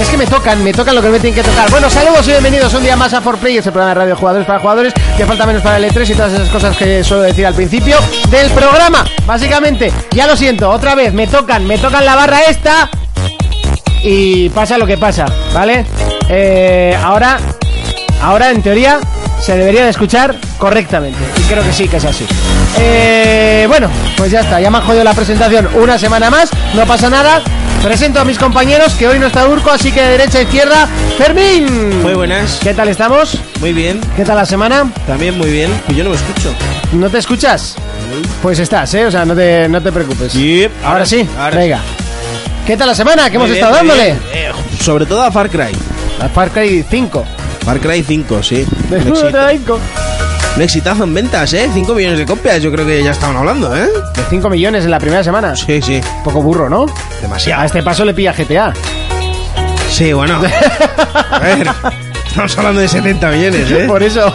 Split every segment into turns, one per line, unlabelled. Es que me tocan, me tocan lo que me tienen que tocar. Bueno, saludos y bienvenidos un día más a 4Players, el programa de radio jugadores para jugadores. Ya falta menos para el E3 y todas esas cosas que suelo decir al principio del programa. Básicamente, ya lo siento, otra vez, me tocan, me tocan la barra esta y pasa lo que pasa, ¿vale? Eh, ahora, ahora en teoría se debería de escuchar correctamente y creo que sí que es así. Eh, bueno, pues ya está, ya me han jodido la presentación una semana más, no pasa nada. Presento a mis compañeros que hoy no está Urco, así que de derecha a izquierda, Fermín.
Muy buenas,
¿Qué tal estamos?
muy bien,
¿Qué tal la semana?
también muy bien. Pues yo no me escucho.
¿No te escuchas? Pues estás, ¿eh? O sea, no te, no te preocupes.
Yep,
Ahora, sí,
ahora
venga. ¿Qué tal la semana? ¿Qué hemos
Muy bien,
estado
muy
dándole?
bien. Eh, sobre todo a Far Cry.
A Far Cry 5.
Far Cry 5, sí. Un éxito.
De 5.
Un exitazo en ventas, ¿eh? 5 millones de copias, yo creo que ya estaban hablando, ¿eh?
De 5 millones en la primera semana.
Sí, sí.
Poco burro, ¿no? A
Demasiado.
este paso le pilla GTA.
Sí, bueno. A ver, estamos hablando de 70 millones, ¿eh?
Por eso.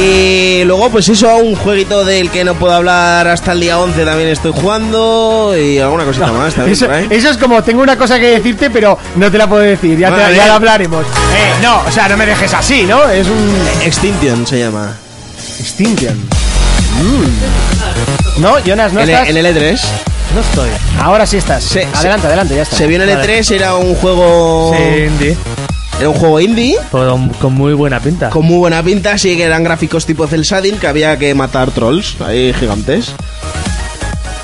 Y luego, pues eso, un jueguito del que no puedo hablar hasta el día 11 también estoy jugando. Y alguna cosita más también.
Eso,
por ahí.
eso es como, tengo una cosa que decirte, pero no te la puedo decir. Ya, te-
Vale.
ya la hablaremos. Eh, no, o sea, no me dejes así, ¿no? Es un...
Extinction se llama.
Extinction. Mm. No, Jonas, no
En
estás.
el- en el E3.
No estoy. Ahora sí estás.
Se-
adelante, adelante, ya está.
Se viene el E E3, era un juego.
Sí, indie.
Era un juego indie.
Con, con muy buena pinta.
Con muy buena pinta, sí que eran gráficos tipo cel shading que había que matar trolls ahí gigantes.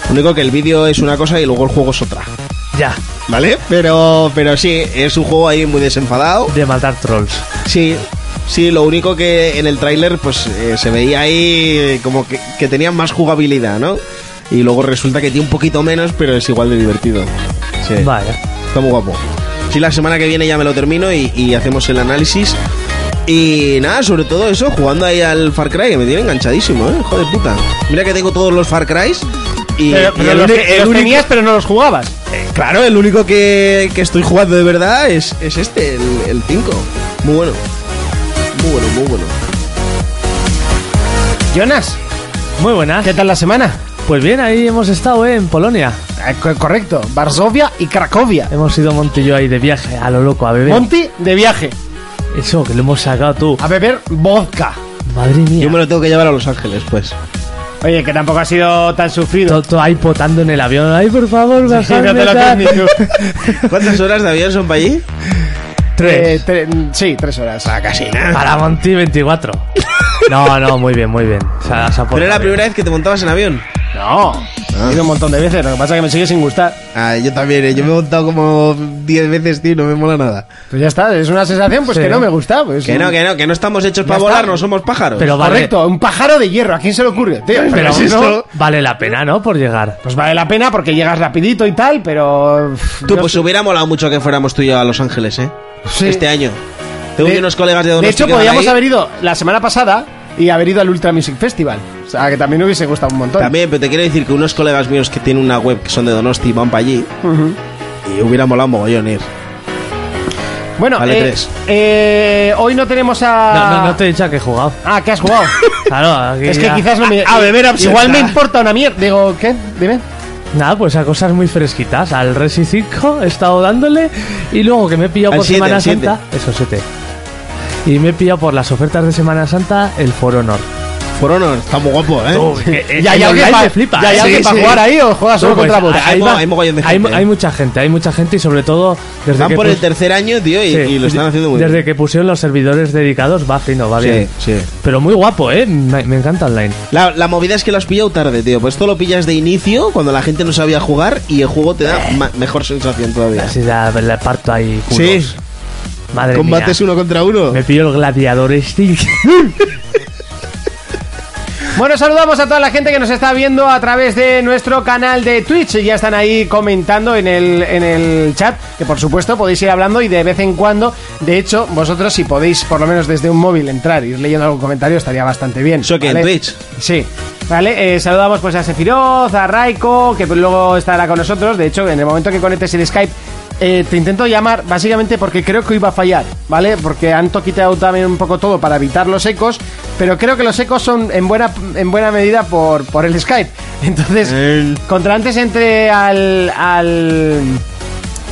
Lo Único que el vídeo es una cosa y luego el juego es otra,
Ya,
¿vale? Pero, pero sí, es un juego ahí muy desenfadado.
de matar trolls.
Sí, sí, lo único que en el tráiler pues eh, se veía ahí como que, que tenían más jugabilidad, ¿no? Y luego resulta que tiene un poquito menos, pero es igual de divertido. Sí.
Vaya.
Está muy guapo. Sí, la semana que viene ya me lo termino y, y hacemos el análisis. Y nada, sobre todo eso, jugando ahí al Far Cry, que me tiene enganchadísimo, ¿eh? Joder puta. Mira que tengo todos los Far Crys. Y,
Pero,
y
pero
el,
los,
uni-
los
el único-
tenías, pero no los jugabas.
eh, Claro, el único que, que estoy jugando de verdad es, es este, el- el 5. Muy bueno. Muy bueno, muy bueno.
Jonas,
Muy buena.
¿qué tal la semana?
Pues bien, ahí hemos estado, ¿eh? En Polonia.
Eh, co- correcto, Varsovia y Cracovia.
Hemos ido Monty y yo ahí de viaje, a lo loco, a beber.
Monty de viaje,
Eso, que lo hemos sacado tú.
a beber vodka.
Madre mía.
Yo me lo tengo que llevar a Los Ángeles, pues.
Oye, que tampoco ha sido tan sufrido.
Todo, todo ahí potando en el avión. Ay, por favor,
Sí, no
bajadme.
te lo
tal.
crees ni tú.
¿Cuántas horas de avión son para allí?
Eh,
Tres.
tre- Mm, sí, tres horas.
Ah, casi nada.
Para Monty, 24. No, no, muy bien, muy bien. Se ha- se
Pero era
ha
la
portado bien.
primera vez que te montabas en avión.
No, he ido un montón de veces. Lo que pasa es que me sigue sin gustar.
Ah, yo también, eh, yo me he montado como 10 veces, tío, y no me mola nada.
Pues ya está, es una sensación pues
Sí.
que no me gusta. Pues,
Que no, que no, que no estamos hechos para
está.
volar, no somos pájaros.
Pero vale.
Correcto, un pájaro de hierro. ¿A quién se le ocurre? Tío,
Pero
si
no,
no-
vale la pena, ¿no? Por llegar.
Pues vale la pena porque llegas rapidito y tal, pero... uff,
tú,
no
pues
sé.
hubiera molado mucho que fuéramos tú y yo a Los Ángeles, ¿eh?
Sí.
Este año. Tengo
De-
unos colegas de
De
Donosti
hecho,
que van
podíamos
ahí.
haber ido la semana pasada y haber ido al Ultra Music Festival. O sea, que también hubiese gustado un montón.
También, pero te quiero decir que unos colegas míos que tienen una web que son de Donosti van para allí
Ujú.
y hubiera molado mogollón ir.
Bueno,
Vale,
eh,
tres.
eh, hoy no tenemos a...
No, no, no te he dicho a qué he jugado.
Ah, que has jugado.
Claro, aquí
es que
ya-
quizás no me...
A- a beber absenta.
Igual me importa una mierda. Digo, ¿qué? Dime.
Nada, pues a cosas muy fresquitas. Al Resi 5 he estado dándole y luego que me he pillado
Al
por
siete,
Semana
al siete.
Santa. Eso, 7. Y me he pillado por las ofertas de Semana Santa el For Honor. Oh,
Por honor, está muy guapo, ¿eh?
Ya hay alguien
el online
pa-
me flipa,
ya hay
¿eh?
alguien
Sí,
para
sí.
jugar ahí o juegas solo
No, pues,
contra vos.
hay-
va-
hay mogollón de
hay-
gente,
hay
¿eh?
mucha gente, hay mucha gente y sobre todo desde
Van
que
por el
pus-
tercer año, tío, y,
sí,
y lo están haciendo muy
desde que pusieron los servidores dedicados va fino, va
bien.
bien.
Sí, sí.
Pero muy guapo, ¿eh? Me, me encanta online.
La, la movida es que lo has pillado tarde, tío. Pues esto lo pillas de inicio, cuando la gente no sabía jugar, y el juego te da ma- mejor sensación todavía.
Así la, la parto ahí. culos.
Sí.
Madre
Combates
mía.
uno contra uno.
Me pillo el gladiador este. Extinction.
Bueno, saludamos a toda la gente que nos está viendo a través de nuestro canal de Twitch. Ya están ahí comentando en el, en el chat, que por supuesto podéis ir hablando y de vez en cuando, de hecho, vosotros si podéis por lo menos desde un móvil entrar y ir leyendo algún comentario estaría bastante bien.
Eso que en Twitch.
Sí. Vale, eh, saludamos pues a Sefiroz, a Raiko, que pues, luego estará con nosotros. De hecho, en el momento que conectes el Skype, eh, te intento llamar básicamente porque creo que iba a fallar, ¿vale? Porque han toquiteado también un poco todo para evitar los ecos, pero creo que los ecos son en buena, en buena medida por, por el Skype. Entonces,
El-
contra antes entre al, al,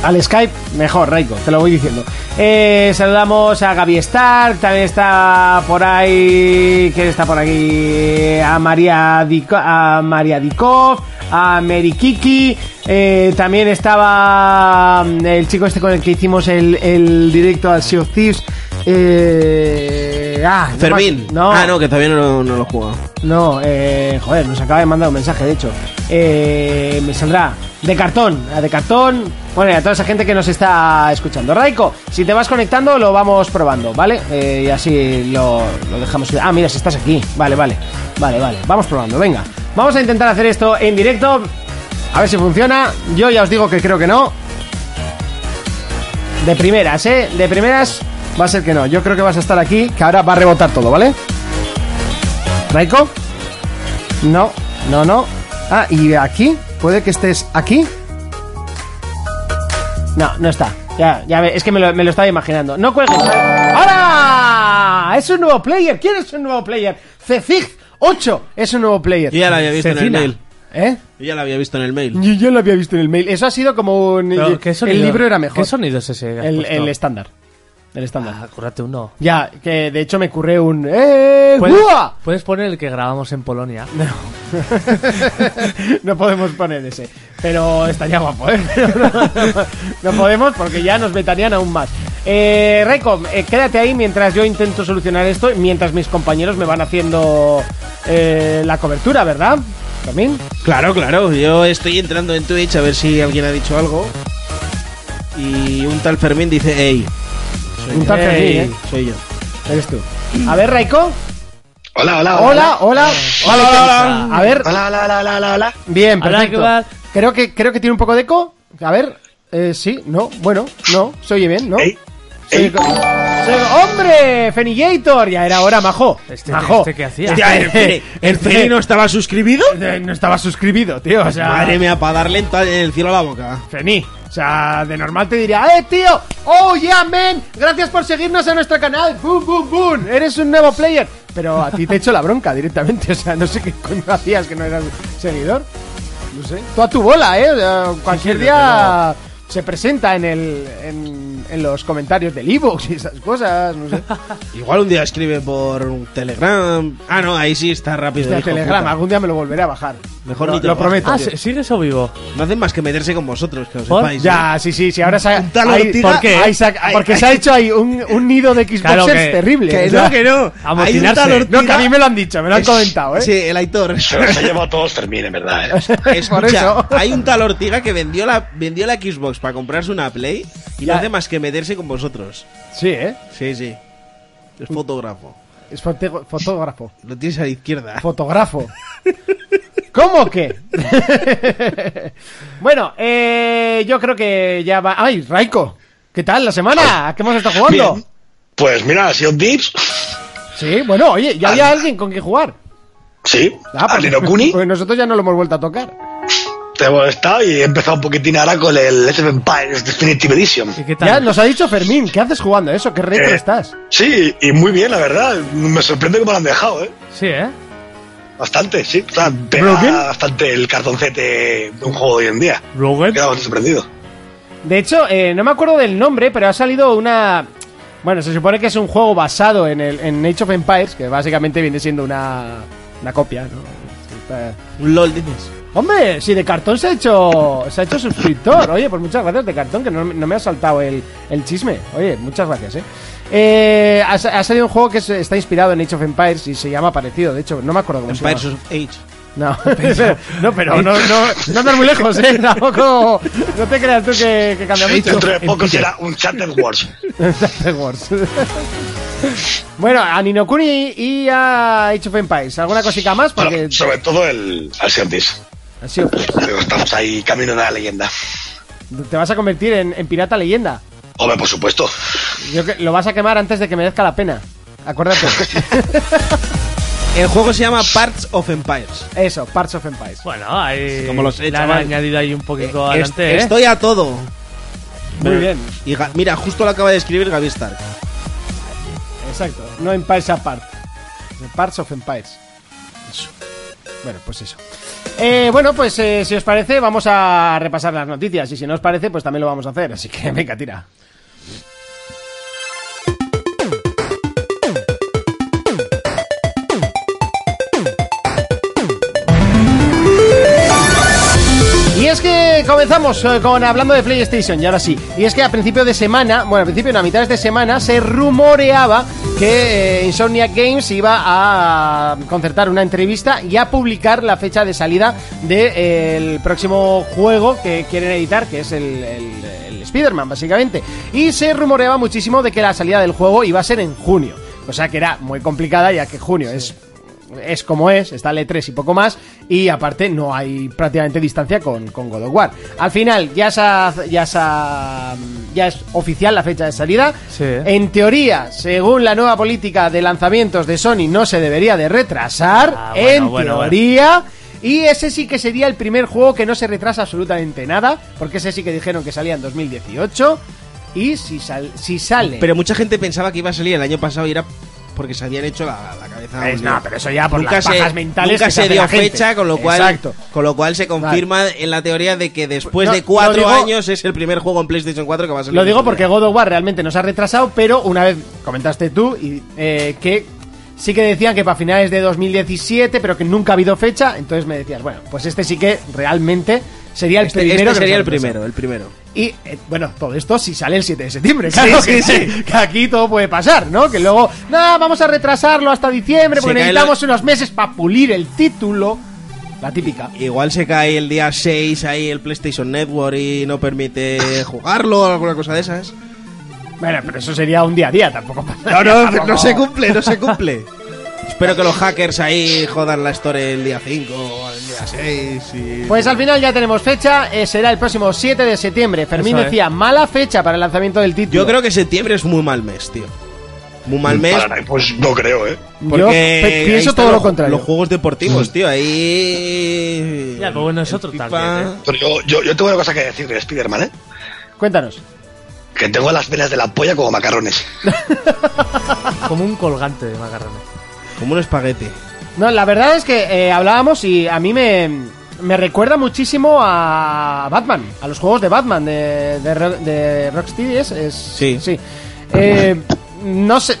al Skype, mejor, Raiko, te lo voy diciendo. Eh, saludamos a Gaby Stark, también está por ahí, ¿quién está por aquí? A María, Diko- a María Dikov, a Mary Kiki, eh, también estaba mm, el chico este con el que hicimos el, el directo al Sea of Thieves. eh, ah, no me-
Fermín.
No,
Ah, no, que todavía no, no lo he jugado.
no, eh, joder, nos acaba de mandar un mensaje, de hecho. Eh, me saldrá de cartón, a de cartón. Bueno, y a toda esa gente que nos está escuchando. Raiko, si te vas conectando, lo vamos probando, ¿vale? Eh, y así lo, lo dejamos. ir. Ah, mira, si estás aquí. Vale, vale. Vale, vale. Vamos probando, venga. Vamos a intentar hacer esto en directo. A ver si funciona. Yo ya os digo que creo que no. De primeras, ¿eh? De primeras va a ser que no. Yo creo que vas a estar aquí, que ahora va a rebotar todo, ¿vale? ¿Raiko? No, no, no. Ah, ¿y aquí? ¿Puede que estés aquí? No, no está. Ya, ya, ve- es que me lo, me lo estaba imaginando. ¡No cuelgues! ¡Ahora! ¡Es un nuevo player! ¿Quién es un nuevo player? Cefig 8 es un nuevo player.
Yo ya la había visto
Cecina.
en el mail.
¿Eh?
Yo ya la había visto en el mail.
Yo ya lo había visto en el mail. Eso ha sido como un...
Pero, ¿qué sonido-
el libro era mejor.
¿Qué sonido es ese? que has
el,
puesto?
el estándar. El estándar.
Ah, cúrrate uno.
Ya, que de hecho me curré un... ¡Eh!
¿Puedes,
¡Guau!
puedes poner el que grabamos en Polonia.
no podemos poner ese. Pero estaría guapo, ¿eh? Pero no, no podemos porque ya nos vetarían aún más. Eh, Recom, eh, quédate ahí mientras yo intento solucionar esto, mientras mis compañeros me van haciendo eh, la cobertura, ¿verdad? ¿También?
Claro, claro. Yo estoy entrando en Twitch a ver si alguien ha dicho algo. Y un tal Fermín dice, hey.
Un tal Fermín, ¿eh?
Soy yo.
Eres tú. A ver, Raiko.
Hola, hola,
Hola, hola. Vale,
hola,
A ver,
Hola, hola, hola, hola, hola, hola.
bien,
Hola,
perfecto.
¿qué tal?
Creo que, creo que tiene un poco de eco. A ver, eh, sí, no, bueno, no, se oye bien, ¿no?
Ey,
Se oye
ey.
co- se oye co- ¡Hombre! ¡Fenillator! Ya era hora, majo.
Este-
majo.
este que hacía.
Este-
estaba suscribido?
Eh, no estaba suscribido, tío. O sea,
Madre mía, para darle en tal- en el cielo a la boca.
Feni. O sea, de normal te diría, ¡eh, tío! ¡Oh, yeah, man! Gracias por seguirnos en nuestro canal. ¡Boom, boom, boom! Eres un nuevo player. Pero a ti te echo la bronca directamente. O sea, no sé qué coño hacías que no eras seguidor. No sé. Tú a tu bola, ¿eh? O sea, cualquier
desde
día se presenta en, el, en, en los comentarios del Evox y esas cosas. No sé.
Igual un día escribe por Telegram. Ah, no, ahí sí está rápido.
Hostia,
hijo
Telegram,
puta.
algún día me lo volveré a bajar.
Mejor
lo,
ni te
lo
lo
prometo.
Ah, ¿sí- ¿sigue eso vivo?
No hacen más que meterse con vosotros, que os
Por-
sepáis. ¿eh?
Ya, sí, sí, sí. Ahora se ha,
tal
ahí-
Ortiga-
¿por qué? Ahí se ha-
Ay,
porque
ay.
se ha hecho ahí un, un nido de Xboxers
Claro que-
terrible.
Que
o sea,
no, que no. Hay un
amotinarse.
tal Ortiga-
no, que a mí me lo han dicho, me lo han
Es-
comentado, ¿eh?
Sí, el Aitor.
Se los ha llevado a todos Fermín, en verdad. ¿eh?
Por
Escucha,
eso.
hay un tal Ortiga que vendió la, vendió la Xbox para comprarse una Play y
Ya.
no hace más que meterse con vosotros.
Sí, ¿eh?
Sí, sí. Es fotógrafo.
Es foto- fotógrafo.
Lo tienes a la izquierda.
Fotógrafo. ¿Cómo que? bueno, eh, yo creo que ya va. ¡Ay, Raiko! ¿Qué tal la semana? ¿A qué hemos estado jugando?
Bien. Pues mira, ha sido Dips.
Sí, bueno, oye, ya había alguien con quien jugar.
Sí,
Ah,
al
pues-
Nino Kuni.
Pues nosotros ya no lo hemos vuelto a tocar.
Te hemos estado y he empezado un poquitín ahora con el Age of Empires Definitive Edition.
¿Y qué tal?
Ya nos ha dicho Fermín, ¿qué haces jugando a eso? ¿Qué retro
Eh.
estás?
Sí, y muy bien, la verdad. Me sorprende cómo lo han dejado, ¿eh?
Sí, ¿eh?
Bastante, sí. O sea, pega
¿Broken?
bastante el cartoncete de un juego de hoy en día. Me he
Rugen.
quedado bastante sorprendido.
De hecho, eh, no me acuerdo del nombre, pero ha salido una... Bueno, se supone que es un juego basado en, el, en Age of Empires, que básicamente viene siendo una, una copia, ¿no? Está-
Un LOL dices.
Hombre, si de cartón se ha hecho se ha hecho suscriptor. Oye, pues muchas gracias de cartón, que no, no me ha saltado el, el chisme. Oye, muchas gracias, ¿eh? Eh, ha, sa- ha salido un juego que se- está inspirado en Age of Empires y se llama parecido. De hecho, no me acuerdo cómo se llama.
Empires of Age.
No, pero, no, pero no, no, no andas muy lejos, ¿eh? Tampoco. No te creas tú que, que cambia mucho.
Dentro de poco será un Charter Wars.
Star Wars. bueno, a Ninokuni y a Age of Empires. ¿Alguna cosica más? Porque
Bueno, sobre todo el al Sea of Thieves.
ha sido-
Ya digo, Estamos ahí camino de la leyenda.
te vas a convertir en, en pirata leyenda.
Hombre, por supuesto.
Yo que- lo vas a quemar antes de que merezca la pena. Acuérdate.
El juego se llama Parts of Empires.
Eso, Parts of Empires.
Bueno, ahí
Como los he,
le han
chaval.
añadido ahí un poquito
Eh,
adelante,
est-
¿eh?
Estoy a todo.
Muy bien,
Y Ga- mira, justo lo acaba de escribir Gaby Stark.
exacto. No Empires apart. Parts of Empires. Bueno, pues eso. Eh, bueno, pues eh, si os parece, vamos a repasar las noticias. Y si no os parece, pues también lo vamos a hacer. Así que venga, tira. Y es que comenzamos eh, con hablando de PlayStation, y ahora sí. Y es que a principio de semana, bueno, a principio no, a mitades de semana, se rumoreaba que eh, Insomniac Games iba a concertar una entrevista y a publicar la fecha de salida del próximo juego que quieren editar, que es el, el- el Spider-Man, básicamente. Y se rumoreaba muchísimo de que la salida del juego iba a ser en junio. O sea que era muy complicada, ya que junio es es como es, está el E3 y poco más, y aparte no hay prácticamente distancia con, con God of War. Al final ya, se ha- ya, se ha- ya es oficial la fecha de salida.
Sí.
En teoría, según la nueva política de lanzamientos de Sony, no se debería de retrasar.
Ah, bueno,
en
bueno, bueno.
teoría. Y ese sí que sería el primer juego que no se retrasa absolutamente nada, porque ese sí que dijeron que salía en 2018. Y si, sal- si sale...
Pero mucha gente pensaba que iba a salir el año pasado y era porque se habían hecho la, la cabeza.
Eh,
volada.
no, pero eso ya por las
se-
pajas mentales
Nunca
que se
se
hace
dio
la gente.
fecha, con lo cual,
Exacto.
con lo cual se confirma en la teoría de que después
No,
de cuatro
lo digo-
años es el primer juego en PlayStation 4 que va a salir.
Lo digo porque God of War realmente nos ha retrasado, pero una vez comentaste tú y, eh, que sí que decían que para finales de 2017, pero que nunca ha habido fecha, entonces me decías, bueno, pues este sí que realmente sería el
Este, este
primero. que nos
sería
ha
el
retrasado.
primero, el primero.
Y eh, bueno, todo esto si sale el 7 de septiembre, claro que sí. Que aquí todo puede pasar, ¿no? Que luego, nada, vamos a retrasarlo hasta diciembre
Se
porque
cae
necesitamos unos meses para pulir el título. La típica.
Igual se cae el día 6 ahí el PlayStation Network y no permite jugarlo o alguna cosa de esas.
Bueno, pero eso sería un día a día, tampoco pasa
No, no,
tampoco.
no se cumple, no se cumple. Espero que los hackers ahí jodan la historia el día 5 o el día 6 y...
Pues al final ya tenemos fecha, eh, será el próximo 7 de septiembre. Fermín
Eso es.
decía, mala fecha para el lanzamiento del título.
Yo creo que septiembre es muy mal mes, tío. Muy mal mes.
Para nada, pues no creo, ¿eh?
Porque
Yo pe-
ahí
pienso
están
todo lo
los-
contrario. Mm.
Los juegos deportivos, tío, ahí.
Ya, pero bueno, es
este. el
otro
FIFA-
target,
Pero yo, yo, yo tengo una cosa que decir de Spider-Man, ¿eh?
Cuéntanos.
Que tengo las venas de la polla como macarrones.
¿eh? Como un colgante de macarrones.
Como un espaguete.
No, la verdad es que eh, hablábamos y a mí me, me recuerda muchísimo a Batman, a los juegos de Batman de, de, Ro- de Rocksteady. Es, es-
Sí.
Eh, no sé.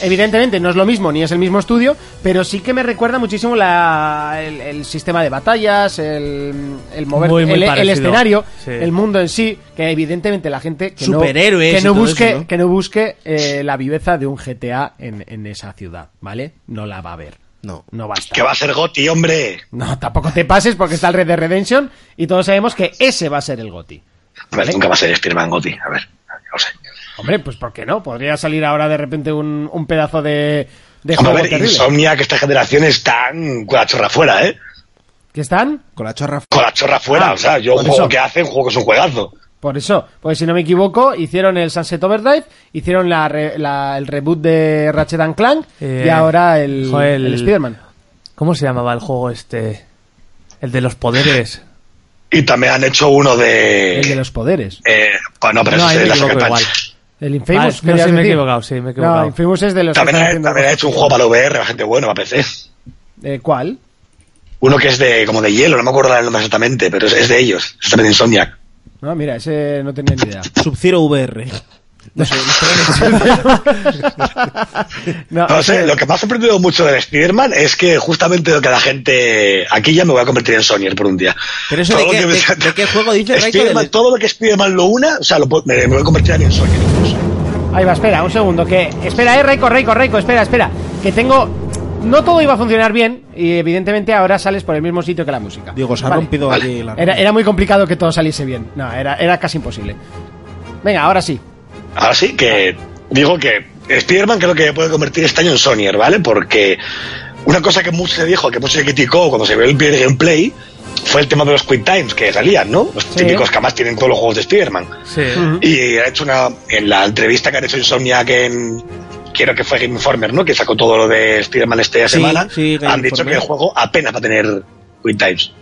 Evidentemente no es lo mismo ni es el mismo estudio, pero sí que me recuerda muchísimo la- el, el sistema de batallas, el, el mover,
Muy, muy
el, el
parecido.
escenario,
Sí
el mundo en sí, que evidentemente la gente que no,
Superhéroes
que
y
no
todo
busque,
eso, ¿no?
que no busque eh, la viveza de un GTA en, en esa ciudad, ¿vale? No la va a ver.
No.
No basta.
Que va a ser Goti, hombre.
No, tampoco te pases porque está el Red de Redemption y todos sabemos que ese va a ser el GOTI.
A ver, nunca va a ser Spider-Man Goti. A ver, no sé.
Hombre, pues ¿por qué no? Podría salir ahora de repente un, un pedazo de, de
Hombre,
juego
a ver,
terrible.
Insomnia, que esta generación es tan con la chorra fuera, ¿eh?
¿Qué están?
Con la chorra.
Con la chorra fuera,
Ah,
o sea, yo un
por
juego
eso.
que hacen, juego que es un juegazo.
Por eso, pues si no me equivoco, hicieron el Sunset Overdrive, hicieron la re- la- el reboot de Ratchet and Clank
Eh,
y ahora el,
joder,
el Spider-Man.
¿Cómo se llamaba el juego este? El de los poderes.
Y también han hecho uno de.
El de los poderes.
Eh, bueno, pero
No,
eso
ahí
es de
me
las
equivoco
que
igual.
El
Vale,
Infamous.
no,
querías
sí, me he
decir.
equivocado, sí, me he equivocado.
No, Infamous es de los
También,
que están
ha-
haciendo
también ha hecho un juego para la VR bastante bueno, me PC.
Eh, ¿Cuál?
Uno que es de como de hielo, no me acuerdo el nombre exactamente, pero es, es de ellos. Es también de Insomniac.
No, mira, ese no tenía ni idea.
Sub-Zero VR. No sé,
No,
No sé, lo que me ha sorprendido mucho del Spider-Man es que justamente lo que la gente. Aquí ya me voy a convertir en Sonyer por un día.
Pero eso de
lo
qué-
que me-
de- de qué juego dice Raiko
Spider-Man,
del-
Todo lo que Spider-Man lo una, o sea, lo puedo- me, me voy a convertir en Sonyer incluso.
Ahí va, espera, un segundo, que... Espera, eh, Reiko, Reiko, Reiko, espera, espera. Que tengo... No todo iba a funcionar bien y evidentemente ahora sales por el mismo sitio que la música.
Digo, se ha
Vale.
rompido
Vale.
aquí la.
Era, era muy complicado que todo saliese bien. No, era, era casi imposible. Venga, ahora sí.
Ahora sí que digo que Spider-Man creo que puede convertir este año en Sonyer, ¿vale? Porque una cosa que mucho se dijo, que mucho se criticó cuando se vio el primer gameplay, fue el tema de los Quick Times que salían, ¿no? Los típicos que además tienen todos los juegos de Spider-Man.
Sí.
Y ha hecho una. En la entrevista que han hecho Insomniac en. Quiero que fue Game Informer, ¿no? Que sacó todo lo de Spider-Man esta
Sí,
semana.
sí, Game
han dicho
Informer.
que el juego apenas va a tener Quick Times.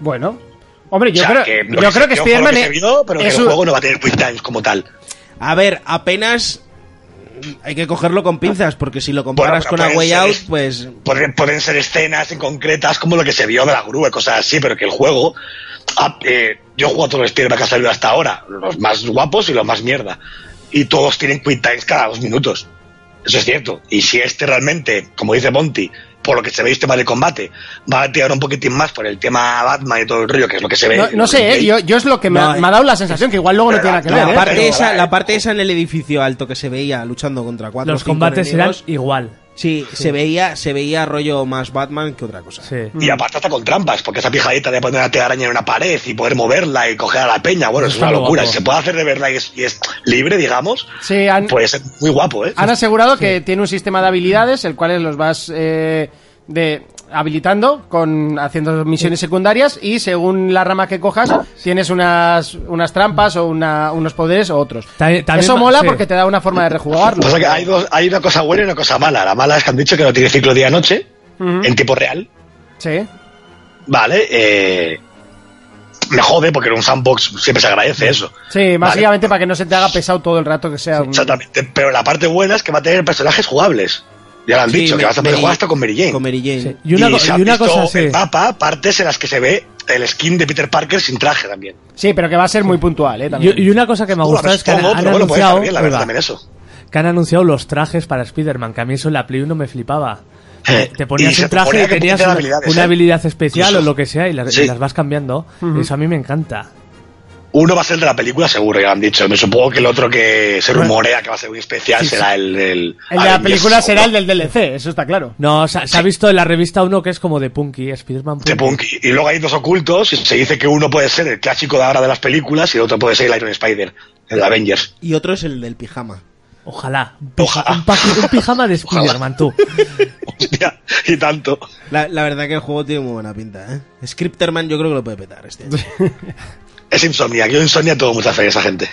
Bueno. Hombre, yo
O sea,
creo
lo
yo
se
creo que
vio fue lo
Spider-Man
se vio, pero que
es
el
un-
juego no va a tener Quick Times como tal.
A ver, apenas hay que cogerlo con pinzas, porque si lo comparas
Bueno, pero
con A
pueden
Way
ser-
Out, pues
Podrían- pueden ser escenas inconcretas como lo que se vio de la grúa, y cosas así, pero que el juego. ah, eh, yo juego a todos los Spider-Man que ha salido hasta ahora, los más guapos y los más mierda. Y todos tienen quick times cada dos minutos. Eso es cierto. Y si este realmente, como dice Monty, por lo que se ve este tema de combate, va a tirar un poquitín más por el tema Batman y todo el rollo, que es lo que se ve.
No, no sé, ¿eh? yo, yo es lo que me, ha,
No, eh,
me ha dado la sensación, que igual luego no tiene
pero
nada que
la-
ver.
la
¿eh?
pero-
parte,
pero-
esa, la parte esa en el edificio alto que se veía luchando contra cuatro. o
Los
cinco
combates eran
enemigos,
igual.
Sí, se veía, se veía rollo más Batman que otra cosa.
Sí.
Y aparte hasta con trampas, porque esa pijadita de poner la telaraña en una pared y poder moverla y coger a la peña, bueno,
Eso
es una
está muy
locura.
guapo.
Si se puede hacer de verdad y es, y es libre, digamos,
Sí, han,
puede ser muy guapo, ¿eh?
han asegurado que tiene un sistema de habilidades, el cual los vas eh, de habilitando con haciendo misiones secundarias y según la rama que cojas tienes unas unas trampas o una- unos poderes o otros.
Ta- también
Eso
ma-
mola
sí.
porque te da una forma de rejugarlo.
Pasa que hay, dos- hay una cosa buena y una cosa mala. La mala es que han dicho que no tiene ciclo día-noche, en tiempo real,
Sí.
¿vale? Eh, me jode porque en un sandbox siempre se agradece eso.
Sí,
Vale.
básicamente para que no se te haga pesado todo el rato que sea un...
Exactamente. Pero la parte buena es que va a tener personajes jugables. Ya lo han
Sí,
dicho, que
Ma-
vas a poder
Mary-
jugar hasta con Mary Jane.
Con Mary Jane.
Sí. Y una, co-
se
y
han
una
visto
cosa sí.
en mapa, partes en las que se ve el skin de Peter Parker sin traje también.
Sí, pero que va a ser muy puntual, eh, también.
Y, y una cosa que me ha
Bueno,
gustado es que han,
supongo,
han
pero bueno, puede estar
anunciado,
bien, la
Oiga,
verdad, también eso.
que han anunciado los trajes para Spider-Man, que a mí eso en la Play 1 me flipaba.
Eh,
Te
y
ponías
se
un traje
suponía
y
que
tenías
tenía
una,
habilidades,
una
¿eh?
habilidad especial
Incluso.
o lo que sea y las,
Sí.
y las vas cambiando. Eso a mí me encanta.
Uno va a ser el de la película, seguro, ya lo han dicho. Me supongo que el otro que se rumorea que va a ser muy especial será el del.
El de la
Avengers,
película será el
seguro.
del DLC, eso está claro.
No, se, se ha visto en la revista uno que es como de Punky, Spider-Man
De
Punky.
Este Punk. Y luego hay dos ocultos y se dice que uno puede ser el clásico de ahora de las películas y el otro puede ser el Iron Spider, el de Avengers.
Y otro es el del pijama.
Ojalá. Un,
Ojalá.
un paqui- un pijama de
Ojalá.
Spider-Man, tú.
Hostia, y tanto.
La, la verdad que el juego tiene muy buena pinta, ¿eh? Scripterman yo creo que lo puede petar este año.
Es Insomnia. Yo Insomnia tengo mucha fe en esa gente.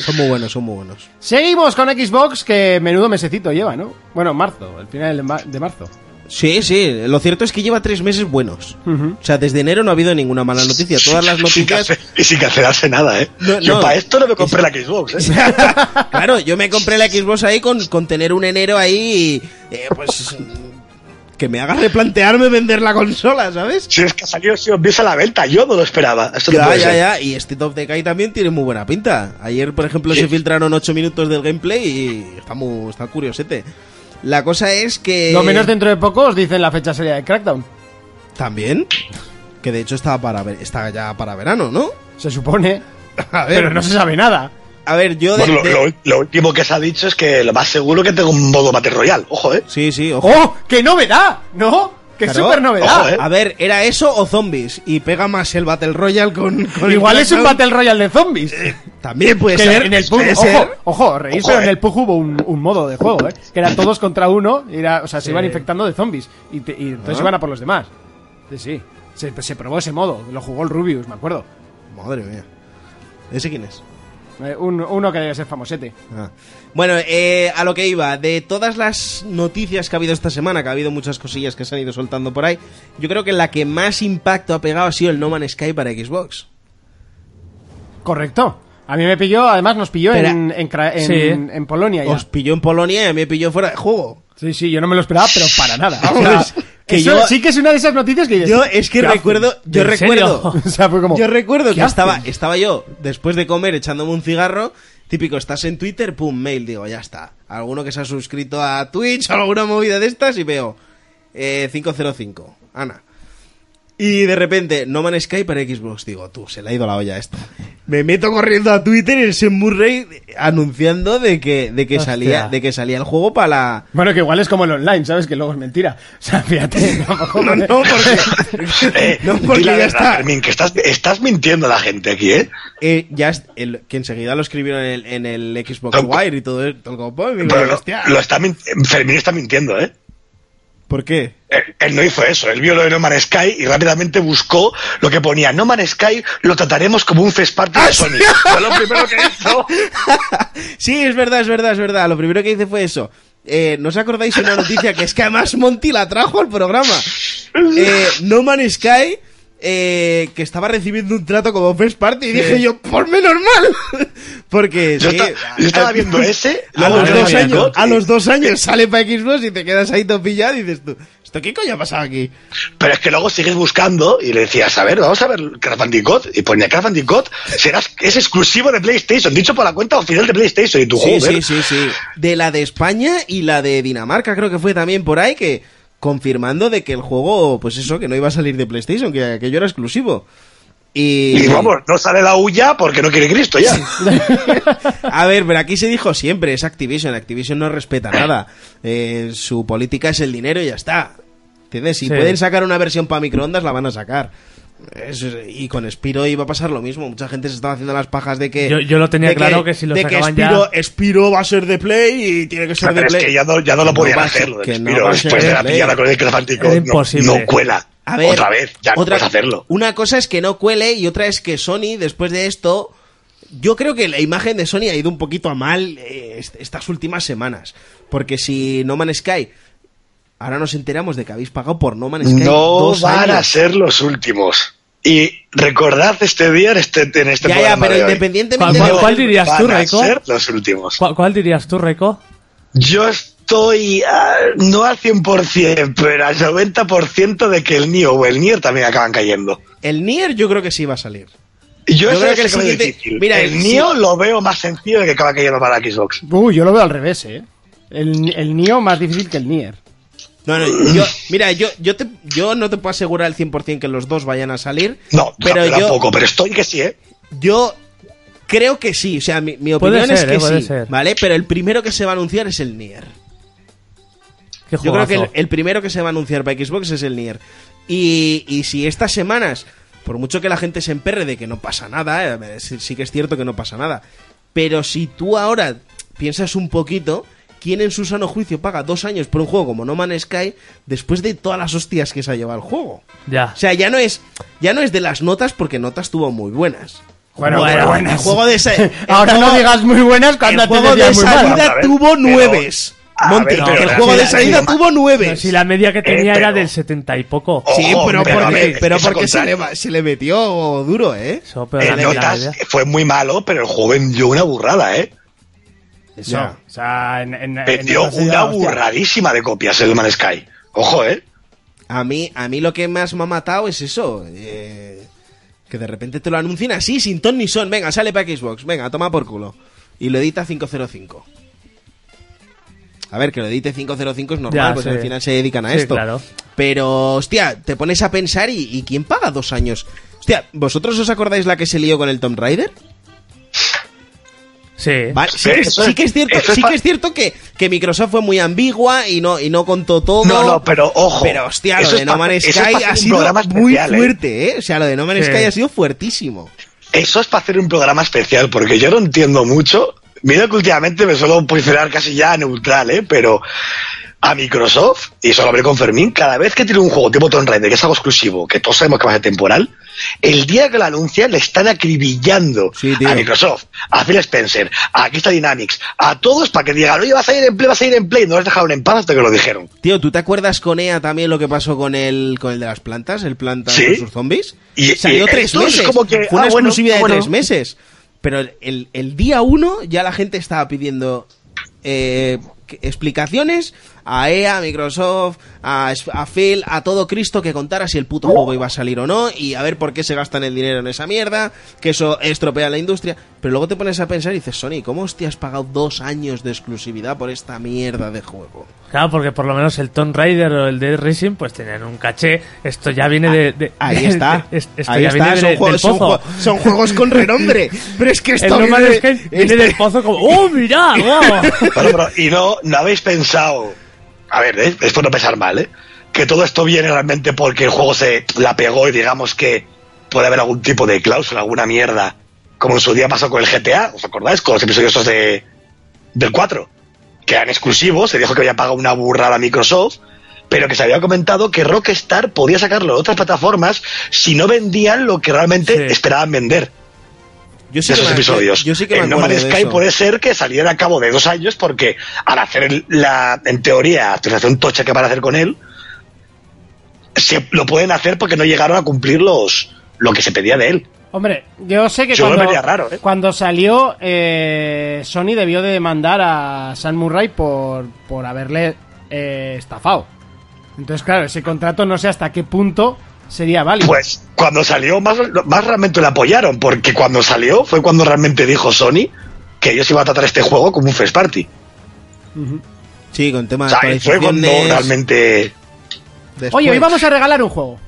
Son muy buenos, son muy buenos.
Seguimos con Xbox, que menudo mesecito lleva, ¿no? Bueno, marzo, el final de ma- de marzo.
Sí, sí. Lo cierto es que lleva tres meses buenos.
Ujú.
O sea, desde enero no ha habido ninguna mala noticia. Todas las
Sin
noticias...
cancelar- y sin cancelarse nada, ¿eh?
No,
Yo
no.
para esto no me compré la Xbox, ¿eh?
claro, yo me compré la Xbox ahí con, con tener un enero ahí y, eh, pues mm, que me haga replantearme vender la consola, ¿sabes?
Si es que ha salido si empieza la venta, yo no lo esperaba. Esto no
Ya,
puede
ya,
ser.
ya. Y State of Decay también tiene muy buena pinta. Ayer, por ejemplo,
Sí.
se filtraron 8 minutos del gameplay y está, muy, está curiosete. La cosa es
Eh,
que...
Lo menos dentro de poco os dicen la fecha sería de Crackdown.
También. Que de hecho está, para, ver- está ya para verano, ¿no?
Se supone.
Eh,
A ver,
Pero no
pues
se sabe nada.
a ver yo... de-
Bueno,
de-
lo, lo- lo último que se ha dicho es que lo más seguro que tengo un modo Battle Royale. Ojo, ¿eh?
Sí, sí, ojo.
¡Oh! ¡Qué novedad! ¿No? ¡Qué
Claro.
super
Ojo,
novedad!
¿eh?
A ver, ¿era eso o zombies? Y pega más el Battle Royale con... con el
Igual es un
Crackdown.
Battle Royale de zombies.
Eh,
También puede
Que
ser.
en el PUG,
Puede
ojo,
ser.
ojo, reís,
Ojo,
pero
eh.
en el PUG hubo un, un modo de juego, ¿eh? Que era todos contra uno, y era, o sea, se iban infectando de zombies. Y, te- y entonces iban a por los demás. Sí, sí. Se, se probó ese modo, lo jugó el Rubius, me acuerdo.
Madre mía. ¿Ese quién es?
Eh, un- uno que debe ser famosete.
Ah. Bueno, eh, a lo que iba, de todas las noticias que ha habido esta semana, que ha habido muchas cosillas que se han ido soltando por ahí, yo creo que la que más impacto ha pegado ha sido el No Man's Sky para Xbox.
Correcto. A mí me pilló, además nos pilló
Pero-
en, en, Cra- en-
Sí, ¿eh?
en Polonia ya.
Os pilló en Polonia y a mí me pilló fuera de juego.
Sí, sí, yo no me lo esperaba, pero para nada. O sea,
Vamos, que
eso
yo-
sí que es una de esas noticias que dices,
Yo es que
¿qué hacen?
recuerdo, yo
¿En
recuerdo,
serio?
O sea, fue como...
yo recuerdo
¿qué
que estaba,
hacen?
estaba yo después de comer echándome un cigarro. Típico, estás en Twitter, pum, mail, digo, ya está. Alguno que se ha suscrito a Twitch, alguna movida de estas, y veo eh, 505, Ana. Y de repente, No Man's Sky para Xbox. Digo, tú, se le ha ido la olla esto. Me meto corriendo a Twitter y el Murray anunciando de que, de que
Hostia.
salía, de que salía el juego para la,
Bueno, que igual es como el online, ¿sabes? Que luego es mentira. O sea, fíjate. tampoco-
No, no, porque,
Eh,
no, porque
di la
ya
verdad,
está.
Fermín, que estás, estás mintiendo a la gente aquí, ¿eh?
Eh, ya es- el- que enseguida lo escribieron en el, en el Xbox
Tampoco-
Wire y todo el, todo el copo, y me
Pero
digo,
lo,
hostia,
lo está min- Fermín está mintiendo, ¿eh?
¿Por qué?
Él, él no hizo eso, él vio lo de No Man's Sky y rápidamente buscó lo que ponía No Man's Sky lo trataremos como un fest party
Ah,
de Sony. Fue lo primero que hizo.
sí, es verdad, es verdad, es verdad. Lo primero que hice fue eso. Eh, ¿No os acordáis una noticia que es que además Monty la trajo al programa? Eh, no Eh, Man's Sky. eh, que estaba recibiendo un trato como first party y dije yo, por menos mal. Porque
Yo,
sí, Eh,
esta- yo estaba viendo eh, ese,
a
luego
los,
vi
dos
el
años,
Gotti.
a los dos años sale para Xbox y te quedas ahí topillado y dices tú, ¿esto qué coño ha pasado aquí?
Pero es que luego sigues buscando y le decías, a ver, vamos a ver Crash Bandicoot. Y ponía Crash Bandicoot serás, es exclusivo de PlayStation, dicho por la cuenta oficial de PlayStation. Y tu
Sí,
juego
sí, sí, sí. De la de España y la de Dinamarca, creo que fue también por ahí, que confirmando de que el juego, pues eso, que no iba a salir de PlayStation, que aquello era exclusivo. Y,
Y vamos, no sale la huya porque no quiere Cristo ya.
A ver, pero aquí se dijo siempre, es Activision, Activision no respeta nada. Eh, su política es el dinero y ya está. ¿Entiendes? Si
Sí.
pueden sacar una versión para microondas, la van a sacar. Eso es- y con Spiro iba a pasar lo mismo. Mucha gente se estaba haciendo las pajas de que.
Yo- yo lo tenía
de
claro que si lo
de
sacaban
que
ya-
Spyro, Spyro va a ser de Play y tiene que ser de
Pero es
Play.
que ya no, ya no lo
No
podían
va a
hacer
ser-
lo del
que no
Spyro
va a ser
después de la
Play.
pillada con el Crash Bandicoot.
Era
No-
imposible.
No, cuela.
A ver,
otra vez, ya
otra-
no puedes hacerlo.
Una cosa es que no cuele y otra es que Sony, después de esto, yo creo que la imagen de Sony ha ido un poquito a mal eh, est- estas últimas semanas. Porque si No Man's Sky, ahora nos enteramos de que habéis pagado por No Man's Sky.
No
dos
van a
años.
ser los últimos. Y recordad este día en este, en este
Ya, ya,
programa
pero
de hoy.
independientemente
¿Cuál-
de-
cuál dirías
van
tú,
a
Raiko?
ser los últimos.
¿Cuál, cuál dirías tú, Reco?
Yo estoy ah, no al 100%, pero al 90% de que el Nio o el Nier también acaban cayendo.
El Nier yo creo que sí va a salir.
Yo,
Yo
eso
creo
es
que el
lo veo
siguiente-
difícil.
mira,
el
el-
Nio lo veo más sencillo de que acaba cayendo para Xbox.
Uy, yo lo veo al revés, eh. El, el Nio más difícil que el Nier.
No, no, yo, mira, yo, yo, te- yo no te puedo asegurar al 100% que los dos vayan a salir.
No,
pero
pero
yo,
tampoco, pero estoy que sí, ¿eh?
Yo creo que sí, o sea, mi, mi
Puede
opinión
ser,
es
eh,
que
puede
sí,
ser.
¿vale? Pero el primero que se va a anunciar es el Nier.
Qué
Yo creo
juegazo.
que el, el primero que se va a anunciar para Xbox es el Nier. Y, y si estas semanas, por mucho que la gente se emperre de que no pasa nada, eh, sí, sí que es cierto que no pasa nada, pero si tú ahora piensas un poquito, ¿quién en su sano juicio paga dos años por un juego como No Man's Sky después de todas las hostias que se ha llevado el juego?
Ya.
O sea, ya no es, ya no es de las notas porque notas tuvo muy buenas.
Bueno,
Bueno,
pero
El juego de ese,
Ahora
el
no
juego-
digas muy buenas cuando
el
antes
juego
decías
de
muy malas.
salida
Vamos a ver,
tuvo
pero-
nueves.
a
Monty,
ver,
que
pero
el
la-
juego de
la-
salida
la-
tuvo nueves.
Si la media que tenía
Eh,
era
pero-
del setenta y poco.
Oh,
Sí,
Ojo,
pero,
pero a
porque,
ver,
pero
es que
porque
eso
se le,
contrario.
se le metió duro, ¿eh?
Eso, pero
En
la- la
notas
media-
fue muy malo, pero el juego vendió una burrada, ¿eh?
Eso,
Ya.
o sea, en- en- en
Eh,
Vendió
esa salida,
una
hostia.
burradísima de copias el No Man's Sky. Ojo, ¿eh?
A mí, a mí lo que más me ha matado es eso. eh, que de repente te lo anuncien así, sin ton ni son. Venga, sale para Xbox. Venga, toma por culo. Y lo edita 505. A ver, que lo edite 505 es normal,
Ya,
pues
sí.
al final se dedican a
Sí,
esto.
claro.
Pero, hostia, te pones a pensar y, y ¿quién paga dos años? Hostia, ¿vosotros os acordáis la que se lió con el Tomb Raider?
Sí.
Vale, sí, que-
Eso es-
sí que es cierto,
eso es
sí
fa-
que es cierto que, que Microsoft fue muy ambigua y no, y no contó todo.
No, no, pero ojo.
Pero hostia, lo
Eso
de
es
No
pa-
Man's
eso es
Sky
pa hacer
ha
un
sido
programa
muy
especial, ¿eh?
fuerte, ¿eh? O sea, lo de No Man's
Sí.
Sky ha sido fuertísimo.
Eso es para hacer un programa especial, porque yo no entiendo mucho. Mira que últimamente me suelo posicionar casi ya neutral, ¿eh? Pero a Microsoft, y eso lo hablé con Fermín, cada vez que tiene un juego tipo Tomb Raider, que es algo exclusivo, que todos sabemos que va a ser temporal, el día que lo anuncian le están acribillando
Sí, tío.
a Microsoft, a Phil Spencer, a Crystal Dynamics, a todos para que digan, oye, vas a ir en play, vas a ir en play, no les dejaron en paz hasta que lo dijeron.
Tío, ¿tú te acuerdas con EA también lo que pasó con el, con el de las plantas? El Plantas
Sí.
vs Zombies.
Y-
Salió
y
tres
esto es
meses.
como que,
Fue una
ah, bueno,
exclusividad
bueno.
de tres meses. Pero el, el- el día uno ya la gente estaba pidiendo eh, que- explicaciones a EA, a Microsoft, a, S- a Phil, a todo Cristo que contara si el puto juego iba a salir o no y a ver por qué se gastan el dinero en esa mierda, que eso estropea la industria. Pero luego te pones a pensar y dices, Sony, ¿cómo hostia has pagado dos años de exclusividad por esta mierda de juego?
Claro, porque por lo menos el Tomb Raider o el Dead Racing pues tenían un caché. Esto ya viene de... de-
Ah, Ahí está.
es- esto
Ahí
ya
está.
viene
Son,
de- del
juegos, son,
pozo.
jue- son juegos con renombre. Pero es que
El
esto
No Man's
viene-
Sky viene
este-
del pozo como... ¡Oh, mira! ¡Guau!
Bueno, pero- y no, no habéis pensado, a ver, ¿eh? es por no pensar mal, ¿eh? que todo esto viene realmente porque el juego se la pegó y digamos que puede haber algún tipo de cláusula, alguna mierda, como en su día pasó con el GTA, ¿os acordáis? Con los episodios esos de, del 4, que eran exclusivos, se dijo que había pagado una burrada a Microsoft, pero que se había comentado que Rockstar podía sacarlo de otras plataformas si no vendían lo que realmente
Sí.
esperaban vender
Yo sí
de
que
esos
me-
episodios.
Yo sí que me
el No
acuerdo
Man's
de
Sky
eso.
puede ser que saliera a cabo de dos años porque al hacer el- la, en teoría, actualización tocha que van a hacer con él, se lo pueden hacer porque no llegaron a cumplir los, lo que se pedía de él.
Hombre, yo sé que
Yo me
cuando,
vería raro, ¿eh?
cuando salió eh, Sony debió de demandar a San Murray por, por haberle eh, estafado. Entonces, claro, ese contrato no sé hasta qué punto sería válido.
Pues cuando salió, más, más realmente le apoyaron, porque cuando salió fue cuando realmente dijo Sony que ellos iban a tratar este juego como un first party.
Sí, con
O
temas de
sea, fue cuando
Ah, actualizaciones,
realmente.
después.
Oye, hoy vamos a regalar un juego.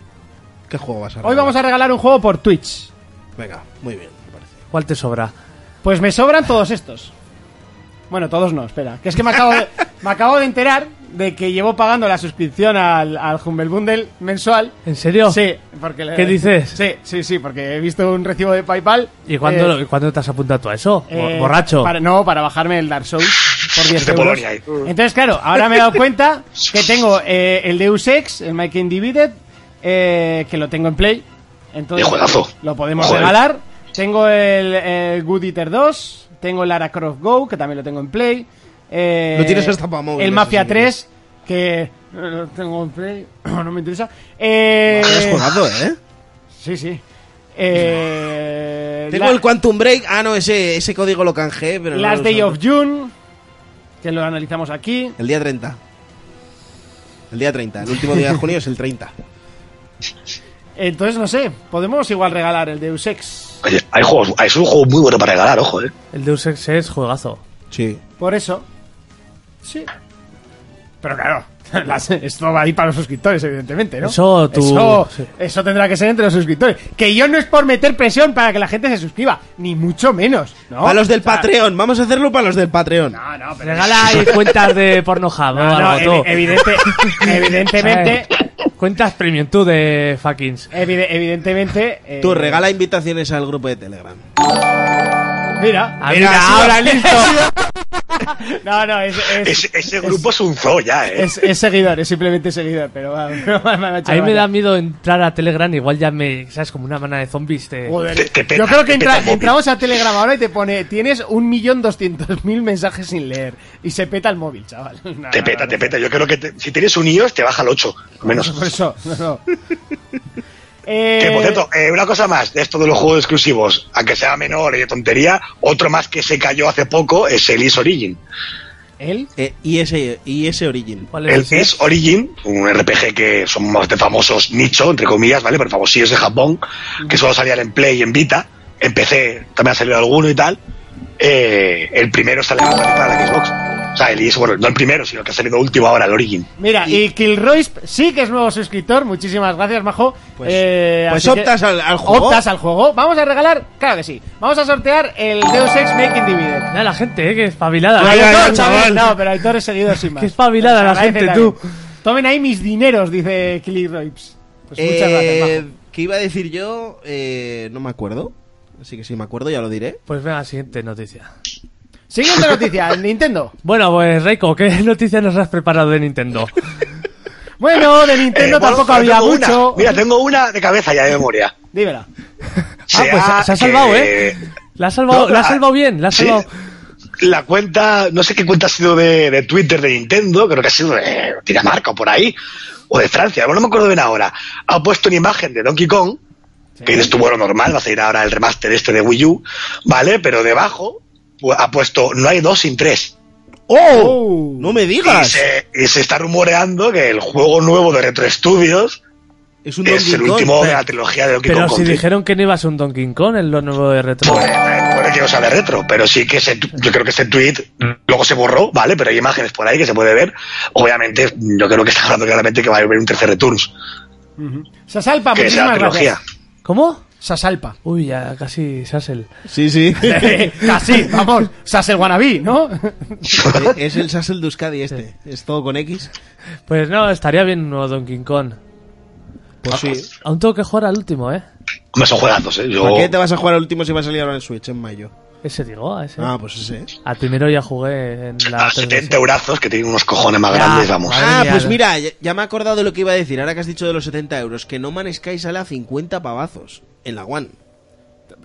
¿Qué juego vas a
Hoy vamos a regalar un juego por Twitch.
Venga, muy bien, me parece.
¿Cuál te sobra?
Pues me sobran todos estos. Bueno, todos no, espera. Que es que me acabo de, me acabo de enterar de que llevo pagando la suscripción al, al Humble Bundle mensual.
¿En serio?
Sí, porque le-
¿Qué dices?
Sí, sí, sí, porque he visto un recibo de PayPal.
¿Y cuándo,
eh,
lo- cuándo te has apuntado tú a eso? Bo-
eh,
¿Borracho?
para- no, para bajarme el Dark Souls por 10
De
euros.
Polonia, eh.
Entonces, claro, ahora me he dado cuenta que tengo eh, el Deus Ex, el Mike Divided, eh, que lo tengo en Play. Entonces,
¡Qué juegazo!
Lo podemos
Joder.
regalar. Tengo el, el Good Eater 2, tengo el Lara Croft Go, que también lo tengo en Play. eh,
Lo tienes hasta para móviles,
El Mafia
así que-
3, que eh, lo tengo en Play, no me interesa. Eh,
Es juegazo, ¿eh?
Sí, sí. Eh,
Tengo
la-
el Quantum Break. Ah, no, ese, ese código lo canjeé, pero no
Last
lo
Day
usaba.
of June, que lo analizamos aquí.
El día 30. El día 30. El último día de junio es el 30.
Entonces, no sé, podemos igual regalar el Deus Ex.
Oye, hay juegos, es un juego muy bueno para regalar, ojo, eh.
El Deus Ex es juegazo.
Sí.
Por eso. Sí. Pero claro, las- esto va a ir para los suscriptores, evidentemente, ¿no?
Eso tú-
Eso,
sí.
eso tendrá que ser entre los suscriptores. Que yo no es por meter presión para que la gente se suscriba, ni mucho menos, ¿no?
Para los del
Oh, O sea,
Patreon. Vamos a hacerlo para los del Patreon.
No, no, pero
Regala ahí cuentas de Pornhub
No,
o
no, evi-
algo, tú.
evidente- evidentemente,
Eh, Cuentas premium tú de fuckings.
evide- evidentemente. eh,
Tú regala invitaciones al grupo de Telegram.
Mira,
Ah, mira, ahora listo.
no, no, es, es,
Ese, ese grupo es un zoo ya, eh.
Es, es seguidor, es simplemente seguidor, pero va, pero va- va- va-
A mí me
chaval.
da miedo entrar a Telegram, igual ya me, ¿sabes? Como una mana de zombies. Te...
Joder.
Te- te peta,
Yo creo que
te
entra-
peta el móvil.
entramos a Telegram ahora y te pone tienes un millón doscientos mil mensajes sin leer y se peta el móvil, chaval. No, no,
Te peta,
no,
te
no.
peta. Yo creo que te- si tienes un iOS te baja al 8, menos.
Por eso, no, no. Pues, Eh,
Que por cierto, eh, una cosa más de esto de los juegos exclusivos, aunque sea menor y de tontería, otro más que se cayó hace poco es el Is Origin.
él
Eh, IS, IS Origin.
¿Cuál
El
es ese?
Is Origin, un RPG que son más de famosos nicho, entre comillas, ¿vale? Pero famosillos de Japón, que solo salían en Play y en Vita. En PC también ha salido alguno y tal. Eh, el primero sale para la Xbox. O sea, el Is, bueno, no el primero, sino que ha salido último ahora, el Origin.
Mira, y, Kilroy sí que es nuevo suscriptor. Muchísimas gracias, Majo.
Pues-
Eh,
pues
así que-
optas al- al juego.
Optas al juego. Vamos a regalar, claro que sí. Vamos a sortear el Deus Ex Making Divided.
Mira la gente, eh, que espabilada.
Ay,
Mira,
Aitor,
no,
chaval. No, pero Aitor es seguidor sin más.
Qué espabilada la
Se agradece
gente,
también.
tú.
Tomen ahí mis dineros, dice Killy Roips. Pues muchas gracias,
Eh,
Majo.
¿Qué iba a decir yo? Eh, no me acuerdo. Así que si me acuerdo ya lo diré.
Pues venga, siguiente noticia.
Siguiente noticia, el Nintendo.
Bueno, pues Reiko, ¿qué noticias nos has preparado de Nintendo?
Bueno, de Nintendo
Eh, bueno,
tampoco
pero
había
tengo una.
mucho.
Mira, tengo una de cabeza ya de memoria.
Dímela.
Ah, pues se- se ha salvado, ¿eh? La has salvado,
No,
la has
ah,
salvado bien, la has
sí.
salvado.
La cuenta, no sé qué cuenta ha sido de, de Twitter de Nintendo, creo que ha sido de Dinamarca o por ahí, o de Francia, bueno, no me acuerdo bien ahora. Ha puesto una imagen de Donkey Kong, que dices tú, bueno, normal, va a salir ahora el remaster este de Wii U, ¿vale? Pero debajo pu- ha puesto no hay dos sin tres.
¡Oh!
No me
Y
digas.
se, y se está rumoreando que el juego nuevo de Retro Studios
Es un
es
Donkey
el
Kong.
último de la trilogía de Donkey
Pero
Kong
si
Country.
dijeron que no iba a ser un Donkey Kong en lo nuevo de Retro.
Pues, eh, bueno, que no sea de retro, pero sí que ese tu- yo creo que ese tweet luego se borró, ¿vale? Pero hay imágenes por ahí que se puede ver. Obviamente, yo creo que está hablando claramente que va a haber un tercer Returns,
Sasalpa,
que sea la
Ah, muchísimas
trilogía.
gracias.
¿Cómo?
Sasalpa.
Uy, ya casi Sassel.
Sí, sí.
Casi, vamos. Sasel Wannabe, ¿no?
Eh, es el Sassel Duskadi este. Es todo con X.
Pues no, estaría bien un nuevo Donkey Kong.
Pues
Ah,
sí.
Aún tengo que jugar al último, ¿eh?
Hombre, son juegazos, ¿eh? Yo,
¿Para qué te vas a jugar al último si va a salir ahora en Switch en mayo?
Ese digo, a ese.
Ah, pues ese es.
Al primero ya jugué en la
a 70 eurazos que tienen unos cojones más
Ya,
grandes, vamos.
Madre
Ah,
mía,
pues
no.
mira, ya, ya me he acordado de lo que iba a decir. Ahora que has dicho de los 70 euros, que No Man's Sky sale a 50 pavazos en la One.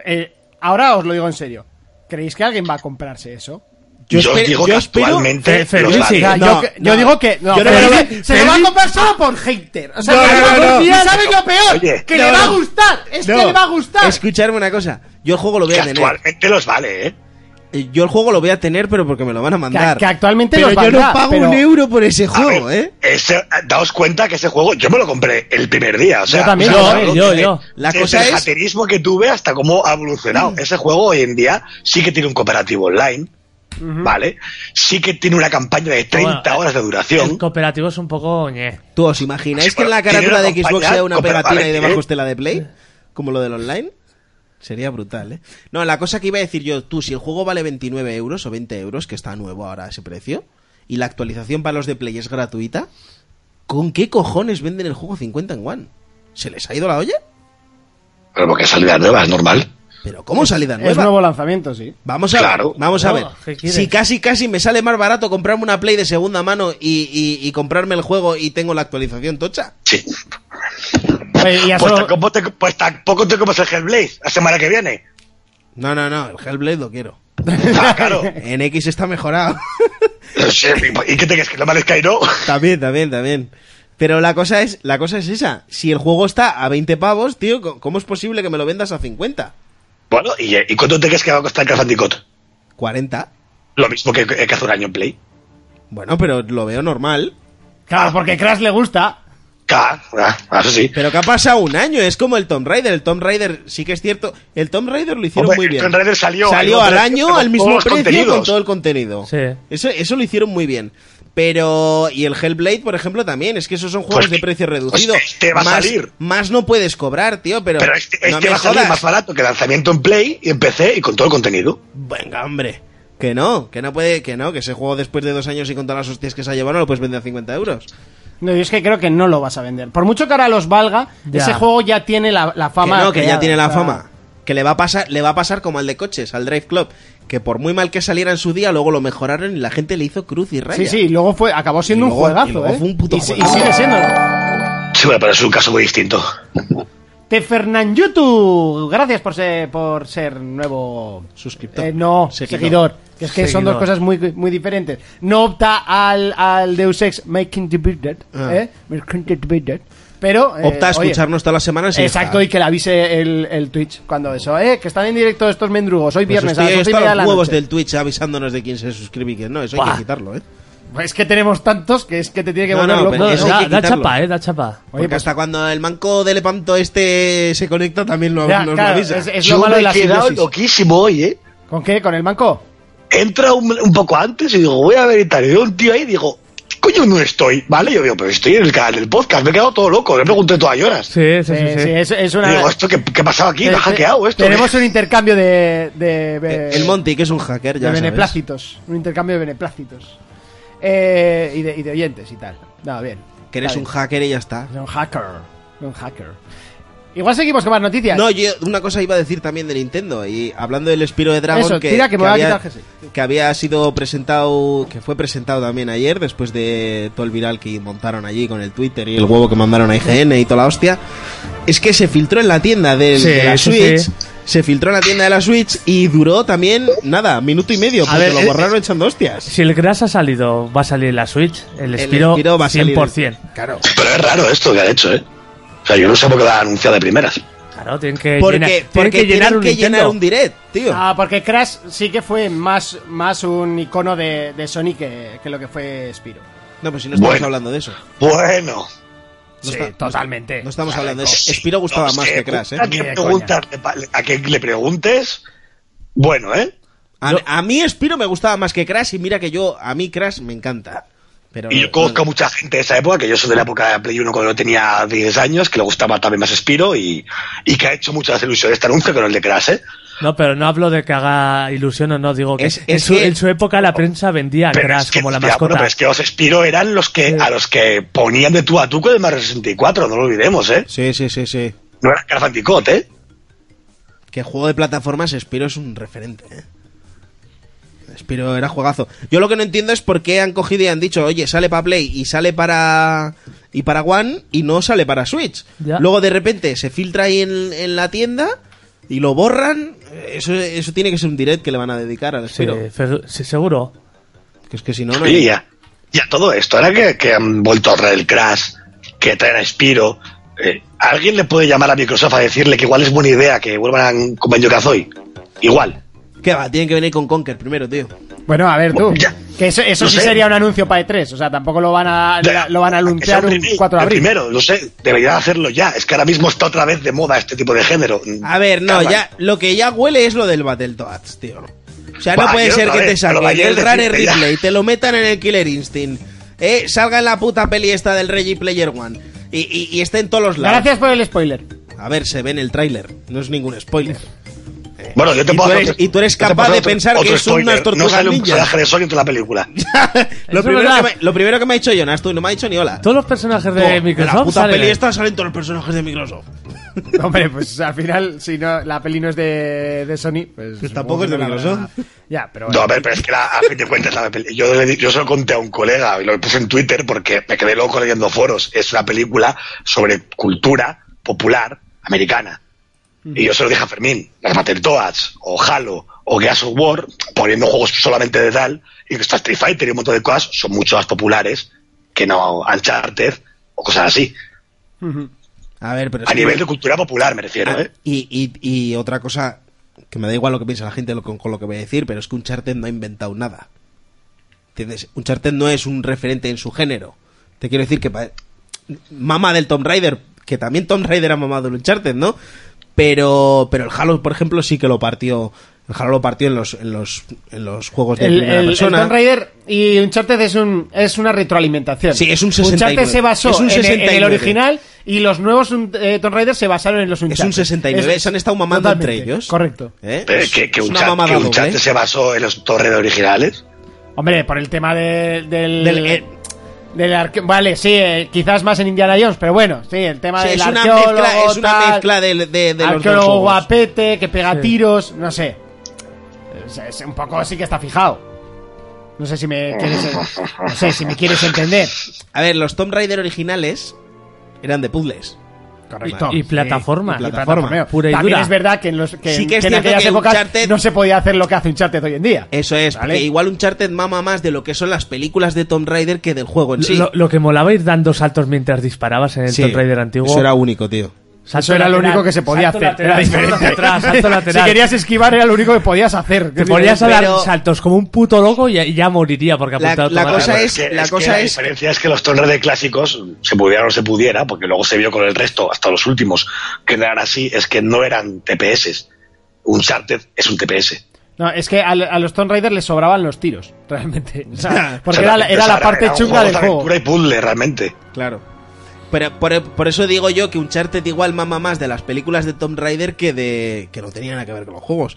Eh, ahora os lo digo en serio. ¿Creéis que alguien va a comprarse eso?
Yo, os
espe-
digo
yo
que
espero-
actualmente
Fe-
los
Felici.
O sea,
vale.
No,
yo, que-
no.
yo digo que no,
Yo no me lo
Feliz-
voy-
se lo va a
Feliz-
comprar solo por hater. O sea,
No,
que
no,
va a
no, no.
confiar, ¿sabes lo peor?
Oye.
que
No,
le va a
no.
gustar. Es
No.
que le va a gustar.
Escucharme una cosa. Yo el juego lo ¿eh? voy
Que
a tener.
actualmente los vale, ¿eh?
Eh, Yo el juego lo voy a tener, pero porque me lo van a mandar.
Que- que actualmente
pero
los
yo
valdrá,
no pago
pero-
un euro por ese
A
juego,
ver,
¿eh?
ese- daos cuenta que ese juego yo me lo compré el primer día. O sea,
Yo también,
o sea,
yo,
algo
yo,
que-
yo.
La
desde
cosa
el
es- Mm.
haterismo que tuve hasta cómo ha evolucionado. Ese juego hoy en día sí que tiene un cooperativo online, ¿vale? Sí que tiene una campaña de 30
Bueno,
horas de
El
duración.
cooperativo es un poco ñe.
¿Tú os imagináis
Sí,
que en la
bueno, tiene
carátula
una
de Xbox
compañía
sea una
comparable,
pegatina y debajo
¿eh?
esté la de Play? Como lo del online. Sería brutal, ¿eh? No, la cosa que iba a decir yo, tú, si el juego vale 29 euros o 20 euros, que está nuevo ahora a ese precio, y la actualización para los de Play es gratuita, ¿con qué cojones venden el juego 50 en One? ¿Se les ha ido la olla?
Pero porque salida nueva, es normal.
¿Pero cómo salida nueva?
Es nuevo lanzamiento, sí.
Vamos a
Claro.
ver, vamos a
No,
ver.
¿qué quieres?
Si casi casi me sale más barato comprarme una Play de segunda mano y, y- y comprarme el juego y tengo la actualización tocha.
Sí.
Oye, y a
Pues,
solo-
tampoco te, pues tampoco te comes el Hellblade la semana que viene.
No, no, no, el Hellblade lo quiero.
Ah, claro.
En X está mejorado.
Sí, ¿Y qué te crees? ¿Que no me Skyro?
también, también, también. Pero la cosa es, la cosa es esa. Si el juego está a 20 pavos, tío, co- ¿cómo es posible que me lo vendas a 50?
Bueno, ¿y, eh, ¿y cuánto te crees que va a costar Crash Bandicoot?
40.
Lo mismo que, que hace un año en Play.
Bueno, pero lo veo normal.
Claro, porque Crash le gusta.
Claro, ah, eso sí.
Pero que ha pasado un año, es como el Tomb Raider. El Tomb Raider sí que es cierto. El Tomb Raider lo hicieron
Hombre,
muy
el
bien.
Tomb Raider salió- salió
al
tres-
año
con
al mismo
todos los
precio con
contenidos.
todo el contenido.
Sí.
Eso, eso lo hicieron muy bien. Pero. Y el Hellblade, por ejemplo, también. Es que esos son juegos
Pues-
de precio
pues
reducido.
este va a
más,
salir.
más no puedes cobrar, tío. Pero,
Pero este,
no
este
me
va a salir
jodas.
más barato que el lanzamiento en Play y en PC y con todo el contenido.
Venga, hombre. Que no, que no puede, que no, que ese juego después de dos años y con todas las hostias que se ha llevado no lo puedes vender a 50 euros.
No, yo es que creo que no lo vas a vender. Por mucho que ahora los valga,
Ya.
ese juego ya tiene la, la fama.
que no, que
creada,
ya tiene la
o sea,
fama. Que le va a pasar, le va a pasar como al de coches, al Drive Club, que por muy mal que saliera en su día, luego lo mejoraron y la gente le hizo cruz y raya.
Sí, sí, luego fue, acabó siendo
Y
un
luego-
juegazo,
y luego
¿eh?
fue un puto
y, si- y
juegazo.
sigue siendo.
Sí, bueno, pero es un caso muy distinto.
Te Fernán YouTube, gracias por ser, por ser nuevo
Suscriptor.
Eh, no,
Seguidor.
seguidor. Que es que son
Seguidor.
dos cosas muy, muy diferentes. No opta al, al Deus Ex Making the Big Dead,
Ah.
¿eh? Making the Big Dead. Pero. eh,
Opta a
oye,
escucharnos todas las semanas y ya
Exacto,
está.
y que le avise el, el Twitch cuando eso, ¿eh? Que están en directo estos mendrugos hoy
Pues
viernes a
estoy-
las doce y
están
media de la
los huevos
noche.
del Twitch avisándonos de quién se suscribe y quién no, eso hay
Buah.
que quitarlo, ¿eh?
Pues es que tenemos tantos que es que te tiene que
No,
volver
no,
loco.
pero
No,
eso hay
da,
que
da
quitarlo.
chapa, eh, da chapa.
Porque
pues-
hasta cuando el manco de Lepanto este se conecta también lo,
Ya,
nos lo
claro,
avisa.
es, es lo malo de la simbiosis.
loquísimo hoy, ¿eh?
¿Con qué? ¿Con el banco?
Entra un, un poco antes y digo, voy a ver y tal. Y veo un tío ahí y digo, coño, no estoy, ¿vale? Yo digo, pero estoy en el canal del podcast, me he quedado todo loco, le pregunté todas horas.
Sí, sí, sí. sí.
Eh, es, es una...
Digo, ¿esto qué, qué ha pasado aquí? ¿Me ha
te-
hackeado esto? ¿eh?
Tenemos un intercambio de... de-
Eh,
de-
El Monty, que es un hacker, ya
de
sabes.
beneplácitos. Un intercambio de beneplácitos. Eh, y, de, y de oyentes y tal. Nada, bien.
Que eres
Está
un
bien.
hacker y ya está.
Un hacker. Un hacker. Igual seguimos con más noticias.
No, yo una cosa iba a decir también de Nintendo y hablando del Spiro de Dragon
Eso,
que,
tira, que me voy a
había,
quitar el jersey.
que había sido presentado, que fue presentado también ayer después de todo el viral que montaron allí con el Twitter y el huevo que mandaron a IGN y toda la hostia, es que se filtró en la tienda del-
Sí,
de la
sí,
Switch.
sí.
Se filtró en la tienda de la Switch y duró también, nada, minuto y medio, porque
ver,
lo
eh,
borraron echando hostias.
Si el Grass ha salido, va a salir en la Switch. El Spiro,
Spyro va a salir-
100%.
Claro.
Pero es raro esto que ha hecho, ¿eh? O sea, yo no sé por qué lo ha anunciado de primeras.
Claro, tienen que
Porque,
llenar,
porque
tienen que llenar un Nintendo.
direct, tío.
Ah, porque Crash sí que fue más, más un icono de, de Sony que, que lo que fue Spiro.
No, pues si no estamos
Bueno.
hablando de eso.
Bueno.
No está- no-
totalmente.
No estamos hablando de eso. Spiro gustaba
No
más
sé,
que Crash, eh.
A quien,
Ni de
preguntarle pa- a quien le preguntes, bueno, ¿eh?
A,
Yo-
a mí Spiro me gustaba más que Crash y mira que yo, a mí Crash me encanta. Pero
Y yo conozco a
no,
mucha gente de esa época, que yo soy de la época de Play 1 cuando yo tenía 10 años, que le gustaba también más Spiro y, y que ha hecho muchas ilusiones este anuncio con el de Crash, ¿eh?
No, pero no hablo de que haga ilusión o no, digo que
Es-
en,
es
su,
que- Oh.
en su época la prensa vendía a
Pero
Ah, Crash
es que,
como la
hostia, bueno,
mascota.
pero es que los Spiro eran los que, a los que ponían de tú a tú con el Mario 64, no lo olvidemos, ¿eh?
Sí, sí, sí, sí.
No era Crash Bandicoot, ¿eh?
Que juego de plataformas, Spiro es un referente. ¿eh? Spiro era juegazo. Yo lo que no entiendo es por qué han cogido y han dicho, oye, sale para Play y sale para y para One y no sale para Switch.
Ya.
Luego de repente se filtra ahí en, en la tienda y lo borran. Eso, eso tiene que ser un direct que le van a dedicar al
Sí,
Spiro.
Fer- sí, seguro.
Que es que si no, no.
Oye, ya, ya todo esto, ahora que, que han vuelto a traer el Crash, que traen a Spiro, eh, ¿alguien le puede llamar a Microsoft a decirle que igual es buena idea que vuelvan con Banjo Kazooie? Igual.
¿Qué va? Tienen que venir con Conker primero, tío.
Bueno, a ver tú.
Ya.
Que eso, eso
No
sí
sé.
sería un anuncio para E3. O sea, tampoco lo van a, lo van a anunciar
Que sea
un
remake,
4 de
el
abril.
Primero, no sé, debería hacerlo ya. Es que ahora mismo está otra vez de moda este tipo de género.
A ver, no,
Carvan.
ya. Lo que ya huele es lo del Battletoads, tío. O sea, no
Va,
puede
yo
ser
otra
que te
vez, pero
saquen
vaya
el
a
Runner
decirte ya.
Replay, te lo metan en el Killer Instinct, eh, salga en la puta peli esta del Reggie Player One y, y, y esté en todos los lados.
Gracias por el spoiler.
A ver, se ve en el tráiler, no es ningún spoiler.
Bueno, yo te
Y
puedo
tú
hacer
eres-
otro-
y tú eres
yo te puedo
capaz
hacer
de
otro-
pensar que
otro
es unas
spoiler.
tortugas
No sale un
ninjas.
personaje de Sonic en la película.
lo,
es
primero que
verdad.
me, lo primero que me ha dicho Jonas, tú no me ha dicho ni hola.
Todos los personajes
Oh,
de
en la
Microsoft
puta
salen.
peli esta salen todos los personajes de Microsoft.
Hombre, pues al final, si no, la peli no es de, de Sony, pues.
Pues
supongo
tampoco es de
que no la
Microsoft.
habrá. Ya, pero.
No,
Bueno.
a ver, pero es que la- a fin de cuentas, la peli- yo, le di- yo se lo conté a un colega y lo puse en Twitter porque me quedé loco leyendo foros. Es una película sobre cultura popular americana. Y yo se lo dije a Fermín, las Battletoads, o Halo, o Gears of War, poniendo juegos solamente de tal, y que está Street Fighter y un montón de cosas, son mucho más populares que no Uncharted o cosas así.
A ver, pero es
A
que-
nivel de cultura popular me refiero,
Ah,
¿eh?
y, y, y otra cosa que me da igual lo que piensa la gente lo- con, con lo que voy a decir, pero es que Uncharted no ha inventado nada. ¿Entiendes? Uncharted no es un referente en su género. Te quiero decir que pa- mama del Tomb Raider, que también Tomb Raider ha mamado el Uncharted, ¿no? Pero, pero el Halo, por ejemplo, sí que lo partió. El Halo lo partió en los, en los, en los juegos de
El,
primera
el, el
persona.
Tomb Raider y Uncharted es, un, es una retroalimentación.
Sí, es un 69.
Uncharted se basó
Es un
en el- En, el
69.
original y los nuevos un- eh, Tomb Raider se basaron en los
Es
Uncharted.
un 69,
Es-
se han estado mamando
totalmente,
entre ellos.
Correcto.
¿Eh?
Pero
Es-
que, que
es
un
una
chat-
mamada
que un
doble.
chat se basó en los torres originales.
Hombre, por el tema de- del...
Del- eh,
del arque- vale, sí, eh, quizás más en Indiana Jones, pero bueno, sí, el tema
Sí,
del
es, una
arqueólogo,
mezcla, es una
tal,
mezcla de, de, de los dos
arqueólogo
juegos.
guapete que pega
Sí.
tiros, no sé. Es, es un poco sí que está fijado. No sé si me quieres, no sé si me quieres entender.
A ver, los Tomb Raider originales eran de puzzles.
Correcto.
Y- y plataforma.
Y
Y plataforma,
plataformeo.
pura y
También
dura.
es verdad que en, los, que
Sí
en-
que es
que en
cierto
aquellas
que Eh,
épocas
Uncharted-
no se podía hacer lo que hace Uncharted hoy en día.
Eso es,
¿Vale?
porque igual Uncharted mama más de lo que son las películas de Tomb Raider que del juego en sí.
Lo, lo que molaba ir dando saltos mientras disparabas en el
Sí,
Tomb Raider antiguo.
Eso era único, tío.
Salto
Eso era lo
lateral,
único que se podía
salto
hacer.
lateral,
era diferente.
salto atrás, salto lateral.
Si querías esquivar era lo único que podías hacer.
Te ponías a dar
Pero-
saltos como un puto loco y, y ya moriría porque
La-
apuntaba
la
automático.
cosa
Claro,
es- la
que
cosa
la
es-
diferencia es que los Tomb Raider clásicos se pudiera o no se pudiera, porque luego se vio con el resto, hasta los últimos, que no eran así, es que no eran TPS. Un Charted es un TPS.
No, es que al- a, los Tomb Raider les sobraban los tiros, realmente. O sea, porque
O sea,
era, la- era la
era-
parte
era un
chunga del
de
juego.
aventura y puzzle, realmente.
Claro. Pero por, por eso digo yo que Uncharted igual mama más de las películas de Tomb Raider que de. que no tenían nada que ver con los juegos.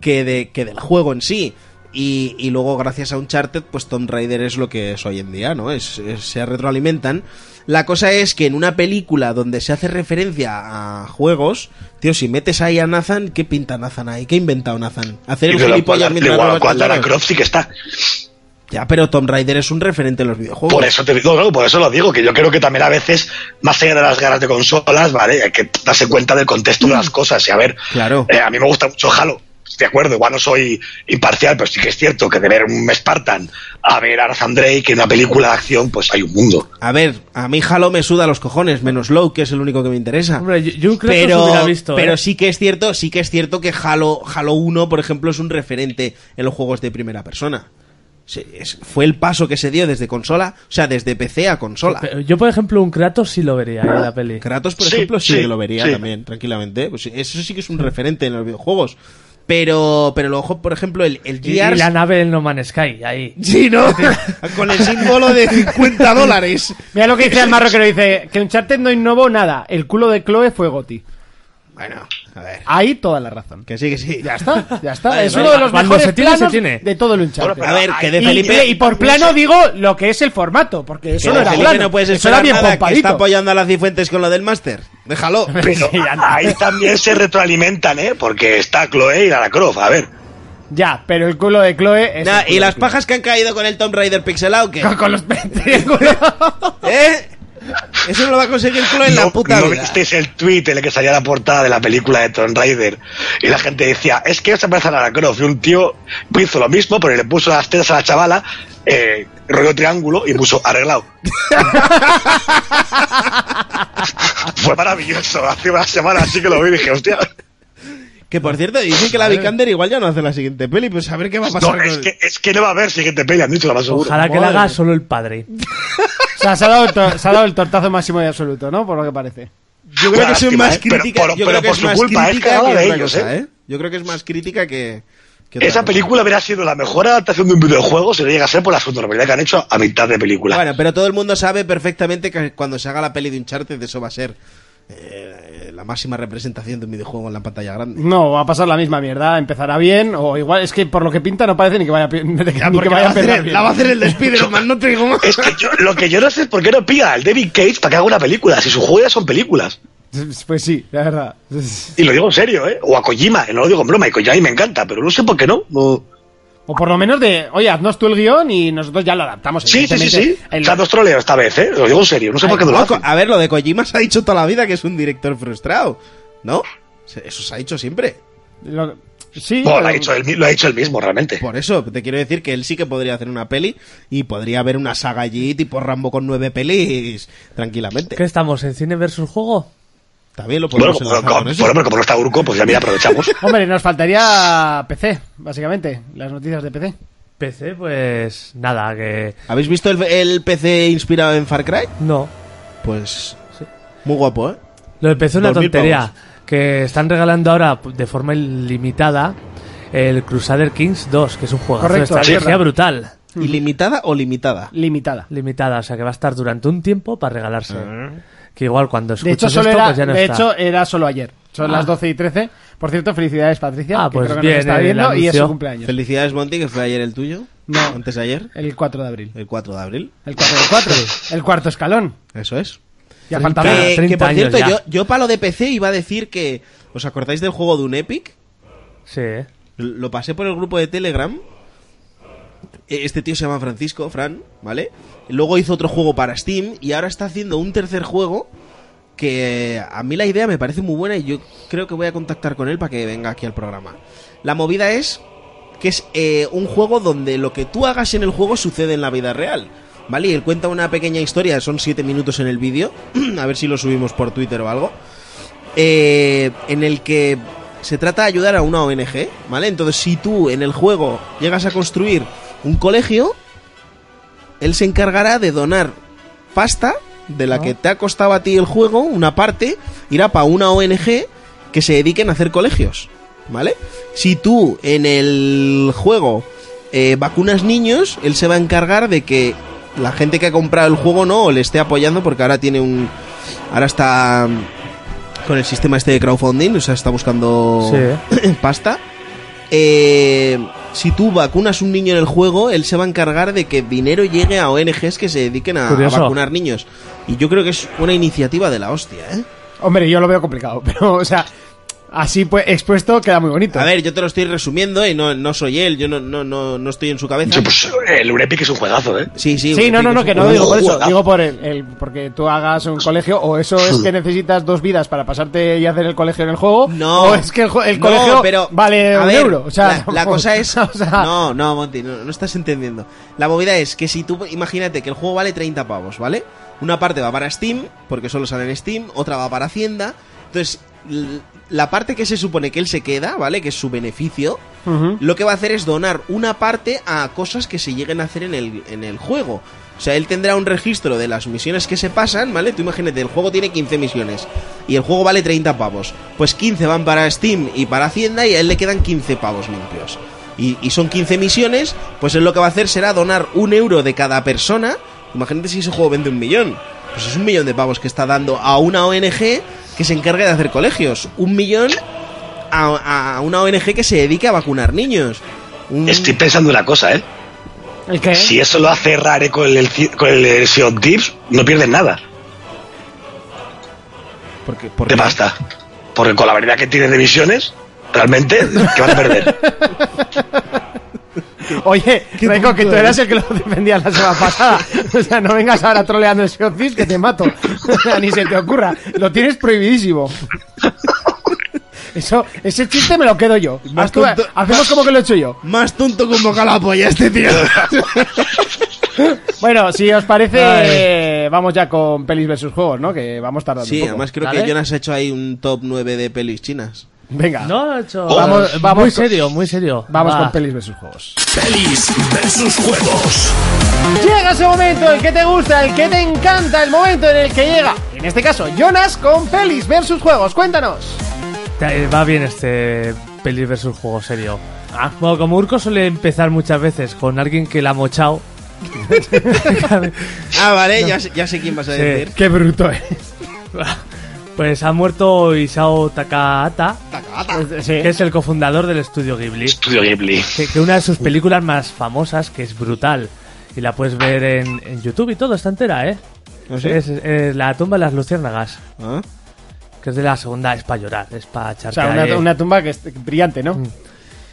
Que, de, que del juego en sí. Y, y luego, gracias a Uncharted, pues Tomb Raider es lo que es hoy en día, ¿no? Es, es- se retroalimentan. La cosa es que en una película donde se hace referencia a juegos, tío, si metes ahí a Nathan, ¿qué pinta Nathan ahí? ¿Qué ha inventado Nathan? Hacer
Y
el
de la cual,
gilipollas
de
mientras
la
robas
cual Lara
tesoros.
Croft sí que está.
Ya, pero Tomb Raider es un referente en los videojuegos.
Por eso te digo, no, por eso lo digo, que yo creo que también a veces, más allá de las ganas de consolas, ¿vale? Hay que darse cuenta del contexto de las cosas. Y a ver,
Mm. Claro.
eh, a mí me gusta mucho Halo. estoy De acuerdo, igual no soy imparcial, pero sí que es cierto que de ver un Spartan a ver a Nathan Drake en una película de acción, pues hay un mundo.
A ver, a mí Halo me suda los cojones, menos Low, que es el único que me interesa.
Hombre, yo, yo creo que se
pero
hubiera visto.
pero
¿eh?
sí que es cierto, sí que es cierto que Halo, Halo 1, por ejemplo, es un referente en los juegos de primera persona. Sí, es- fue el paso que se dio desde consola, o sea, desde PC a consola.
Pero Yo, por ejemplo, un Kratos sí lo vería en la peli.
Kratos, por
Sí,
ejemplo, sí,
sí,
que lo vería
sí.
también, tranquilamente. Pues eso sí que es un referente en los videojuegos. Pero, pero luego, por ejemplo, el, el
Y, y
Gears-
la nave del No Man's Sky, ahí.
Sí, ¿no? Con el símbolo de 50 dólares.
Mira lo que dice el marroquero, dice que Uncharted no innovó nada, el culo de Chloe fue Goti.
Bueno, a ver.
Ahí toda la razón.
Que sí, que sí.
Ya está, ya está.
Vale,
es
vale.
uno de los
Cuando
mejores
se tiene, se
planos
tiene.
de todo el Uncharted.
A ver, que de
y,
Felipe.
y por plano digo lo que es el formato, porque
Que
eso no
de
era
Felipe
plano.
no puedes
eso era
esperar
bien
nada, que está
pompadito.
apoyando a las Cifuentes con lo del máster. Déjalo.
Pues
Pero ahí también se retroalimentan, ¿eh? Porque está Chloe y Lara Croft, a ver.
Ya, pero el culo de Chloe es.
Nah,
el
y
culo
las
de Chloe.
pajas que han caído con el Tomb Raider pixelado, que
Con, con los triángulos.
¿Eh? Eso no lo va a conseguir Clo en la puta
no
vida.
visteis el tweet en el que salía la portada de la película de Tomb Raider y la gente decía, es que se parece a Lara Croft y un tío hizo lo mismo, pero le puso las tetas a la chavala, eh, rollo triángulo y puso arreglado. Fue maravilloso, hace una semana así que lo vi y dije, hostia,
Que por cierto, dicen que la Vikander igual ya no hace la siguiente peli, pues a ver qué va a pasar.
no, es
con-
que, es que no va a haber siguiente peli, han dicho lo más seguro.
Ojalá que la
Madre.
haga solo el padre.
O sea, se ha, dado el tor- se ha dado el tortazo máximo y absoluto, ¿no? Por lo que parece.
Yo creo que
Lástima,
es más
¿eh? Pero
crítica.
por-
yo
pero
creo que
por
es
su
más
culpa, ¿eh? es
crítica que
cagada de
otra
ellos,
cosa,
¿eh?
¿eh? Yo creo que es más crítica que. que otra
Esa
cosa.
película hubiera sido la mejor adaptación de un videojuego si no llega a ser por la subnormalidad que han hecho a mitad de película.
Bueno, pero todo el mundo sabe perfectamente que cuando se haga la peli de Uncharted, eso va a ser eh, la máxima representación de un videojuego en la pantalla grande.
No, va a pasar la misma mierda. Empezará bien, o igual es que por lo que pinta no parece ni que vaya, pi- ni que vaya
Porque la,
a
va a
empezar
hacer,
bien.
la va a hacer el de Spider-Man, no te digo más.
Es que yo, lo que yo no sé es por qué no pilla al David Cage para que haga una película, si sus juegos ya son películas.
Pues sí, la verdad.
Y lo digo en serio, ¿eh? O a Kojima, no lo digo en broma, y Kojima me encanta, pero no sé por qué no. no.
O por lo menos de, oye, haznos tú el guión y nosotros ya lo adaptamos.
Sí, sí, sí, sí.
evidentemente. El-
Está dos troleos esta vez, ¿eh? Lo digo en serio, no sé por qué no lo
No, co-
hacen.
a ver, lo de Kojima se ha dicho toda la vida que es un director frustrado, ¿no? Se- Eso se ha dicho siempre.
lo- sí,
Bueno, lo,
pero-
ha hecho él, mi- lo ha hecho él mismo, realmente.
Por eso, te quiero decir que él sí que podría hacer una peli y podría haber una saga allí tipo Rambo con nueve pelis tranquilamente.
¿Qué estamos? ¿En cine versus juego?
También lo
Bueno,
podemos
como,
enlazar
como-
con eso.
bueno, pero como no está Urco, pues ya mira, aprovechamos.
Hombre, nos faltaría PC, básicamente. Las noticias de PC.
PC, pues nada, que...
¿Habéis visto el, el PC inspirado en Far Cry?
No.
Pues muy guapo, ¿eh?
Lo empezó una
2000
tontería.
pavos.
Que están regalando ahora de forma ilimitada el Crusader Kings 2, que es un juego de
Correcto,
estrategia
es verdad.
brutal.
¿Ilimitada o limitada?
Limitada.
Limitada, o sea que va a estar durante un tiempo para regalarse.
Ah.
Que igual cuando escuchas
De hecho, solo
esto,
era,
pues ya no
de
está.
hecho, era solo ayer. Son
Ah.
las 12 y 13. Por cierto, felicidades, Patricia.
Ah,
que
pues
creo que
bien,
nos está
el
viendo y es
anuncio.
su cumpleaños.
Felicidades, Monty, que fue ayer el tuyo.
No.
Antes de ayer,
El 4 de abril.
el 4 de abril.
El 4 del 4. El cuarto escalón.
Eso es.
Ya
Sí,
faltaba.
También,
Que,
30
que, por
años
cierto,
ya.
yo, yo para lo de PC iba a decir que. ¿Os acordáis del juego de un Epic?
Sí, ¿eh?
Lo pasé por el grupo de Telegram. Eh, Este tío se llama Francisco, Fran, ¿vale? Luego hizo otro juego para Steam y ahora está haciendo un tercer juego que eh, a mí la idea me parece muy buena y yo creo que voy a contactar con él para que venga aquí al programa. La movida es que es eh, un juego donde lo que tú hagas en el juego sucede en la vida real. ¿Vale? Y él cuenta una pequeña historia, son 7 minutos en el vídeo, a ver si lo subimos por Twitter o algo eh, en el que se trata de ayudar a una ONG, ¿vale? Entonces, si tú en el juego llegas a construir un colegio, él se encargará de donar pasta de la que te ha costado a ti el juego, una parte, irá para una ONG que se dediquen a hacer colegios, ¿vale? Si tú en el juego eh, vacunas niños, él se va a encargar de que la gente que ha comprado el juego no o le esté apoyando porque ahora tiene un... Ahora está con el sistema este de crowdfunding, o sea, está buscando pasta. Eh, si tú vacunas un niño en el juego, él se va a encargar de que dinero llegue a ONGs que se dediquen a, a
Curioso.
vacunar niños. Y yo creo que es una iniciativa de la hostia, ¿eh?
Hombre, yo lo veo complicado, pero, o sea, así pues, expuesto queda muy bonito.
A ver, yo te lo estoy resumiendo y no, no soy él, yo no, no, no, no estoy en su cabeza.
Sí, pues, el Urepic es un juegazo, ¿eh?
Sí, sí.
Sí, no, no, no, que no
un
lo digo por eso,
juegazo.
digo por el, el- porque tú hagas un colegio, o eso es que necesitas dos vidas para pasarte y hacer el colegio en el juego,
No.
o es que el, jue- el
No,
colegio
pero,
vale
a
un
ver,
euro, o sea,
la- la,
tampoco-
cosa es...
o sea,
no, no, Monty, no, no estás entendiendo. La movida es que si tú... Imagínate que el juego vale 30 pavos, ¿vale? Una parte va para Steam, porque solo sale en Steam, otra va para Hacienda. Entonces, l- la parte que se supone que él se queda, ¿vale? Que es su beneficio,
Ujú.
lo que va a hacer es donar una parte a cosas que se lleguen a hacer en el, en el juego. O sea, él tendrá un registro de las misiones que se pasan, ¿vale? Tú imagínate, el juego tiene 15 misiones y el juego vale 30 pavos. Pues 15 van para Steam y para Hacienda y a él le quedan 15 pavos limpios. Y, y son 15 misiones, pues él lo que va a hacer será donar un euro de cada persona. Imagínate si ese juego vende un millón. Pues es un millón de pavos que está dando a una ONG que se encargue de hacer colegios. Un millón a, a una ONG que se dedica a vacunar niños. Un-
Estoy pensando una cosa, ¿eh?
¿El qué?
Si eso lo hace Rare con el, con el, eh, Sea of Thieves, no pierdes nada.
Porque, porque-
de pasta. Porque con la variedad que tiene de visiones, realmente, ¿qué van a perder?
Oye,
Qué
Reiko, que tú
tonto
eras
eres.
el que lo defendías la semana pasada. O sea, no vengas ahora troleando el Shotfix que te mato. O sea, Ni se te ocurra. Lo tienes prohibidísimo. Eso, ese chiste me lo quedo yo.
Me has
Haz tú-
contado-
hacemos como que lo he hecho yo.
Más tonto con boca la polla este tío.
Bueno, si os parece, eh, vamos ya con pelis versus juegos, ¿no? Que vamos tardando. un
Sí,
poco,
además creo
¿vale?
que Jonas ha hecho ahí un top 9 de pelis chinas.
Venga,
No, ha hecho.
Oh. Vamos- vamos
muy
con-
serio, muy serio.
vamos
Va.
con pelis versus juegos.
Pelis versus juegos.
Llega ese momento, el que te gusta, el que te encanta, el momento en el que llega. En este caso, Jonas con pelis versus juegos. Cuéntanos.
Eh, Va bien este pelis versus juego serio.
Ah.
Bueno, como Urco suele empezar muchas veces con alguien que la ha mochado.
Ah, vale, ya, sé- ya sé quién vas a
Sí.
decir.
Qué bruto
eh.
es.
Pues ha muerto Isao Takahata, que es el cofundador del estudio Ghibli.
Estudio Ghibli.
Que, que una de sus películas más famosas, que es brutal, y la puedes ver en, en YouTube y todo, está entera, ¿eh?
¿Ah, sí?
Es, eh, La tumba de las luciérnagas,
Ah.
que es de la segunda, es para llorar, es para echarte
O sea, una,
ahí.
una tumba que es brillante, ¿no?
Mm,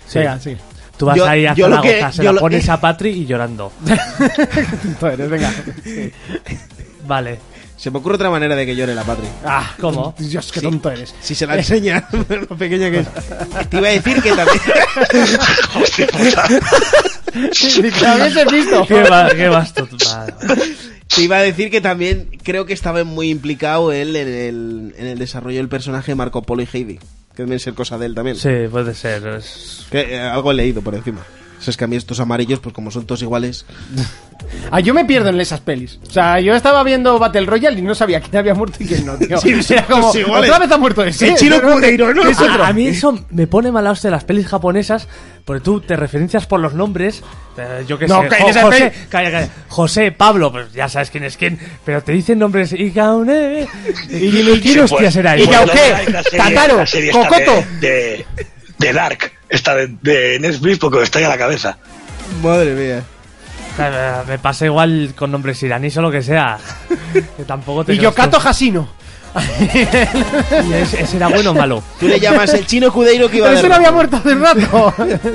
Sí.
Venga, sí.
Tú vas
Yo-
ahí a
yo lo que-
Zaragoza, se
yo
la
lo-
pones a Patri y llorando.
Tonto eres, venga.
Vale.
Se me ocurre otra manera de que llore la patria.
Ah,
¿Cómo?
Dios, qué tonto eres.
Si se la enseña,
Lo pequeña que es.
te iba a decir que también.
Hostia puta.
Ni que lo hubieses visto.
¿Qué, va- qué vas tú? Vale, vale.
Te iba a decir que también creo que estaba muy implicado él en el, en el desarrollo del personaje de Marco Polo y Heidi. Que deben ser cosa de él también.
Sí, puede ser. es-
Que, eh, algo he leído por encima. O sea, es que a mí estos amarillos, pues como son todos iguales.
Ah, yo me pierdo en esas pelis. O sea, yo estaba viendo Battle Royale y no sabía quién había muerto y quién no, tío. Era como,
todos iguales.
otra vez ha muerto ese.
pues El chino
Yo creo que-
culeiro, ¿no?
Es otro.
A, a mí eso me pone mala hostia las pelis japonesas, porque tú te referencias por los nombres. eh, yo qué
No,
sé.
que en
Jo-
esa
José,
peli-
calla, calla, José, Pablo, pues ya sabes quién es quién, pero te dicen nombres. Y Gaune. Y
Sí,
quién hostia
pues,
será
Y
ese?
pues,
Yauqué,
no, la serie-
Tataro,
la serie esta
Cocoto.
De, de- de Dark, esta de, de Netflix, porque me está a la cabeza.
Madre mía.
Eh, Me pasa igual con nombres iraníes o lo que sea. Que tampoco te
Y
creas tú.
Yokato Hasino.
Y ese- ese era bueno o malo.
Tú le llamas el chino cudeiro que iba
Pero
a
ese
dar-
no había muerto hace rato.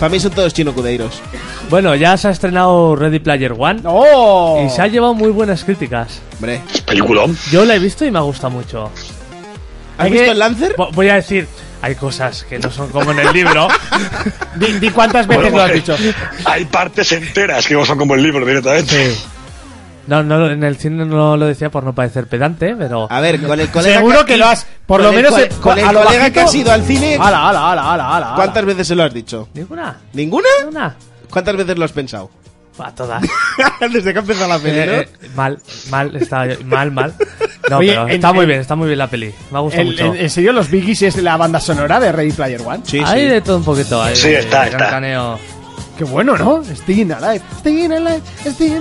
Para mí son todos chino cudeiros.
Bueno, ya se ha estrenado Ready Player One
¡Oh!
y se ha llevado muy buenas críticas.
Hombre.
Es peliculón.
Yo la he visto y me ha gustado mucho.
¿Has
Hay
visto
que-
el Lancer?
Vo- Voy a decir, hay cosas que no son como en el libro.
Di, di cuántas veces
Bueno,
lo has
porque
dicho.
Hay partes enteras que no son como el libro directamente.
No, no, en el cine no lo decía por no parecer pedante, pero
A ver, con el colega.
Seguro que lo has. Por
con
lo
el
menos.
cole-
eh,
con el
a lo
colega
bajito-
que has ido al cine.
Ala, ala, ala, ala, ala.
¿Cuántas veces se lo has dicho?
ninguna,
¿Ninguna?
ninguna,
¿Cuántas veces lo has pensado?
a todas.
Desde que ha empezado la peli, ¿no?
Eh, eh, mal, mal, está mal, mal. No,
Oye,
pero
en-
está muy
en-
bien, está muy bien la peli. Me ha gustado
El-
mucho.
el- ¿En serio los Biggies es la banda sonora de Ready Player One?
Sí,
hay
sí.
de todo un poquito. Hay,
Sí,
de
está, está.
cancaneo.
Qué bueno, ¿no? Sting Alive. Sting Alive. Sting.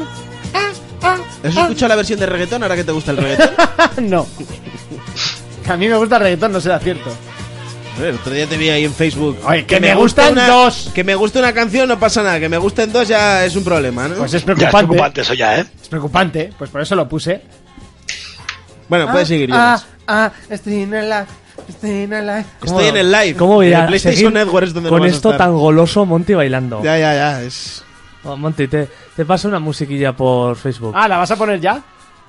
Ah, ah,
¿Has
ah.
escuchado la versión de reggaetón ahora que te gusta el reggaetón?
no. A mí me gusta el reggaetón, no será cierto.
A ver, otro día te vi ahí en Facebook.
Oye, que me gustan
una-
dos.
Que me guste una canción no pasa nada. Que me gusten dos ya es un problema, ¿no?
Pues es
Ya es
preocupante.
preocupante eso ya, ¿eh?
Es preocupante, pues por eso lo puse.
bueno, puedes seguir, Jonas.
Ah, ah, Sting Alive. Sting Alive.
Estoy en el live.
¿Cómo voy
En
a
el PlayStation
seguir
Network es donde
con
lo vas a
esto
estar.
tan goloso Monty bailando?
Ya, ya, ya. Es...
Oh, Monty, te, te paso una musiquilla por Facebook.
Ah, ¿la vas a poner ya?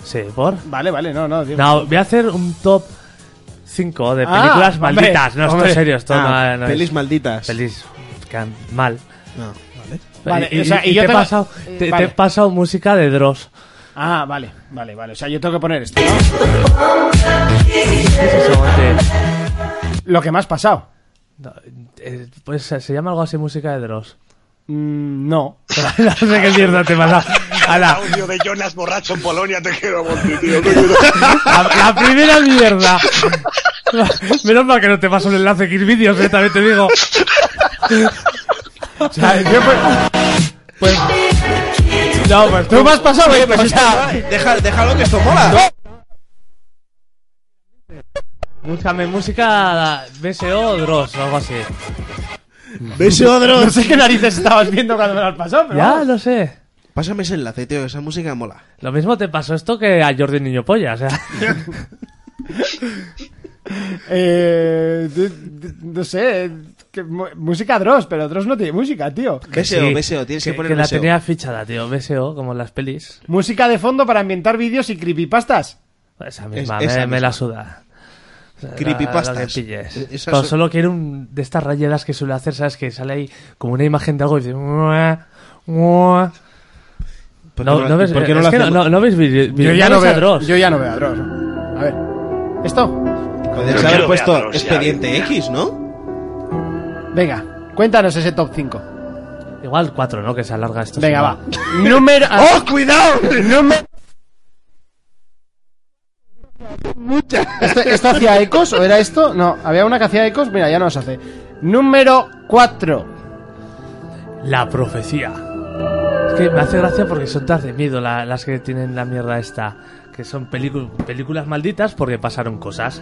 Sí, por.
Vale, vale, no, no. digo-
No, voy a hacer un top 5 de
Ah,
películas
hombre,
malditas. No, esto
hombre.
es serio, esto
Ah,
no, no es-
pelis malditas.
Pelis que han- mal.
No, vale.
Vale,
y,
o sea,
y
y yo
te, he
tengo-
pasado,
eh,
te- te,
vale.
he pasado música de Dross.
Ah, vale, vale, vale. O sea, yo tengo que poner esto. ¿no?
¿Qué es eso, Monty?
Lo que más pasado.
No, eh, pues se se llama algo así música de Dross.
Mm, no.
no sé qué mierda te he pasado. Ala,
Audio de Jonas borracho en Polonia, te quiero, Monty, tío. te quiero.
la, la primera mierda. Menos mal que no te paso un enlace X vídeos, eh, también te digo.
O sea, yo pues,
No, pues
tú me has pasado, eh, pues, o sea,
Deja- déjalo que Ah, esto mola.
Búscame música BSO o Dross o algo así.
Beso,
no
Dross.
sé qué narices estabas viendo cuando me lo has pasado, pero
Ya,
vamos.
lo sé.
Pásame ese enlace, tío. Esa música mola.
Lo mismo te pasó esto que a Jordi Niño Polla, o sea.
Eh, d- d- no sé. que mu- música Dross, pero Dross no tiene música, tío.
Beseo,
Sí.
beseo, tienes que,
que,
poner
que la
beseo.
tenía fichada, tío. BSO, como en las pelis.
Música de fondo para ambientar vídeos y creepypastas.
Pues Esa misma,
Es- esa
me, me
misma.
la suda. O sea, la-
Creepypastas.
la que pilles.
Eh, esas
Pero
son-
solo quiero un, de estas rayadas que suele hacer, ¿sabes? Que sale ahí como una imagen de algo y dice... "Mua, mua".
¿Por qué
No, no ves,
por qué
es
lo
que no-
hacemos?
no- no veis vide-
Yo ya,
videojuegos
no
a
veo,
Dross.
yo ya no veo a Dross. A ver. ¿Esto?
Podrías
Yo
haber
quiero
puesto
ver a Dross, ya,
expediente
bien.
X, ¿no?
Venga, cuéntanos ese top 5.
Igual cuatro, ¿no? Que se alarga esto.
Venga,
si no.
va. Número. ¡Oh, cuidado! Número. ¿Esto, esto hacía ecos o era esto? No, había una que hacía ecos. Mira, ya no los hace. Número 4.
La profecía. Es que me hace gracia porque son todas de miedo la- las que tienen la mierda esta. Que son pelicu- películas malditas porque pasaron cosas.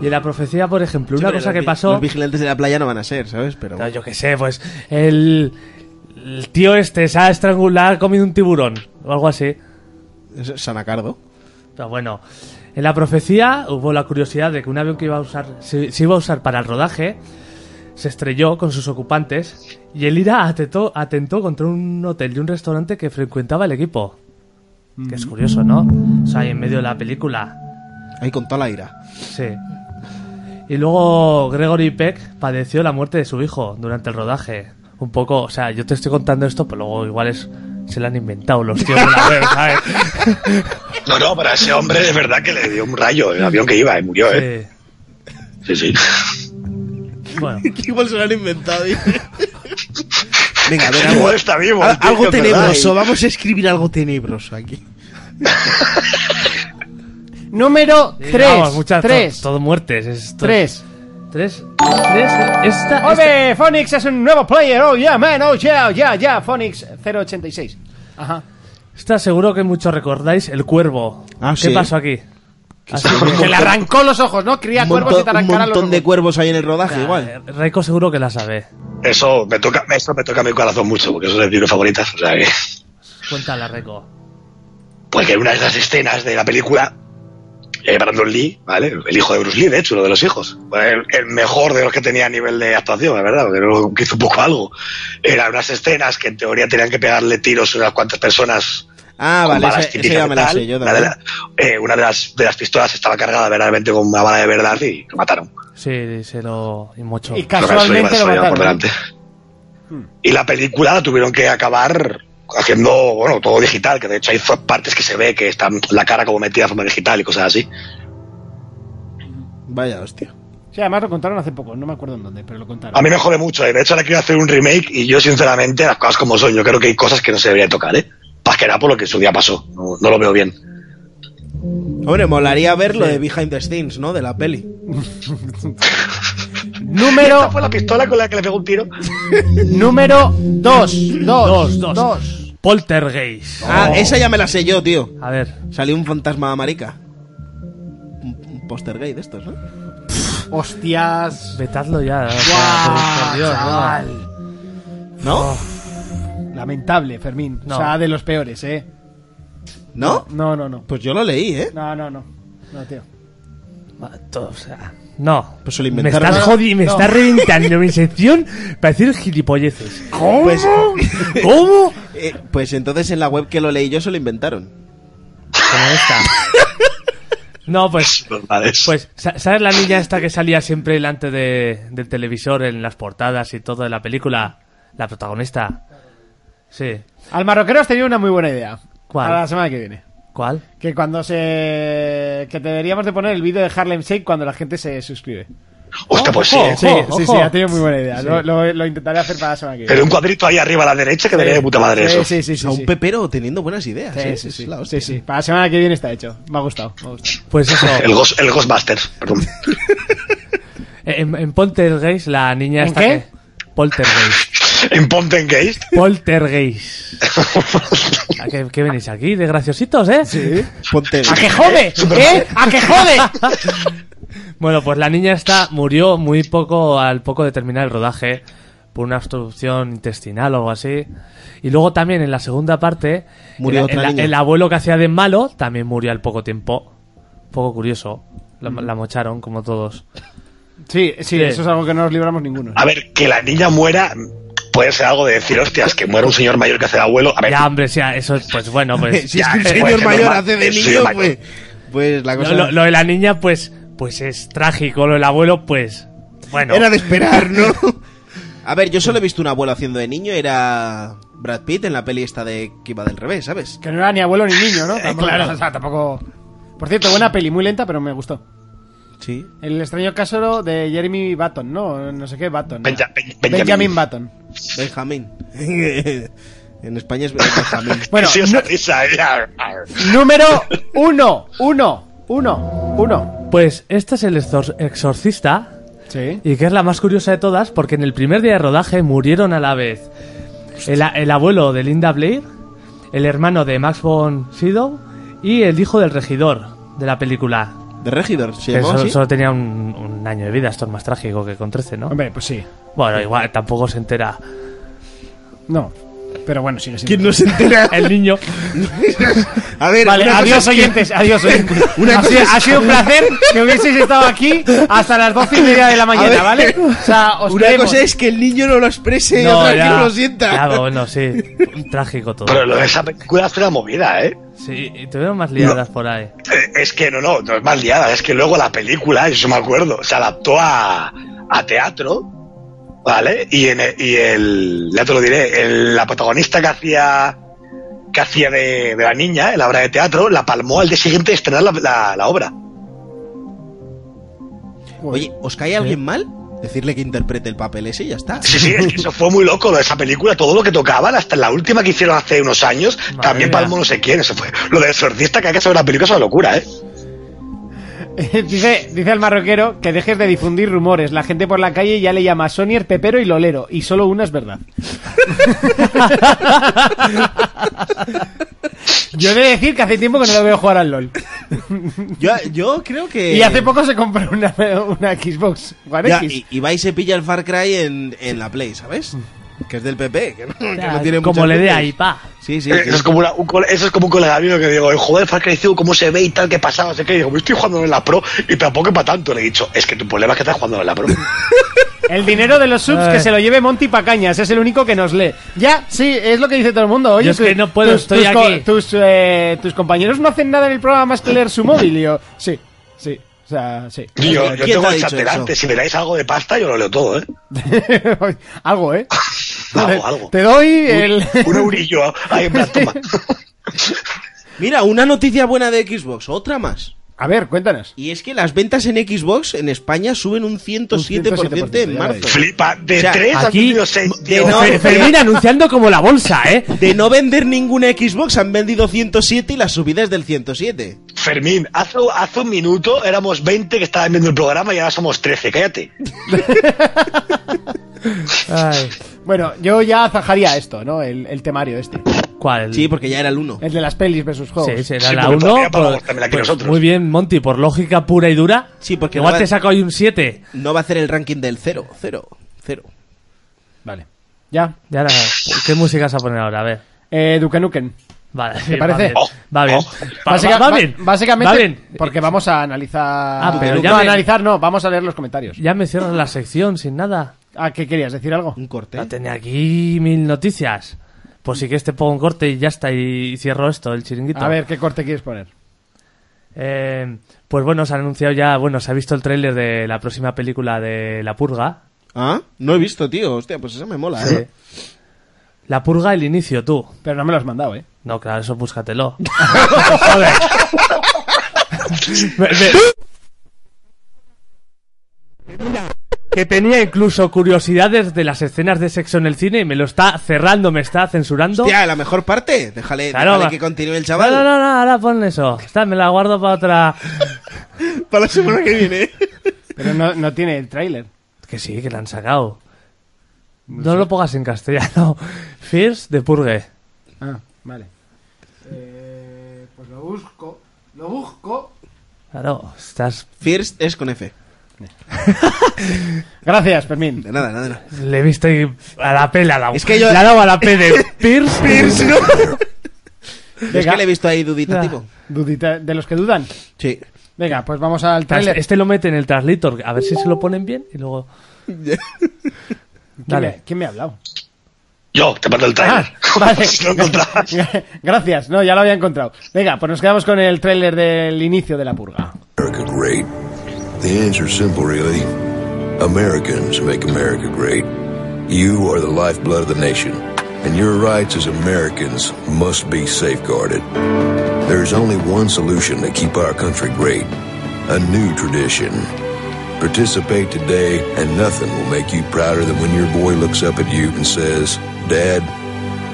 Y en la profecía, por ejemplo,
Sí,
una
pero
cosa
los
que
vi-
pasó...
Los vigilantes de la playa no van a ser, ¿sabes? Pero.
No, yo qué sé, pues el, el tío este se ha estrangulado, ha comido un tiburón o algo así.
es Sanacardo.
Pero bueno, en la profecía hubo la curiosidad de que un avión que iba a usar, se, se iba a usar para el rodaje se estrelló con sus ocupantes y el IRA atentó, atentó contra un hotel y un restaurante que frecuentaba el equipo. Que es curioso, ¿no? O sea, ahí en medio de la película.
Ahí con toda la ira.
Sí. Y luego Gregory Peck padeció la muerte de su hijo durante el rodaje. Un poco, o sea, yo te estoy contando esto, pero luego igual es, se lo han inventado los tíos de la web, ¿sabes?
No, no, para ese hombre es verdad que le dio un rayo el avión que iba y murió, ¿eh?
Sí.
Sí, sí.
Bueno,
Igual se lo han inventado. Venga, a ver, algo,
Igual está vivo.
al-
el tío,
algo
es verdad,
tenebroso. Vamos a escribir algo tenebroso aquí.
Número
sí,
3.
vamos, muchas- to-
3.
todo muertes. es- to-
3.
Tres. Tres. Esta, esta-
¡Hombre! Phonix es un nuevo player. Oh, yeah, man. Oh, yeah, yeah, yeah. Phonix 086. Ajá.
esta seguro que muchos recordáis, el cuervo.
Ah,
¿Qué
sí.
pasó aquí? Así,
Que le arrancó los ojos, ¿no? Cría
Un
cuervos y
montón,
te
un
arrancará los
montón
ojos.
de cuervos ahí en el rodaje, igual.
eh, Raiko seguro que la sabe.
Eso me toca, eso me toca mi corazón mucho, porque eso es de mis películas favoritas. O sea que,
Cuéntala, Raiko.
porque en una de las escenas de la película, eh, Brandon Lee, ¿vale? El hijo de Bruce Lee, de hecho, uno de los hijos. El, el mejor de los que tenía a nivel de actuación, la verdad, porque luego que hizo un poco algo. Eran unas escenas que en teoría tenían que pegarle tiros a unas cuantas personas
Ah,
con
vale,
balas
esa, esa
típicas
ya me la
de
sé yo
tal. Una de,
también.
la- eh, una de las, de las pistolas estaba cargada verdaderamente con una bala de verdad y lo mataron.
Sí, se lo... y mucho.
Y casualmente lo
Lo que iba- eso iba
mataron.
por delante.
Hmm.
Y la película la tuvieron que acabar haciendo, bueno, todo digital, que de hecho hay fa- partes que se ve que están la cara como metida de forma digital y cosas así.
Vaya hostia.
Sí, además lo contaron hace poco. No me acuerdo en dónde, pero lo contaron.
A mí me jode mucho, eh. de hecho ahora quiero hacer un remake y yo sinceramente las cosas como son, yo creo que hay cosas que no se deberían tocar, ¿eh? Más que nada por lo que en su día pasó, no, no lo veo bien.
Hombre, molaría ver lo de Behind the Scenes, ¿no? De la peli.
Oh. Número
¿Esta fue la pistola con la que le pegó un tiro?
Número 2. 2.
Dos, dos. Poltergeist.
Oh,
Ah, esa ya me la sé yo, tío.
A ver,
Salió un fantasma marica. Un, un póster gay de estos, ¿no?
Hostias.
vetadlo ya. o sea, por-
Guau,
por Dios, ¿no?
chaval.
¿No?
Oh. Lamentable, Fermín.
No.
O sea, de los peores, ¿eh?
¿No?
No, no, no.
Pues yo lo leí, ¿eh?
No, no, no. No, tío.
Va, todo, o sea, No.
Pues se lo
me
inventaron.
estás jodiendo, me
No.
estás reventando mi sección para decir gilipolleces.
¿Cómo? Pues,
¿Cómo?
eh, pues entonces en la web que lo leí yo se lo inventaron.
Como esta. No, pues.
Normales.
Pues, sa- ¿sabes la niña esta que salía siempre delante de, del televisor en las portadas y todo de la película? La protagonista. Sí.
Al marroquero has tenido una muy buena idea.
¿Cuál?
Para la semana que viene.
¿Cuál?
Que cuando se. Que deberíamos de poner el vídeo de Harlem Shake cuando la gente se suscribe.
Hostia, pues sí.
ojo,
¿eh?
Sí,
Ojo,
sí,
ojo.
sí, ha tenido muy buena idea. Lo, lo- lo intentaré hacer para la semana que viene.
Pero un cuadrito ahí arriba a la derecha que debería de puta madre
Sí,
eso.
Sí, sí,
o
sí.
sea, un
sí.
pepero teniendo buenas ideas.
Sí,
¿eh?
sí,
Es
sí.
la hostia.
Sí, sí. Para la semana que viene está hecho. Me ha gustado. Me ha gustado.
Pues eso.
El, Ghost, el Ghostbusters, perdón.
En, en Poltergeist, la niña
¿En
esta.
qué?
que- Poltergeist.
en Ponten Gaze.
Poltergeist. ¿A qué, qué venís aquí? De graciositos, ¿eh? Sí.
Ponte.
¡A que jode! ¿Eh? ¡A que jode!
Bueno, pues la niña esta murió muy poco al poco de terminar el rodaje por una obstrucción intestinal o algo así. Y luego también en la segunda parte,
Murió
el,
otra
el-
niña.
el abuelo que hacía de malo
Mm.
también murió al poco tiempo. Poco curioso. La, la mocharon como todos.
Sí, sí,
Sí.
eso es algo que no nos libramos ninguno.
A ver, que la niña muera puede ser algo de decir, hostias, que muera un señor mayor que hace de abuelo. A ver,
Ya, hombre, sí, eso, pues bueno, pues.
si es que un
Ya, eh,
señor
pues,
mayor
normal,
hace de
el
niño,
señor mayor.
pues, pues la
Lo,
cosa
lo- lo de la niña, pues, pues es trágico. Lo del abuelo, pues, bueno.
era de esperar, ¿no? A ver, yo solo he visto un abuelo haciendo de niño, era Brad Pitt en la peli esta de que iba del revés, ¿sabes?
Que no era ni abuelo ni niño, ¿no? Tampoco,
claro.
o sea, tampoco... Por cierto, buena peli, muy lenta, pero me gustó.
Sí.
El extraño caso de Jeremy Button, ¿no? No sé qué Button.
Benja-
era.
Ben-
Benjamin.
Benjamin.
Button.
Benjamín. en España es Benjamín.
Bueno,
sí, esa risa, eh. ya, ar.
número uno, uno, uno, uno.
Pues este es el exor- exorcista.
Sí.
Y que es la más curiosa de todas, porque en el primer día de rodaje murieron a la vez el, a- el abuelo de Linda Blair, el hermano de Max von Sydow y el hijo del regidor de la película.
De Regidor, se
Que
llamaba
solo,
así.
solo tenía un, un año de vida, esto es más trágico que con 13, ¿no?
Hombre, pues sí.
Bueno, igual tampoco se entera
No. Pero bueno, sigue siendo.
¿Quién no se entera?
el niño.
A ver,
Vale,
una cosa
adiós
es que-
oyentes, adiós oyentes. ha, sido, ha sido un placer que hubieseis estado aquí hasta las doce y media de la mañana,
ver.
¿vale? O sea, os
Una
queremos.
cosa es que el niño no lo exprese y otra que no lo sienta.
ya, pues, bueno, sí, trágico todo.
Pero lo de esa película fue una movida, ¿eh?
Sí, y tuvieron más liadas por ahí.
Eh, Es que no, no, no es más liada, es que luego la película, eso me acuerdo, se adaptó a, a teatro, ¿vale? Y, en el, y el- ya te lo diré, el- la protagonista que hacía que hacía de, de la niña en la obra de teatro, la palmó al día siguiente de estrenar la, la- la obra.
Oye, ¿os cae alguien mal? Decirle que interprete el papel ese y ya está.
Sí, sí, es que eso fue muy loco lo de esa película, todo lo que tocaban, hasta la última que hicieron hace unos años,
Madre
también
mía.
palmó no sé quién, eso fue. Lo del exorcista que hay que saber la película es una locura, ¿eh?
dice, dice el marroquero que dejes de difundir rumores. La gente por la calle ya le llama Sonier, Pepero y Lolero. Y solo una es verdad. Yo he de decir que hace tiempo que no lo veo jugar al LOL.
Yo, yo creo que.
Y hace poco se compró una, una Xbox One
Eh. Ya,
X.
y, y va y se pilla el Far Cry en, en la Play, ¿sabes?
Mm.
Que es del PP, que no, que no tiene
Como
muchas
E
le dé
luces.
ahí, pa.
Sí, sí.
Eh, Eso es, como una- un, cole- eso es como un colega mío que digo, joder, Far Cry 5, cómo se ve y tal, qué pasaba, no sé qué. Y digo, me estoy jugando en la Pro y tampoco es para tanto. Le he dicho, es que tu problema es que estás jugando en la Pro.
El dinero de los subs
Ay.
que se lo lleve Monty Pacañas, es el único que nos lee. Ya, sí, es lo que dice todo el mundo. Oye,
Yo es que no puedo, estoy
tus co-
aquí.
Tus, eh, tus compañeros no hacen nada en el programa más que leer su móvil. Y yo, sí, sí, o sea, sí.
Y yo,
¿Quién
yo
te
tengo
ha
el chat
dicho eso?
delante, si me dais algo de pasta, yo lo leo todo, ¿eh?
algo, ¿eh?
Algo, algo.
Te doy el...
Un eurillo ahí en plan, toma.
Mira, una noticia buena de Xbox, otra más.
A ver, cuéntanos.
Y es que las ventas en Xbox en España suben un 107%, en
ya
marzo.
Flipa, de
O sea,
3 a
aquí-
26, tío.
de no-
Fe- Fermín anunciando como la bolsa, ¿eh?
De no vender ninguna Xbox han vendido 107 y la subida es del 107.
Fermín, hace, hace un minuto éramos 20 que estaban viendo el programa y ahora somos 13, cállate.
Ay,
Bueno, yo ya zajaría esto, ¿no? El, el temario este.
¿Cuál?
Sí, porque ya era el 1.
El de las pelis versus juegos.
Sí, sí, era
Sí,
la
porque
1.
todavía pagamos también aquí nosotros.
muy bien, Monty, por lógica pura y dura.
Sí, porque
igual
no va-
te saco ahí un 7.
No va a hacer el ranking del 0, 0, 0.
Vale. Ya.
Y ahora, ¿qué música vas a poner ahora? A ver.
Eh, Duke Nukem.
Vale, sí,
parece?
Oh,
Va bien.
oh.
Va bien.
Básica-
Va- va
ba-
bien.
Básicamente,
Va bien. Eh,
porque vamos a analizar.
Ah, pero ya
no,
me-
analizar no, vamos a leer los comentarios.
Ya me cierras la sección sin nada.
Ah, ¿qué querías decir algo?
Un corte.
No tenía aquí mil noticias. Pues sí que este pongo un corte y ya está. Y cierro esto, el chiringuito.
A ver, ¿qué corte quieres poner?
Eh, pues bueno, se ha anunciado ya. Bueno, se ha visto el tráiler de la próxima película de La Purga.
Ah, no he visto, tío. Hostia, pues esa me mola,
Sí.
¿eh?
La Purga, el inicio, tú.
Pero no me lo has mandado, ¿eh?
No, claro, eso búscatelo. que tenía incluso curiosidades de las escenas de sexo en el cine y me lo está cerrando, me está censurando.
Hostia, la mejor parte. Déjale,
Claro,
déjale
va.
que continúe el
No,
chaval.
no, no, no, ahora pon eso. Está, me la guardo para otra.
Para la semana que viene.
Pero no, no tiene el tráiler.
Que sí, que la han sacado. No lo pongas en castellano. Fierce de Purgue.
Ah, vale. pues lo busco. Lo busco.
Claro, estás.
First es con F.
Gracias, Fermín.
De nada, nada, nada.
Le he visto ahí a la pela, la
Es que yo-
Le ha dado a la P de Pierce.
Es
Venga.
que le he visto ahí duditativo.
Dudita- de los que dudan.
Sí.
Venga, pues vamos al
Tras-
tráiler.
Este lo mete en el translator, a ver si se lo ponen bien y luego.
¿Quién
dale.
me- ¿Quién me ha hablado?
Yo, te mando el
Ah,
trailer.
vale.
si lo encontrabas.
Gracias, no, ya lo había encontrado. Venga, pues nos quedamos con el tráiler del inicio de la purga.
America great? The answer's simple, really. Americans make America great. You are the lifeblood of the nation, and your rights as Americans must be safeguarded. There is only one solution to keep our country great a new tradition. Participate today, and nothing will make you prouder than when your boy looks up at you and says, Dad,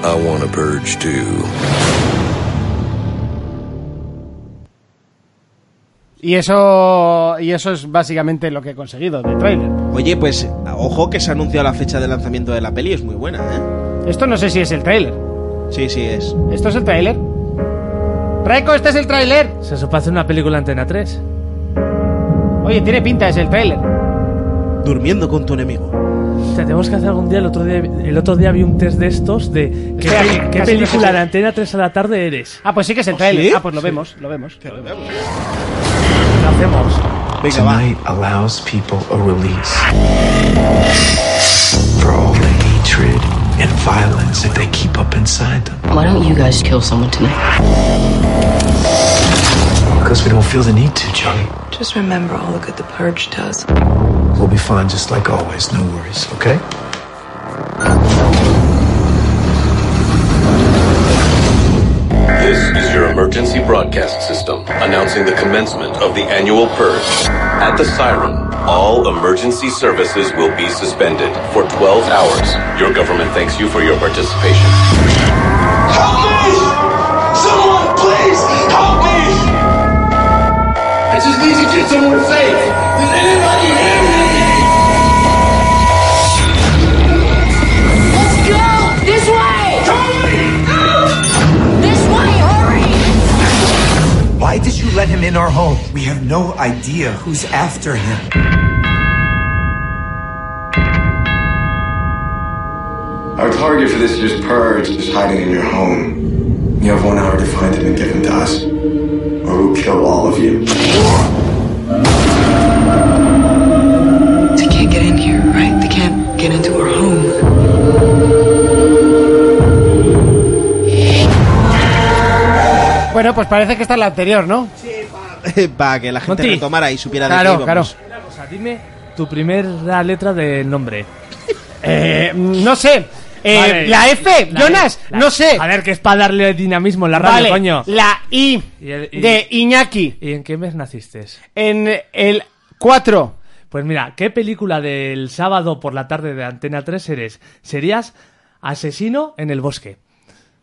I want a purge too.
Y eso, y eso es básicamente lo que he conseguido de tráiler.
Oye, pues ojo que se ha anunciado la fecha de lanzamiento de la peli, es muy buena, ¿eh?
Esto no sé si es el tráiler.
Sí, sí, es.
¿Esto es el tráiler? Reco, este es el tráiler.
Se supone hacer una película en Antena 3.
Oye, tiene pinta, es el tráiler.
Durmiendo con tu enemigo.
O sea, tenemos que hacer algún día. El otro día, el otro día vi un test de estos de. ¿Qué,
Espera,
pe-
que
qué
casi me
película
puse-
de Antena 3 a la tarde eres?
Ah, pues sí que es el tráiler.
sí?
Ah, pues lo vemos, lo vemos. lo vemos.
Lo hacemos.
Venga, va.
Tonight allows people a release for all the hatred and violence that they keep up inside them
Why don't you guys kill someone tonight?
because we don't feel the need to, Johnny.
Just remember all the good the purge does.
We'll be fine just like always, no worries, okay?
This is your emergency broadcast system announcing the commencement of the annual purge. At the siren, all emergency services will be suspended for 12 hours. Your government thanks you for your participation.
Help me! Someone, please, help me! I just need to get someone safe. Does anybody hear me?
Let's go! This way! This way, hurry!
Why did you let him in our home? We have no idea who's after him.
Our target for this year's purge is hiding in your home. You have one hour to find him and give him to us, or we'll kill all of you.
They can't get in here, right? They can't get into our home.
Bueno, pues parece que esta es la anterior, ¿no?
Para que la gente
Monty.
retomara y supiera de qué
claro, claro.
íbamos.
Una cosa, dime tu primera letra del nombre.
Eh, no sé. Eh,
Vale.
La F,
La- E,
Jonas,
la-
no sé.
A ver, que es para darle dinamismo en la radio,
Vale,
coño.
la I
Y el- y-
de Iñaki
¿Y en qué mes naciste?
en el 4.
Pues mira, ¿qué película del sábado por la tarde de Antena 3 eres? Serías Asesino en el Bosque.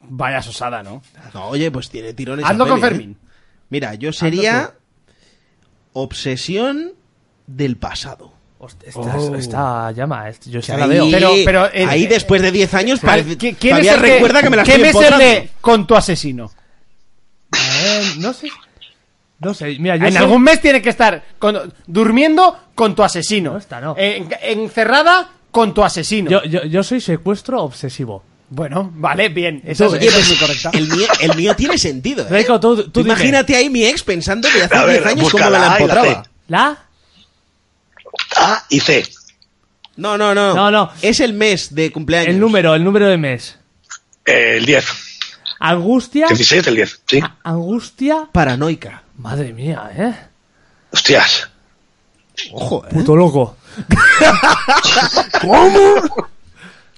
Vaya sosada, ¿no?
No, oye, pues tiene tirones.
Hazlo
la
con
peli,
Fermín.
¿eh? Mira, yo sería Obsesión del pasado.
Host- Esta,
Oh.
esta llama, est- yo esta
Ahí-
la veo.
Pero- pero, eh,
ahí
eh,
después de 10 años parece,
¿Qui- ¿Quién es
todavía
el de-
recuerda que me la
¿Quién
estoy
es el
empotrando.
de con tu asesino?
Eh, no sé. No sé, mira, yo
Ah, En
sé-
algún mes tiene que estar con- durmiendo con tu asesino. Eh,
No, esta no.
En- encerrada con tu asesino.
yo, yo, yo soy secuestro obsesivo.
Bueno, vale, bien. Esa,
Oye,
es- esa
pues,
es muy correcta.
El mío, el mío tiene sentido. ¿eh?
Reiko, tú- tú dime.
imagínate ahí mi ex pensando que
A
hace
ver,
10 años cómo me
búscala,
la
ahí la
empotraba.
C.
¿La?
A y C.
No, no, no.
No, no.
Es el mes de cumpleaños.
El número, el número de mes.
Eh, El 10.
Angustia.
16 del 10, sí.
a- Angustia.
Paranoica.
Madre mía, ¿eh?
Hostias.
Ojo, ¿eh?
Puto loco.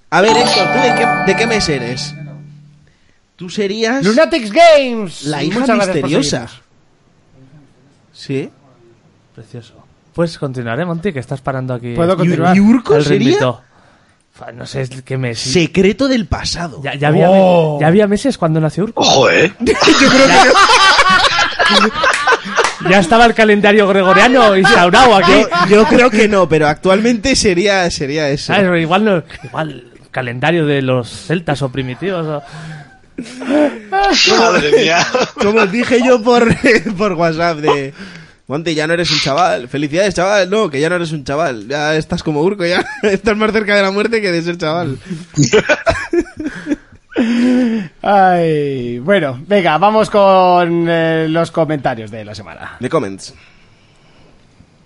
A ver, Héctor, ¿tú de qué, de qué mes eres? Tú serías
Lunatics Games.
la hija
Muchas gracias por
misteriosa.
seguirnos.
¿Sí?
Precioso. Pues continuaré, Monty, que estás parando aquí.
Puedo
al
continuar.
¿Y Urco sería?
ritmito. Fa, No sé es- qué mes.
Secreto del pasado.
Ya, ya había,
Oh.
ya había meses cuando nació Urco.
Ojo, ¿eh?
Ya estaba el calendario gregoriano instaurado aquí.
Yo, yo creo que no, pero actualmente sería, sería eso.
¿Sabes? Pero Igual, no, igual el calendario de los celtas o primitivos. o-
Madre mía.
Como dije yo por, por WhatsApp de... Monte, ya no eres un chaval. Felicidades, chaval. No, que ya no eres un chaval. Ya estás como Urco, ya estás más cerca de la muerte que de ser chaval.
Ay, bueno, venga, vamos con eh, los comentarios de la semana.
De comments.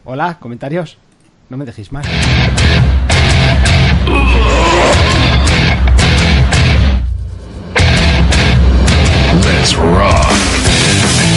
Hola, comentarios. No me dejéis más.
Let's rock.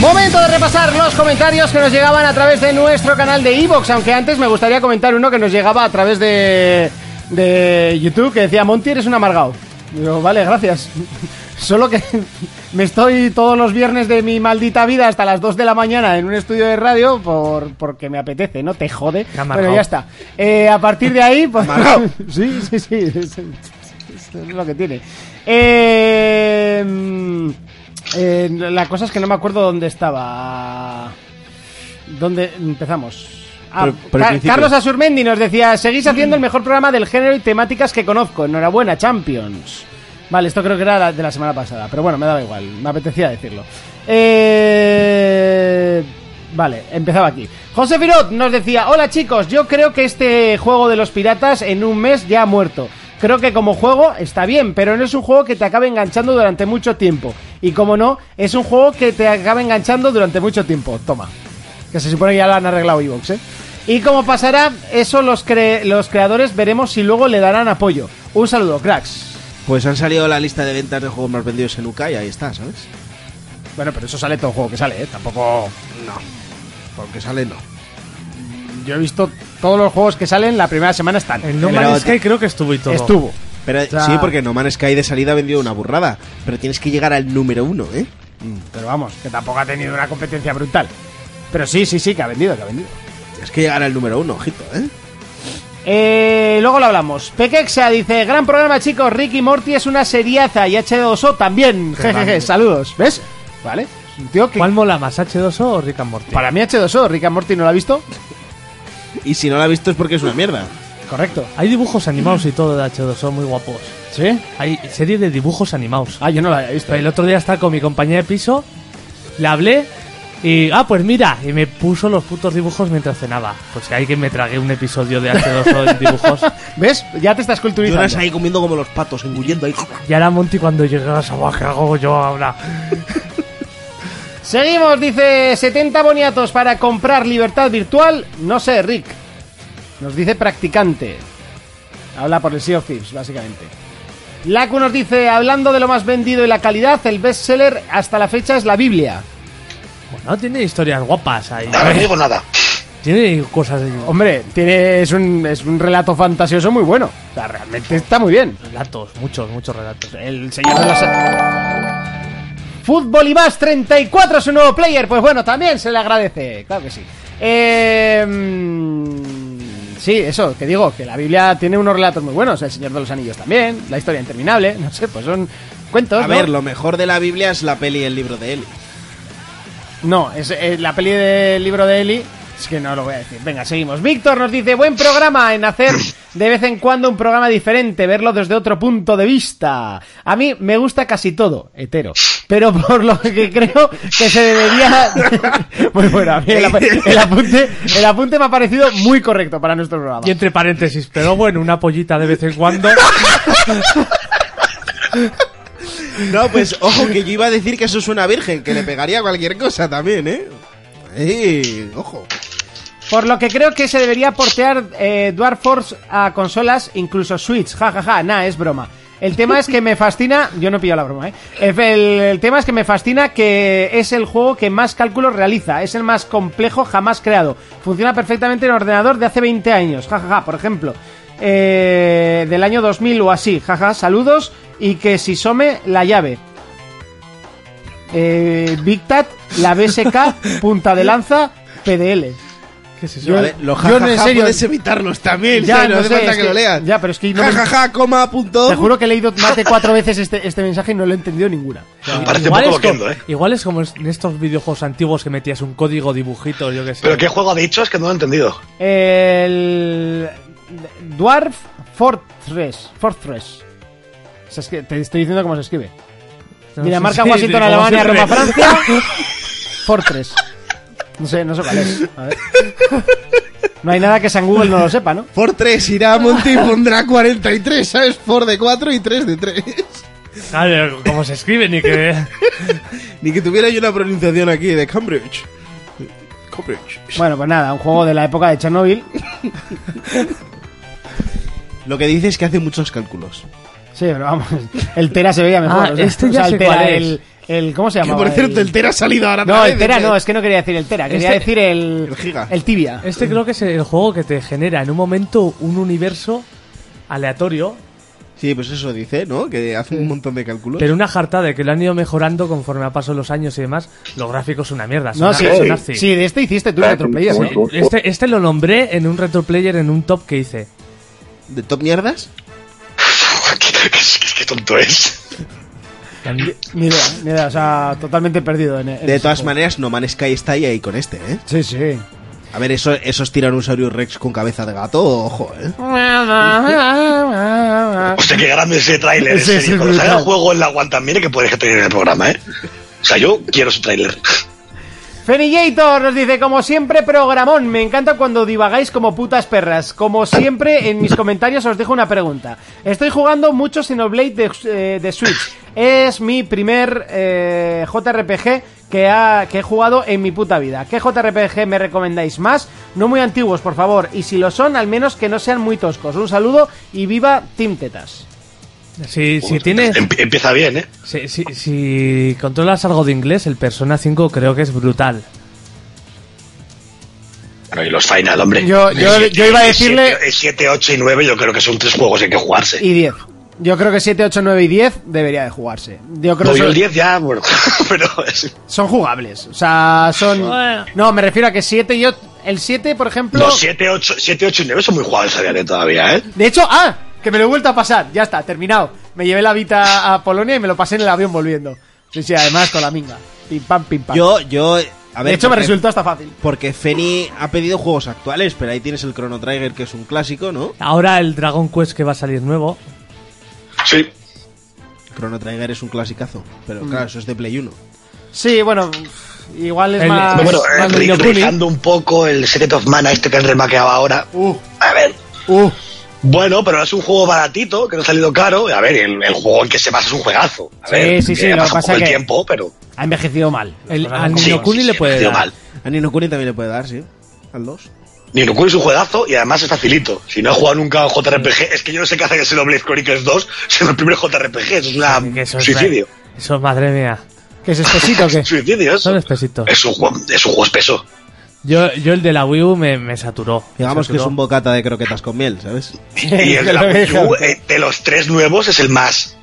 Momento de repasar los comentarios que nos llegaban a través de nuestro canal de Evox, aunque antes me gustaría comentar uno que nos llegaba a través de, de YouTube que decía, Monty, eres un amargado. Digo, vale, gracias. Solo que me estoy todos los viernes de mi maldita vida hasta las 2 de la mañana en un estudio de radio por, porque me apetece, no te jode.
amargao.
Pero ya está. Eh, a partir de ahí, pues... sí, sí, sí. es- es- es lo que tiene. Eh, mm, eh, la cosa es que no me acuerdo dónde estaba. ¿Dónde empezamos? Ah,
Por- por el
Ca-
principio.
Carlos Asurmendi nos decía, seguís haciendo el mejor programa del género y temáticas que conozco. Enhorabuena, Champions. Vale, esto creo que era la- de la semana pasada, pero bueno, me daba igual, me apetecía decirlo. Eh, Vale, empezaba aquí. José Firot nos decía, hola chicos, yo creo que este juego de los piratas en un mes ya ha muerto. Creo que como juego está bien, pero no es un juego que te acabe enganchando durante mucho tiempo. Y como no, es un juego que te acabe enganchando durante mucho tiempo. Toma. Que se supone que ya lo han arreglado Evox, ¿eh? Y como pasará eso, los, cre- los creadores veremos si luego le darán apoyo. Un saludo, cracks.
Pues han salido la lista de ventas de juegos más vendidos en UK y ahí está, ¿sabes?
Bueno, pero eso sale todo juego que sale, ¿eh? Tampoco...
No. Porque sale no.
Yo he visto todos los juegos que salen, la primera semana están.
El No
Pero-
Man's Sky creo que estuvo y todo.
Estuvo.
Pero
sea-
sí, porque No Man's Sky de salida ha vendido una burrada. Pero tienes que llegar al número uno, ¿eh?
Pero vamos, que tampoco ha tenido una competencia brutal. Pero sí, sí, sí, que ha vendido, que ha vendido.
Tienes que llegar al número uno, ojito, ¿eh?
Eh, luego lo hablamos. Pequexa dice, gran programa chicos, Ricky Morty es una seriaza y H2O también. Jejeje, saludos. ¿Ves? Vale. Es un tío que...
¿Cuál mola más, H2O o Rick and Morty?
Para mí H2O, Ricky Morty no lo ha visto.
Y si no la has visto es porque es una mierda.
Correcto.
Hay dibujos animados y todo de H2O muy guapos.
¿Sí?
Hay serie de dibujos animados.
Ah, yo no lo había visto.
Pero el otro día estaba con mi compañía de piso, le hablé y, ah, pues mira, y me puso los putos dibujos mientras cenaba. Pues que hay que me tragué un episodio de H2O en dibujos.
¿Ves? Ya te estás
Jonas
culturizando.
ahí comiendo como los patos, engullendo ahí.
Y ahora Monty cuando llegas, "Buah, ¿qué hago yo ahora?
Seguimos, dice 70 boniatos para comprar libertad virtual. No sé, Rick. Nos dice practicante. Habla por el Sea of Thieves, básicamente. Laku nos dice, hablando de lo más vendido y la calidad, el bestseller hasta la fecha es la Biblia.
Bueno, tiene historias guapas ahí.
Ahora no digo nada.
Tiene cosas de
Hombre, tiene, es, un, es un relato fantasioso muy bueno. O sea, realmente está muy bien.
relatos, muchos, muchos relatos.
El señor de los... Fútbol y más 34 es un nuevo player. Pues bueno, también se le agradece. Claro que sí. Eh, mm, sí, eso, que digo, que la Biblia tiene unos relatos muy buenos. El Señor de los Anillos también. La historia interminable. No sé, pues son cuentos.
A
¿no?
ver, lo mejor de la Biblia es la peli y el libro de él.
No, es eh, la peli del libro de Eli. Es que no lo voy a decir. Venga, seguimos. Víctor nos dice, buen programa en hacer de vez en cuando un programa diferente, verlo desde otro punto de vista. A mí me gusta casi todo, hetero. Pero por lo que creo que se debería... Muy bueno, a mí el, ap- el apunte, el apunte me ha parecido muy correcto para nuestro programa.
Y entre paréntesis, pero bueno, una pollita de vez en cuando.
No, pues ojo, que yo iba a decir que eso es una virgen, que le pegaría cualquier cosa también, ¿eh? ¡Ey! ¡Ojo!
Por lo que creo que se debería portear eh, Dwarf Force a consolas, incluso Switch. Ja, ja, ja, nah, es broma. El tema es que me fascina. Yo no pillo la broma, ¿eh? El, el tema es que me fascina que es el juego que más cálculos realiza. Es el más complejo jamás creado. Funciona perfectamente en ordenador de hace 20 años. Ja, ja, ja, por ejemplo. eh, del año 2000 o así. Ja, ja, saludos. Y que si some la llave. Eh, Victat, la BSK, punta de lanza, PDL.
¿Qué es eso?
Yo-
Vale, los
yo no, en
jajaja
serio.
puedes evitarlos también,
Ya,
¿sabes? no,
no
hace
sé,
falta
es
que,
que-
lo leas.
ya, pero es que no me-
Jajaja, coma, punto.
Te juro que he leído más de cuatro veces este, este mensaje y no lo he entendido ninguna.
Parece
Igual
un poco
es, como,
loquendo, ¿eh?
igual es como en estos videojuegos antiguos que metías un código, dibujitos, yo qué sé.
Pero qué juego ha dicho es que no lo he entendido.
El Dwarf Fortress. Fortress. O sea, es que te estoy diciendo cómo se escribe.
No sé
Dinamarca,
si-
Washington,
¿cómo se
Alemania,
escribe?
Roma, Francia. Fortress. No sé, no sé cuál es. A ver. No hay nada que San Google no lo sepa, ¿no?
Por 3 irá a Monte y pondrá 43, ¿sabes? Por de 4 y 3 de 3.
Claro, como se escribe, ni que.
Ni que tuviera yo una pronunciación aquí de Cambridge. Cambridge.
Bueno, pues nada, un juego de la época de Chernobyl.
Lo que dice es que hace muchos cálculos.
Sí, pero vamos. El Tera se veía mejor.
Ah,
o sea,
este ya
o sea, el
sé
Tera,
cuál es.
El, el- ¿Cómo se
Que
llama?
por cierto, el Tera ha salido ahora.
No,
otra
el
vez, ¿eh?
Tera
Ah, dice-
no, es que no quería decir el Tera, quería
Este-
decir el,
El Giga.
el Tibia.
Este creo que es el juego que te genera en un momento un universo aleatorio,
Sí, pues eso dice, ¿no? Que hace un montón de cálculos.
pero una jarta de que lo han ido mejorando conforme ha pasado los años y demás. Los gráficos son una mierda. son
No,
una-
sí,
son
sí,
así.
sí, de este hiciste
Ah,
tú el player, ¿no?
Sí, Este, este lo nombré en un retroplayer en un top que hice.
¿De top mierdas?
qué, qué- qué tonto es.
Ni idea, ni idea, o sea, totalmente perdido en, en
De
ese
todas
juego.
maneras, No Man's Sky está ahí, ahí con este, ¿eh?
Sí, sí.
A ver, eso, esos tiranosaurios rex con cabeza de gato, ojo, ¿eh?
Hostia, qué grande ese tráiler. en
Sí, sí,
serio.
es
Cuando salga el
brutal.
juego en la One también, que podéis tener en el programa, ¿eh? O sea, yo quiero ese tráiler.
Fenillator nos dice, como siempre, programón, me encanta cuando divagáis como putas perras. Como siempre, en mis comentarios os dejo una pregunta. Estoy jugando mucho Xenoblade de, eh, de Switch. Es mi primer eh, JRPG que, ha- que he jugado en mi puta vida. ¿Qué JRPG me recomendáis más? No muy antiguos, por favor. Y si lo son, al menos que no sean muy toscos. Un saludo y viva Team Tetas.
Si, si tienes.
Em- Empieza bien, ¿eh?
Si, si- si controlas algo de inglés, el Persona 5 creo que es brutal.
Bueno, y los Final, hombre.
Yo- yo-
El siete-
yo iba a
el
decirle-
siete- El 7, 8 y 9 yo creo que son tres juegos que hay que jugarse.
Y 10. Yo creo que 7, 8, 9 y 10 debería de jugarse. Yo creo
No,
que
yo
son-
el 10 ya, bueno, pero es-
son jugables. O sea, son.
Bueno.
No, me refiero a que 7 yo. El 7, por ejemplo.
los 7, 8, 7, 8 y 9 son muy jugables Adrián, eh, todavía, ¿eh?
De hecho, ¡ah! Que me lo he vuelto a pasar. Ya está, terminado. Me llevé la Vita a Polonia y me lo pasé en el avión volviendo. Sí, sí, además con la minga. Pim pam, pim pam.
Yo, yo. A ver,
de hecho, me
porque-
resultó hasta fácil.
Porque Feni ha pedido juegos actuales, pero ahí tienes el Chrono Trigger, que es un clásico, ¿no?
Ahora el Dragon Quest que va a salir nuevo.
Sí.
Chrono Trigger es un clasicazo, pero claro, eso es de Play 1.
Sí, bueno. Igual es
El-
más.
Pero bueno,
Más-
eh,
más
re-
Nino Kuni.
rizando un poco el Secret of Mana este que han remaqueado ahora.
Uh,
A ver.
uh.
Bueno, pero es un juego baratito, que no ha salido caro. A ver, el, el juego en que se basa es un juegazo. A
Sí,
ver,
sí, sí,
que
lo que
pasa un
pasa
poco
que-
el tiempo, pero...
Ha envejecido mal.
El, al
Sí,
Nino Kuni
sí,
le
sí,
puede
tío,
dar.
mal.
A Nino Kuni también le puede dar, sí. Al 2.
Ni Kuni es un juegazo y además es facilito. Si no he jugado nunca a un JRPG, es que yo no sé qué hace que sea Blade Chronicles 2, sino el primer JRPG. Eso es
Que
una
eso es-
suicidio.
Eso, madre mía.
¿Que es espesito o qué?
Suicidio, eso.
Son espesitos.
Es un juego, es un juego espeso.
Yo, yo el de la Wii U me, me saturó.
Digamos
Me
que es
saturó.
un bocata de croquetas con miel, ¿sabes?
Y el de la
Lo que
Wii U,
dijo.
eh, de los tres nuevos, es el más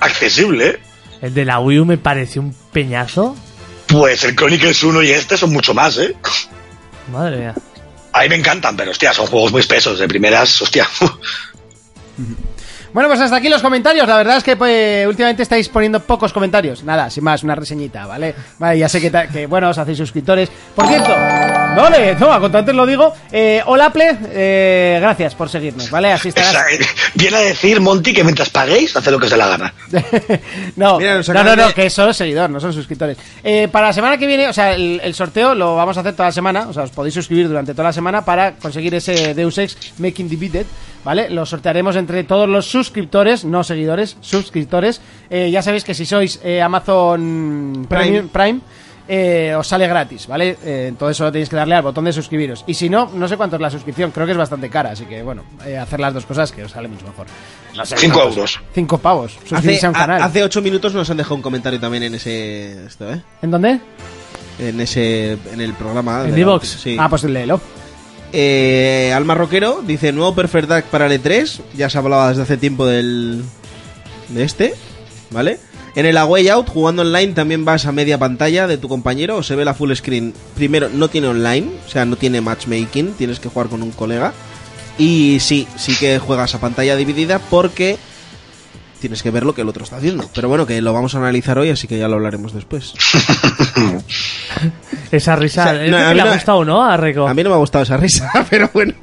accesible. ¿eh?
El de la Wii U me pareció un peñazo.
Pues el Chronicles 1 y este son mucho más, ¿eh?
Madre mía.
A mí me encantan, pero hostia, son juegos muy espesos. De primeras, hostia.
Bueno, pues hasta aquí los comentarios. La verdad es que pues, últimamente estáis poniendo pocos comentarios. Nada, sin más, una reseñita, ¿vale? Vale, ya sé que, ta- que, bueno, os hacéis suscriptores. Por cierto, no le, toma, cuanto antes lo digo. Eh, hola, Ple, eh, gracias por seguirnos, ¿vale? Así estarás.
Esa- eh, viene a decir Monty que mientras paguéis, hace lo que os dé la gana.
no,
Mira, nos
no, no,
acaban
no,
de-
que son seguidores, no son suscriptores. Eh, para la semana que viene, o sea, el, el sorteo lo vamos a hacer toda la semana, o sea, os podéis suscribir durante toda la semana para conseguir ese Deus Ex Making Divided, ¿vale? Lo sortearemos entre todos los suscriptores, no seguidores, suscriptores. Eh, ya sabéis que si sois eh, Amazon Prime,
Prime.
Prime, eh, os sale gratis, ¿vale? Eh, entonces solo tenéis que darle al botón de suscribiros. Y si no, no sé cuánto es la suscripción, creo que es bastante cara, así que bueno, eh, hacer las dos cosas que os sale mucho mejor. No sé,
5
cuántos-
euros.
Cinco pavos. Suscribirse
Hace,
a un
a-
canal.
hace 8 minutos nos han dejado un comentario también en ese. Esto, ¿eh?
¿En dónde?
En ese. En el programa.
¿En
de la-
Dbox?
Sí.
Ah, pues léelo.
Eh, Alma Roquero dice: Nuevo Perfect Dark para el E3. Ya se hablaba desde hace tiempo del. de este. ¿Vale? En el Away Out, jugando online, también vas a media pantalla de tu compañero o se ve la full screen. Primero, no tiene online, o sea, no tiene matchmaking, tienes que jugar con un colega. Y sí, sí que juegas a pantalla dividida porque tienes que ver lo que el otro está haciendo. Pero bueno, que lo vamos a analizar hoy, así que ya lo hablaremos después.
Esa risa.
O sea,
¿es
no,
que
a mí
le
no-
ha gustado, ¿no? A Reco.
A mí no me ha gustado esa risa, pero bueno.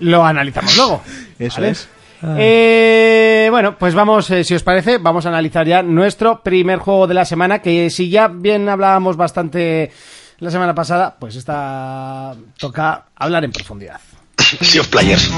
Lo analizamos luego.
Eso es.
Eh, bueno, pues vamos, eh, si os parece, vamos a analizar ya nuestro primer juego de la semana, que si ya bien hablábamos bastante la semana pasada, pues esta toca hablar en profundidad.
Sea of Players.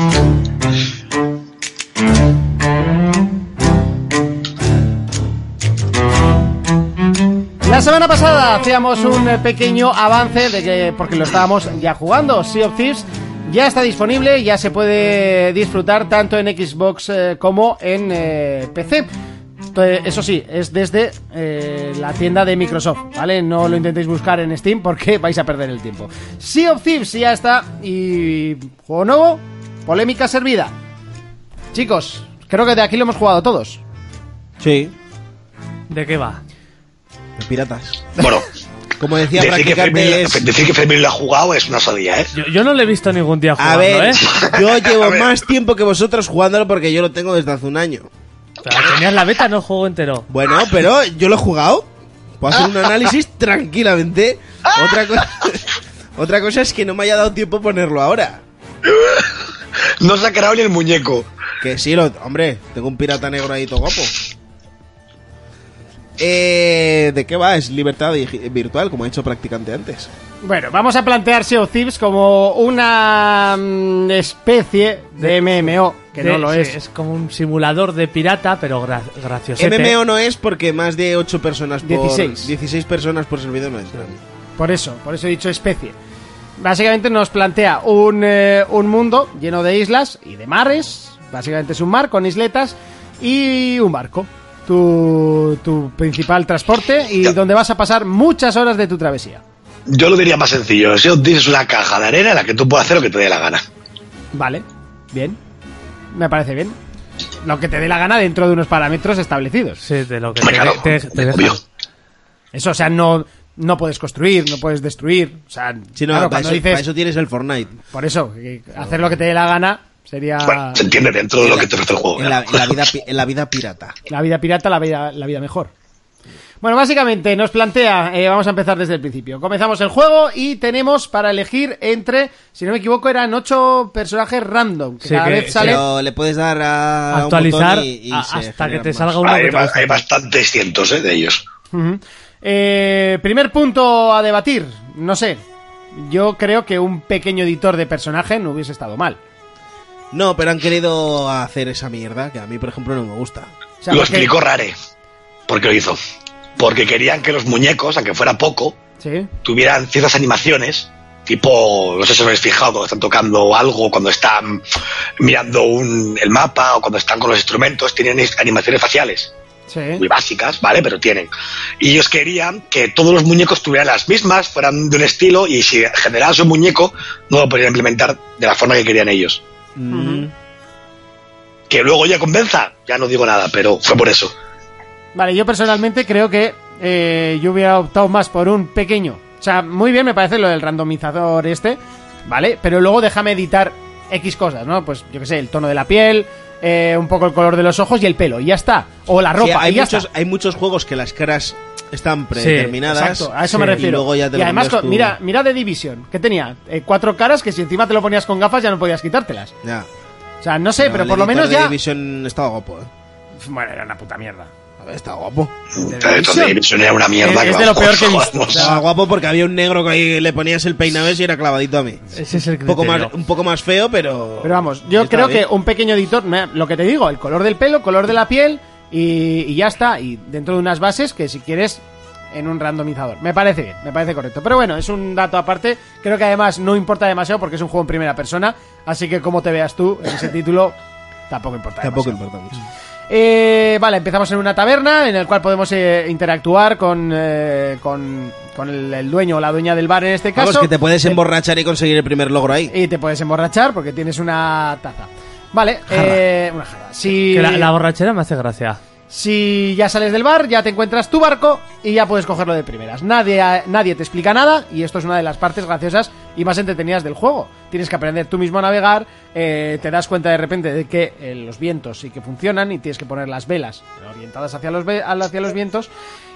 La semana pasada hacíamos un eh, pequeño avance de que, porque lo estábamos ya jugando. Sea of Thieves ya está disponible, ya se puede disfrutar tanto en Xbox eh, como en eh, PC. Entonces, eh, Eso sí, es desde eh, la tienda de Microsoft, ¿vale? No lo intentéis buscar en Steam porque vais a perder el tiempo. Sea of Thieves ya está y juego nuevo, polémica servida. Chicos, creo que de aquí lo hemos jugado todos.
Sí,
¿De qué va?
los piratas.
Bueno,
Como decía
decir que, Fermín,
prácticamente es...
decir que Fermín lo ha jugado es una salida, ¿eh?
Yo, yo no lo he visto ningún día jugando,
A ver,
¿eh?
yo llevo más tiempo que vosotros jugándolo porque yo lo tengo desde hace un año.
Pero tenías la beta, no el juego entero.
Bueno, pero yo lo he jugado. Puedo hacer un análisis tranquilamente. Otra cosa, otra cosa es que no me haya dado tiempo ponerlo ahora.
No se ha creado ni el muñeco.
Que sí, lo- hombre, tengo un pirata negro ahí todo guapo. Eh, ¿De qué va? Es libertad digi- virtual, como ha hecho practicante antes.
Bueno, vamos a plantear Sea of Thieves como una mm, especie de MMO, que
De-
no lo
sí,
es.
Es como un simulador de pirata, pero gra gracioso.
MMO no es porque más de 8 personas por...
16.
16 personas por servidor no entran.
Por eso, por eso he dicho especie. Básicamente nos plantea un, eh, un mundo lleno de islas y de mares. Básicamente es un mar con isletas y un barco. Tu, tu principal transporte y
Ya.
donde vas a pasar muchas horas de tu travesía.
Yo lo diría más sencillo. Si tienes una caja de arena en la que tú puedes hacer lo que te dé la gana.
Vale, bien. Me parece bien. Lo que te dé la gana dentro de unos parámetros establecidos.
Sí, de lo que
Me
te,
cago.
te- te deja.
Obvio.
Eso, o sea, no, no puedes construir, no puedes destruir. O sea,
Si no,
claro,
para,
cuando
eso,
dices.
para eso tienes el Fortnite.
Por eso, que hacer lo que te dé la gana sería.
Bueno, se entiende dentro de lo que te ofrece el juego.
En la, en la vida, pi- en la vida pirata.
La vida pirata, la vida, la vida mejor. Bueno, básicamente nos plantea, eh, vamos a empezar desde el principio. Comenzamos el juego y tenemos para elegir entre, si no me equivoco, eran ocho personajes random. Que
Sí,
cada
que-
vez sale.
Pero le puedes dar a un
Actualizar
botón y- y
a-
se
hasta que
generan
te
más.
salga uno
Hay,
que te
ba-
guste.
hay bastantes cientos eh, de ellos.
Ujú. Eh, primer punto a debatir, no sé. Yo creo que un pequeño editor de personaje no hubiese estado mal.
No, pero han querido hacer esa mierda que a mí, por ejemplo, no me gusta.
O sea,
lo
porque-
explicó Rare. ¿Por qué lo hizo? Porque querían que los muñecos, aunque fuera poco,
Sí.
tuvieran ciertas animaciones, tipo, no sé si os habéis fijado, cuando están tocando algo, cuando están mirando un, el mapa o cuando están con los instrumentos, tienen es- animaciones faciales
Sí.
muy básicas, ¿vale? Pero tienen. Y ellos querían que todos los muñecos tuvieran las mismas, fueran de un estilo y si generabas un muñeco, no lo podían implementar de la forma que querían ellos.
Mm.
Que luego ya convenza, ya no digo nada, pero fue por eso.
Vale, yo personalmente creo que eh, yo hubiera optado más por un pequeño. O sea, muy bien me parece lo del randomizador este, ¿vale? Pero luego déjame editar X cosas, ¿no? Pues yo qué sé, el tono de la piel, eh, un poco el color de los ojos y el pelo, y ya está. O la ropa,
Sí, hay,
y ya
muchos,
está.
hay muchos juegos que las caras están predeterminadas.
Exacto, a eso me
Sí.
refiero.
Y luego ya te lo
además,
mandas
con-
tú.
mira, mira de Division, que tenía Eh, cuatro caras que si encima te lo ponías con gafas ya no podías quitártelas.
Ya.
O sea, no sé, pero por lo menos ya...
División estaba guapo, eh.
Bueno, era una puta mierda.
A ver, estaba guapo.
De hecho, The Division era una mierda. pues,
Es-
que
es de lo
vamos,
peor que he visto.
vamos.
Estaba guapo porque había un negro que ahí le ponías el peinabés y era clavadito a mí.
Ese es el
Un poco,
criterio.
más, un poco más feo, pero.
Pero vamos, yo
está
creo
bien.
que un pequeño editor, me- lo que te digo, el color del pelo, color de la piel y, y ya está. Y dentro de unas bases que si quieres en un randomizador. Me parece bien, me parece correcto. Pero bueno, es un dato aparte. Creo que además no importa demasiado porque es un juego en primera persona. Así que como te veas tú en ese título, tampoco importa.
Tampoco
demasiado.
importa mucho.
Eh, vale, empezamos en una taberna en el cual podemos eh, interactuar con, eh, con, con el, el dueño o la dueña del bar en este caso. Eh,
Vamos, que te puedes emborrachar y conseguir el primer logro ahí.
Y te puedes emborrachar porque tienes una taza. Vale, eh, una jarra. Si,
Que la, la borrachera me hace gracia.
si ya sales del bar, ya te encuentras tu barco y ya puedes cogerlo de primeras. Nadie, eh, nadie te explica nada y esto es una de las partes graciosas y más entretenidas del juego. Tienes que aprender tú mismo a navegar, eh, te das cuenta de repente de que eh, los vientos sí que funcionan y tienes que poner las velas orientadas hacia los, ve- hacia los vientos.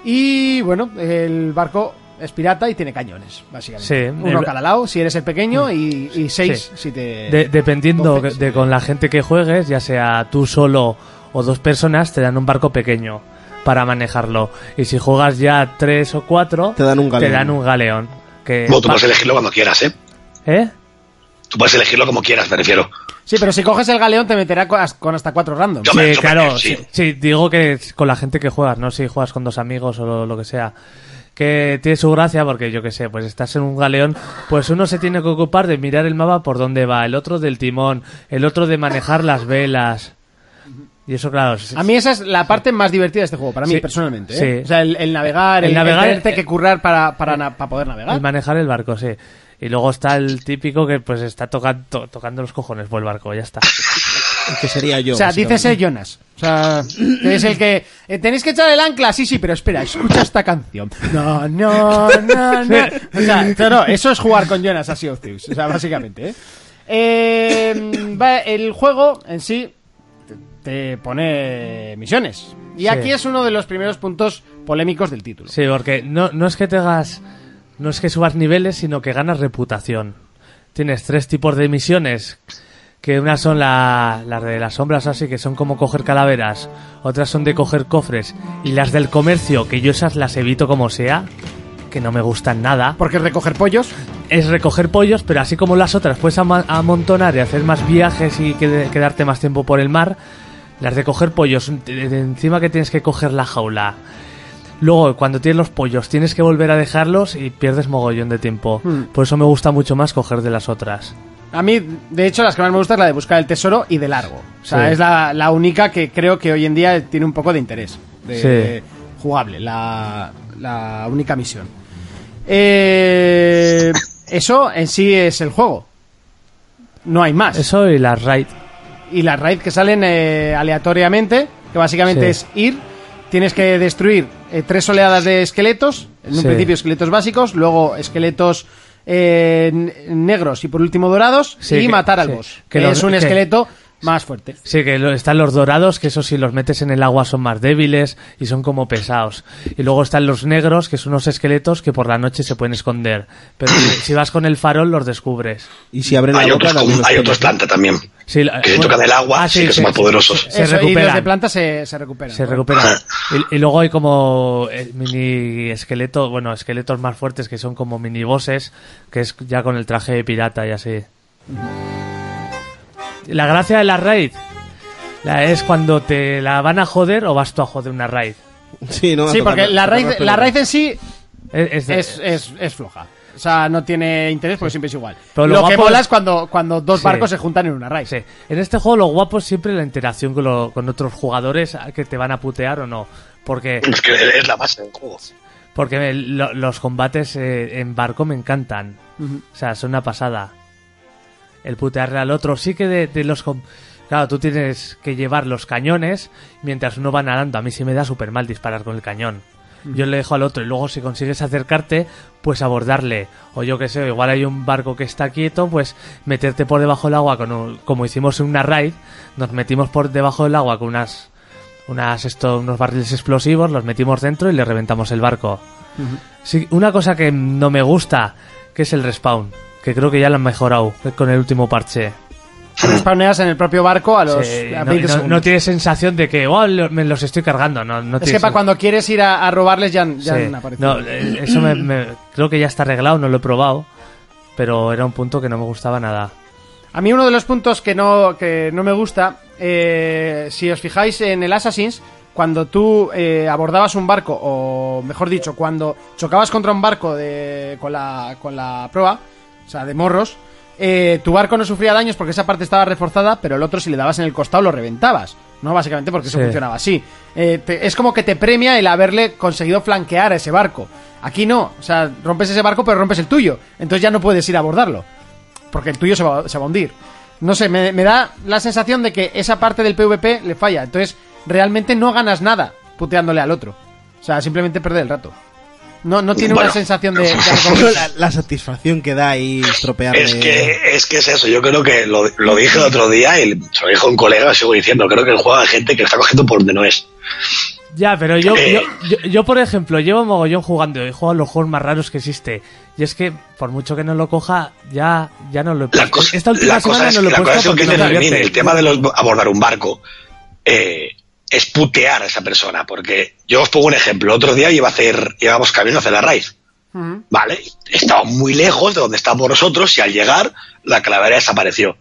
Y bueno, el barco es pirata y tiene cañones, básicamente.
Sí. Mm.
Uno cada lado, si eres el pequeño, y, y seis
Sí.
si te...
Eh,
De- dependiendo
Entonces-
de con la gente que juegues, ya sea tú solo o dos personas, te dan un barco pequeño para manejarlo. Y si juegas ya tres o cuatro, te dan un
galeón.
galeón, que
Bueno, tú puedes elegirlo cuando quieras, ¿eh?
¿Eh?
Tú puedes elegirlo como quieras, me refiero.
Sí, pero si coges el galeón te meterá co- as- con hasta cuatro randoms.
Sí, claro, sí. sí, digo que es con la gente que juegas, no si juegas con dos amigos o lo, lo que sea. Que tiene su gracia porque yo que sé, pues estás en un galeón, pues uno se tiene que ocupar de mirar el mapa por dónde va, el otro del timón, el otro de manejar las velas. Y eso claro, es-
A mí esa es la parte más divertida de este juego, para mí
Sí.
personalmente. ¿eh?
Sí.
O sea, el, el navegar, el,
El
el
navegar-
tenerte que currar para, para, na- para poder navegar.
El manejar el barco, sí. Y luego está el típico que pues está toca- to- tocando los cojones por el barco, ya está.
que sería yo.
o sea, dices el Jonas. O sea, que es el que... eh, Tenéis que echar el ancla, sí, sí, pero espera, escucha esta canción. No, no, no, no. O sea, no, no, eso es jugar con Jonas así of Thieves, o sea, básicamente. ¿eh? Eh, va, el juego en sí te pone misiones. Y
Sí.
aquí es uno de los primeros puntos polémicos del título.
Sí, porque no, no es que te hagas, no es que subas niveles, sino que ganas reputación. Tienes tres tipos de misiones, que unas son la- las de las sombras así, que son como coger calaveras, otras son de coger cofres, y las del comercio, que yo esas las evito como sea, que no me gustan nada.
¿Porque recoger pollos?
Es recoger pollos, pero así como las otras puedes ama- amontonar y hacer más viajes y qued- quedarte más tiempo por el mar, las de coger pollos, de- de encima que tienes que coger la jaula, Luego, cuando tienes los pollos, tienes que volver a dejarlos y pierdes mogollón de tiempo.
Hmm.
Por eso me gusta mucho más coger de las otras.
A mí, de hecho, las que más me gusta es la de buscar el tesoro y de largo. O sea,
Sí.
es la, la única que creo que hoy en día tiene un poco de interés. de-
Sí.
de jugable, la, la única misión. Eh, eso en sí es el juego. No hay más.
Eso y las raid.
Y las raids que salen eh, aleatoriamente, que básicamente
Sí.
es ir, tienes que destruir eh, tres oleadas de esqueletos, en un
Sí.
principio esqueletos básicos, luego esqueletos eh, n- negros y por último dorados,
Sí,
y
que-
matar al
sí.
boss,
Que
que,
los-
es un
que-
esqueleto más fuerte.
Sí, que lo- están los dorados, que eso si los metes en el agua son más débiles y son como pesados. Y luego están los negros, que son unos esqueletos que por la noche se pueden esconder. Pero si, si vas con el farol los descubres.
Y si abren
Hay
la boca,
otros,
también
con-
los
hay
pegan.
otros planta también.
Sí, la-
Que
bueno,
tocan el agua,
ah,
sí,
sí,
que
sí,
son más
sí,
poderosos. Ah.
sí, sí. Se
Eso, Y los de
recuperan.
planta se, se recuperan.
Se recuperan. Y, y luego hay como eh, mini esqueletos, bueno, esqueletos más fuertes que son como mini bosses, que es ya con el traje de pirata y así. La gracia de la raid la es cuando te la van a joder o vas tú a joder una raid.
Sí, no,
Sí,
a tocar
porque
más-
la
a tocar
raid,
más
la
pelotas.
raíz en sí
Es, es-
es, es, es floja. O sea, no tiene interés porque siempre es igual.
Pero lo
lo que
guapo
mola
es-
es cuando, cuando dos
Sí.
barcos se juntan en una raid.
Sí. En este juego lo guapo es siempre la interacción con, lo- con otros jugadores a- que te van a putear o no. Porque
Es que es la base del juego.
Porque el- lo- los combates eh, en barco me encantan. O sea, son una pasada. El putearle al otro. Sí que de, de los... com- Claro, tú tienes que llevar los cañones mientras uno va nadando. A mí sí me da súper mal disparar con el cañón. Yo le dejo al otro y luego si consigues acercarte, pues abordarle. O yo qué sé, igual hay un barco que está quieto, pues meterte por debajo del agua. Con un- como hicimos en una raid, nos metimos por debajo del agua con unas unas esto, unos barriles explosivos, los metimos dentro y le reventamos el barco. Sí, una cosa que no me gusta, que es el respawn, que creo que ya lo han mejorado con el último parche.
Spawneas en el propio barco a los
Sí,
a
no,
20
no-
segundos.
no tiene sensación de que "Oh, lo- me los estoy cargando, no, no
es
tiene
que para
sen-
cuando quieres ir a, a robarles ya, han- ya
Sí,
han aparecido.
no, eh, eso me- me- creo que ya está arreglado, no lo he probado, pero era un punto que no me gustaba nada.
A mí uno de los puntos que no, que no me gusta, eh, si os fijáis en el Assassin's, cuando tú eh, abordabas un barco, o mejor dicho, cuando chocabas contra un barco de, con, la, con la proa, o sea, de morros, eh, tu barco no sufría daños porque esa parte estaba reforzada, pero el otro si le dabas en el costado lo reventabas, ¿no? Básicamente porque eso
Sí.
funcionaba así. Eh, te- es como que te premia el haberle conseguido flanquear a ese barco. Aquí no, o sea, rompes ese barco pero rompes el tuyo, entonces ya no puedes ir a abordarlo porque el tuyo se va, se va a hundir. No sé, me, me da la sensación de que esa parte del PvP le falla. Entonces, realmente no ganas nada puteándole al otro. O sea, simplemente perder el rato. No, no tiene
Bueno.
una sensación de... de
Pero
recompensa.
la, la satisfacción que da ahí estropearle.
Es que, es que es eso, yo creo que lo, lo dije el otro día y se lo dijo un colega, sigo diciendo, creo que el juego hay gente que lo está cogiendo por donde no es.
Ya, pero yo,
Eh.
yo, yo, yo, por ejemplo, llevo mogollón jugando y juego a los juegos más raros que existe. Y es que, por mucho que no lo coja, ya, ya no lo he puesto.
Cosa, Esta última semana es, no lo he la puesto. Cosa es que no termine. el tema de los, abordar un barco eh, es putear a esa persona. Porque yo os pongo un ejemplo. Otro día iba a hacer, íbamos camino hacia la raíz. Uh -huh. ¿Vale? Estaba muy lejos de donde estábamos nosotros y al llegar la calavera desapareció.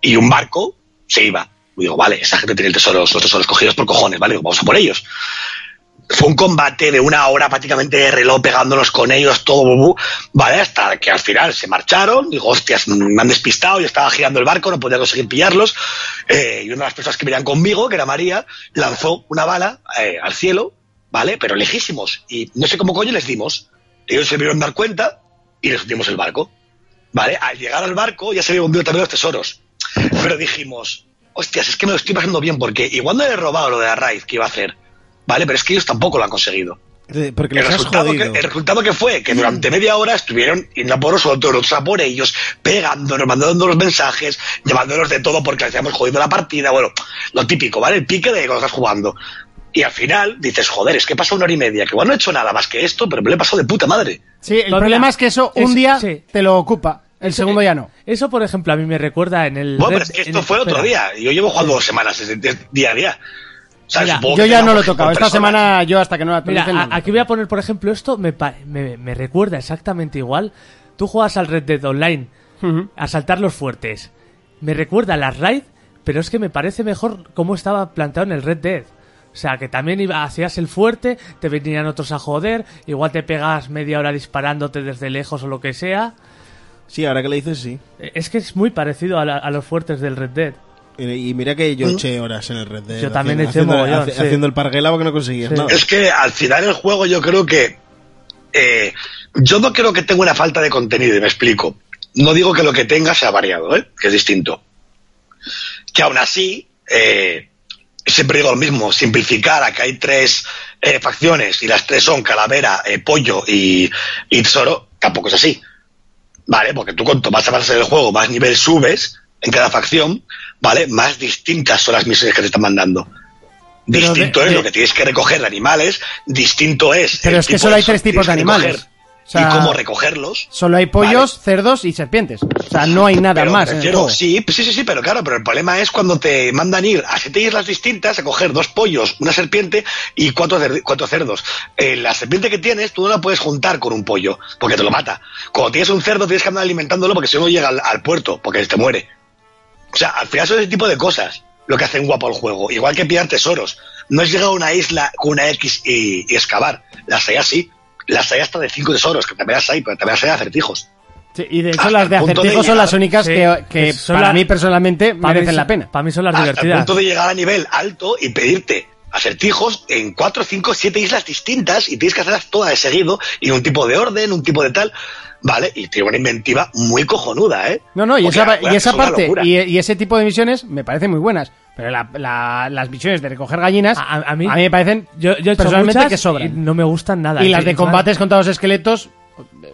Y un barco se iba. Y digo, vale, esa gente tiene el tesoro, los tesoros cogidos por cojones, ¿vale? Digo, vamos a por ellos. Fue un combate de una hora prácticamente de reloj pegándonos con ellos, todo bubú, ¿vale? Hasta que al final se marcharon, digo, hostias, me han despistado, yo estaba girando el barco, no podía conseguir pillarlos. Eh, y una de las personas que venían conmigo, que era María, lanzó una bala eh, al cielo, ¿vale? Pero lejísimos. Y no sé cómo coño les dimos. Ellos se vieron dar cuenta y les dimos el barco. ¿Vale? Al llegar al barco ya se habían hundido también los tesoros. Pero dijimos, hostias, es que me lo estoy pasando bien porque igual no le he robado lo de Arraiz que iba a hacer, ¿vale? Pero es que ellos tampoco lo han conseguido.
De, Eh, porque el,
resultado
has
que, el resultado que fue que durante media hora estuvieron yendo por nosotros, nosotros a por ellos, pegándonos, mandándonos los mensajes, llevándonos de todo porque les habíamos jodido la partida, bueno, lo típico, ¿vale? El pique de cuando estás jugando. Y al final dices, joder, es que pasa una hora y media, que igual no he hecho nada más que esto, pero me lo he pasado de puta madre.
Sí, el problema es que eso un es, día sí. te lo ocupa. El segundo ya no.
Eso, por ejemplo, a mí me recuerda en el.
Bueno, pero es que esto fue espera. otro día. Yo llevo jugando dos semanas, desde, desde día a día.
O sea, Mira, yo ya no lo he tocado. Esta personas. semana yo hasta que no la
Mira,
no.
Aquí voy a poner, por ejemplo, esto me, me, me, recuerda exactamente igual. Tú juegas al Red Dead Online, uh -huh. a saltar los fuertes. Me recuerda a las raid, pero es que me parece mejor cómo estaba planteado en el Red Dead. O sea, que también iba, hacías el fuerte, te venían otros a joder, igual te pegas media hora disparándote desde lejos o lo que sea. E,
Sí, ahora que le dices, sí.
Es que es muy parecido a, la, a los fuertes del Red Dead.
Y, y mira que yo
¿Mm?
eché horas en el Red Dead.
Yo también
haciendo,
eché mogollón,
haciendo, sí. haciendo el parguela porque no conseguías sí. nada.
Es que al final el juego yo creo que... Eh, yo no creo que tenga una falta de contenido, y me explico. No digo que lo que tenga sea variado, ¿eh? que es distinto. Que aún así, eh, siempre digo lo mismo, simplificar a que hay tres eh, facciones y las tres son calavera, eh, pollo y, y tesoro, tampoco es así. ¿vale? Porque tú cuanto más avanzas en el juego, más nivel subes en cada facción, ¿vale? Más distintas son las misiones que te están mandando. Pero distinto de, es de, lo que tienes que recoger de animales, distinto es...
Pero es que solo hay tres tipos de animales.
O sea, y cómo recogerlos.
Solo hay pollos, ¿vale? cerdos y serpientes. O sea, no hay nada
pero
más.
Prefiero, en el juego. Sí, pues sí, sí, sí, pero claro, pero el problema es cuando te mandan ir a siete islas distintas a coger dos pollos, una serpiente y cuatro, cuatro cerdos. Eh, la serpiente que tienes tú no la puedes juntar con un pollo, porque te lo mata. Cuando tienes un cerdo tienes que andar alimentándolo porque si no llega al, al puerto, porque te muere. O sea, al final son ese tipo de cosas lo que hace un guapo el juego. Igual que pillar tesoros. No es llegar a una isla con una X y, y excavar. Las hay así las hay hasta de cinco tesoros, que también las hay, pero también las hay de acertijos.
Sí, y de hecho hasta las de acertijos de son las únicas sí, que, que para la, mí personalmente merecen mí, la pena.
Para mí son las
hasta
divertidas.
el Ah, punto de llegar a nivel alto y pedirte acertijos en cuatro, cinco, siete islas distintas y tienes que hacerlas todas de seguido y un tipo de orden, un tipo de tal. ¿Vale? Y tiene una inventiva muy cojonuda, ¿eh?
No, no, y Porque esa, y esa parte y, y, ese tipo de misiones me parecen muy buenas. Pero la, la, las misiones de recoger gallinas a, a, mí, a mí, me parecen
yo, yo he
personalmente
muchas
que sobran.
Y no me gustan nada. ¿eh?
Y las de combates contra los esqueletos... eh,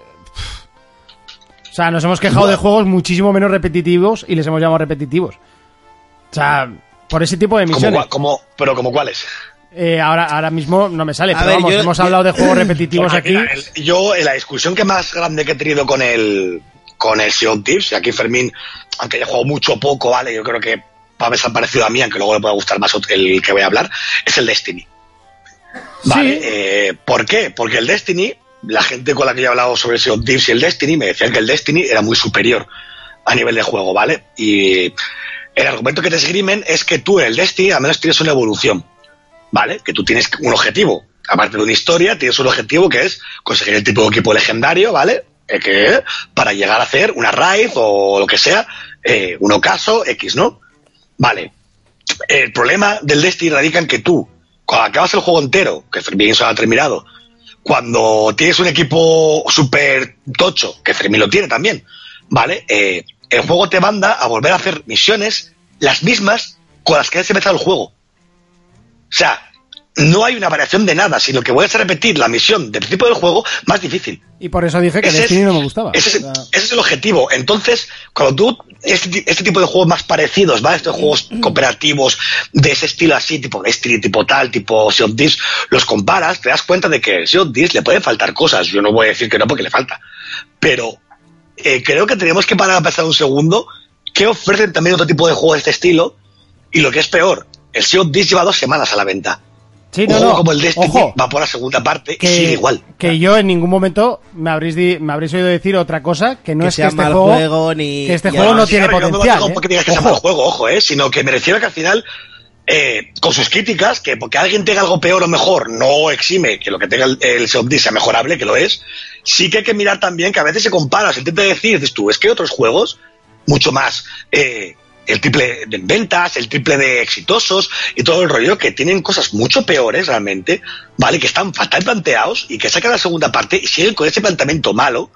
O sea, nos hemos quejado de juegos muchísimo menos repetitivos y les hemos llamado repetitivos. O sea, por ese tipo de misiones.
¿Cómo, cómo, pero como cuáles?
Eh, ahora, ahora mismo no me sale, a pero ver, vamos, yo, hemos yo, hablado de juegos repetitivos aquí.
La, el, yo, en la discusión que más grande que he tenido con el con el Sion Tips, y aquí Fermín, aunque haya jugado mucho poco, vale, yo creo que va a parecido a mí, aunque luego le pueda gustar más el que voy a hablar, es el Destiny. Vale, ¿Sí? eh, ¿por qué? Porque el Destiny, la gente con la que yo he hablado sobre el Sion Tips y el Destiny, me decían que el Destiny era muy superior a nivel de juego, ¿vale? Y el argumento que te esgrimen es que tú en el Destiny al menos tienes una evolución, ¿vale? Que tú tienes un objetivo. Aparte de una historia, tienes un objetivo que es conseguir el tipo de equipo legendario, ¿vale? Eh, que, para llegar a hacer una raid o lo que sea, eh, un ocaso, X, ¿no? Vale. El problema del Destiny radica en que tú, cuando acabas el juego entero, que Fermín se ha terminado, cuando tienes un equipo super tocho, que Fermín lo tiene también, ¿vale? Eh, el juego te manda a volver a hacer misiones, las mismas con las que has empezado el juego. O sea, no hay una variación de nada, sino que vuelves a repetir la misión del principio del juego más difícil.
Y por eso dije que
Ese es-
Destiny no me gustaba.
Ese es,
O sea,
ese es el objetivo. Entonces, cuando tú, este, ti- este tipo de juegos más parecidos, ¿vale? Estos juegos cooperativos de ese estilo así, tipo Destiny, tipo tal, tipo Sea of Thieves, los comparas, te das cuenta de que Sea of Thieves le pueden faltar cosas. Yo no voy a decir que no porque le falta. Pero eh, creo que tenemos que parar a pensar un segundo que ofrecen también otro tipo de juegos de este estilo. Y lo que es peor, el Sea of Thieves lleva dos semanas a la venta.
Sí,
Un
no,
juego
no.
como el Destiny
Ojo.
va por la segunda parte
que,
y sigue igual.
que yo en ningún momento me habréis, di- me habréis oído decir otra cosa que no
Que
es que
sea
este
mal
juego,
juego ni-
que este
y
juego no
además,
tiene
Claro, yo
potencial.
No me
¿eh?
porque digas que sea mal juego, ojo, eh, sino que me refiero a que al final, eh, con sus críticas, que porque alguien tenga algo peor o mejor no exime que lo que tenga el, el Sea of Thieves sea mejorable, que lo es, sí que hay que mirar también que a veces se compara, se intenta decir, dices tú, es que hay otros juegos mucho más... eh, el triple de ventas, el triple de exitosos y todo el rollo que tienen cosas mucho peores realmente, ¿vale? Que están fatal planteados y que sacan la segunda parte y siguen con ese planteamiento malo,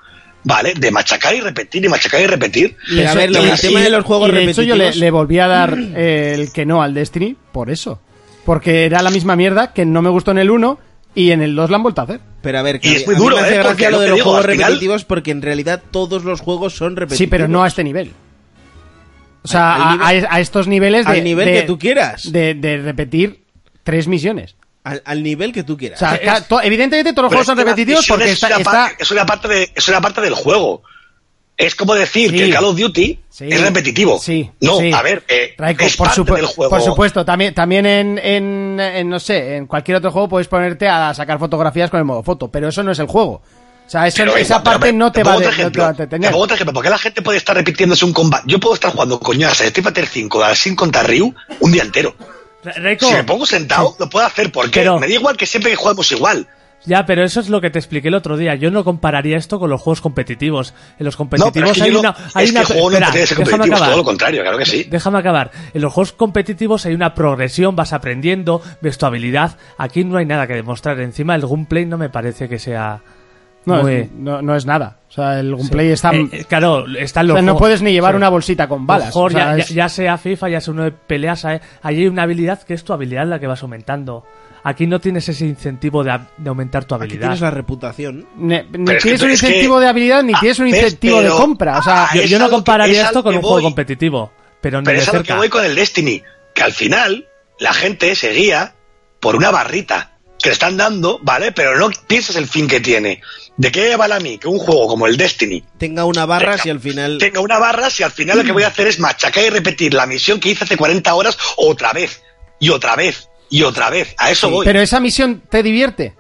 ¿vale? De machacar y repetir y machacar y repetir.
Y
Pero a
eso-
ver, lo-
y-
el tema
y-
de los juegos
y de hecho yo le,
repetitivos-
le volví a dar eh, el que no al Destiny por eso. Porque era la misma mierda que no me gustó en el 1 y en el 2 la han vuelto a hacer.
Pero a ver,
Y
que
es muy
a mí
duro,
me hace
¿eh?
gracia lo
Porque lo
de
que
los
digo,
juegos
al final-
repetitivos porque en realidad todos los juegos son repetitivos.
Sí, pero no a este nivel. O sea,
Al- al
a,
nivel-
a- a estos niveles de...
al nivel
de-
que tú quieras.
De, de repetir tres misiones.
Al, al nivel que tú
O
quieras.
sea, ca- to- evidentemente todos los juegos son
Pero es que las
repetitivos porque
misiones
está...
es una,
está-
parte, es una parte de, es una parte del juego. Es como decir
Sí.
que el Call of Duty
Sí.
es repetitivo.
Sí.
No,
sí.
a ver, eh,
Raiko,
es
por,
parte
supu-
del juego.
por supuesto, también, también en, en- en, no sé, en cualquier otro juego puedes ponerte a sacar fotografías con el modo foto, pero eso no es el juego. O sea, eso-
Pero
esa
igual, pero,
parte
hombre,
no, te
pongo
va de, no
otro
te
ejemplo.
va a entretener.
Te pongo otro ejemplo. ¿Por qué la gente puede estar repitiéndose un combate? Yo puedo estar jugando coñadas de Street Fighter 5 de sin contra Ryu un día entero.
Ra- Raiko,
Si me pongo sentado, lo puedo hacer porque
Pero-
me da igual que siempre que jugamos igual.
ya, pero eso es lo que te expliqué el otro día. Yo no compararía esto con los juegos competitivos. En los
Pues
No, pero
competitivos
es que,
hay
yo
una.
no-
Hay
es que
una
el juego no
espera,
tiene que ser
déjame
competitivo, es
acabar.
todo lo contrario, claro que sí.
Déjame acabar. En los juegos competitivos hay una progresión, vas aprendiendo, ves tu habilidad. Aquí no hay nada que demostrar. Encima el gunplay no me parece que sea.
No,
muy-
es, no, no es nada. O sea, el gameplay está...
Eh, eh, claro, están
o
los
sea, no
juegos-
puedes ni llevar
sí.
una bolsita con balas.
Mejor,
o sea,
ya,
es-
ya- ya sea FIFA, ya sea uno de peleas, ¿eh? ahí hay una habilidad que es tu habilidad la que vas aumentando. Aquí no tienes ese incentivo de, a- de aumentar tu
Aquí
habilidad.
tienes la reputación.
ne- ni
Pero es que
tienes
tú-
un
es que-
incentivo de habilidad ni
Ah,
tienes un
ves,
incentivo de
pero-
compra. O sea,
Ah,
Yo,
es
yo
a
no
lo que-
compararía
es a lo
esto con
que
un juego
voy.
competitivo, pero ni
Pero
de
es a lo que
cerca.
voy con el Destiny, que al final la gente se guía por una barrita que le están dando, ¿vale? Pero no piensas el fin que tiene. ¿De qué vale a mí que un juego como el Destiny
Tenga una barra si al final.
tenga una barra si al final lo que voy a hacer es machacar y repetir la misión que hice hace 40 horas otra vez, y otra vez, y otra vez? A eso voy,
pero esa misión te divierte.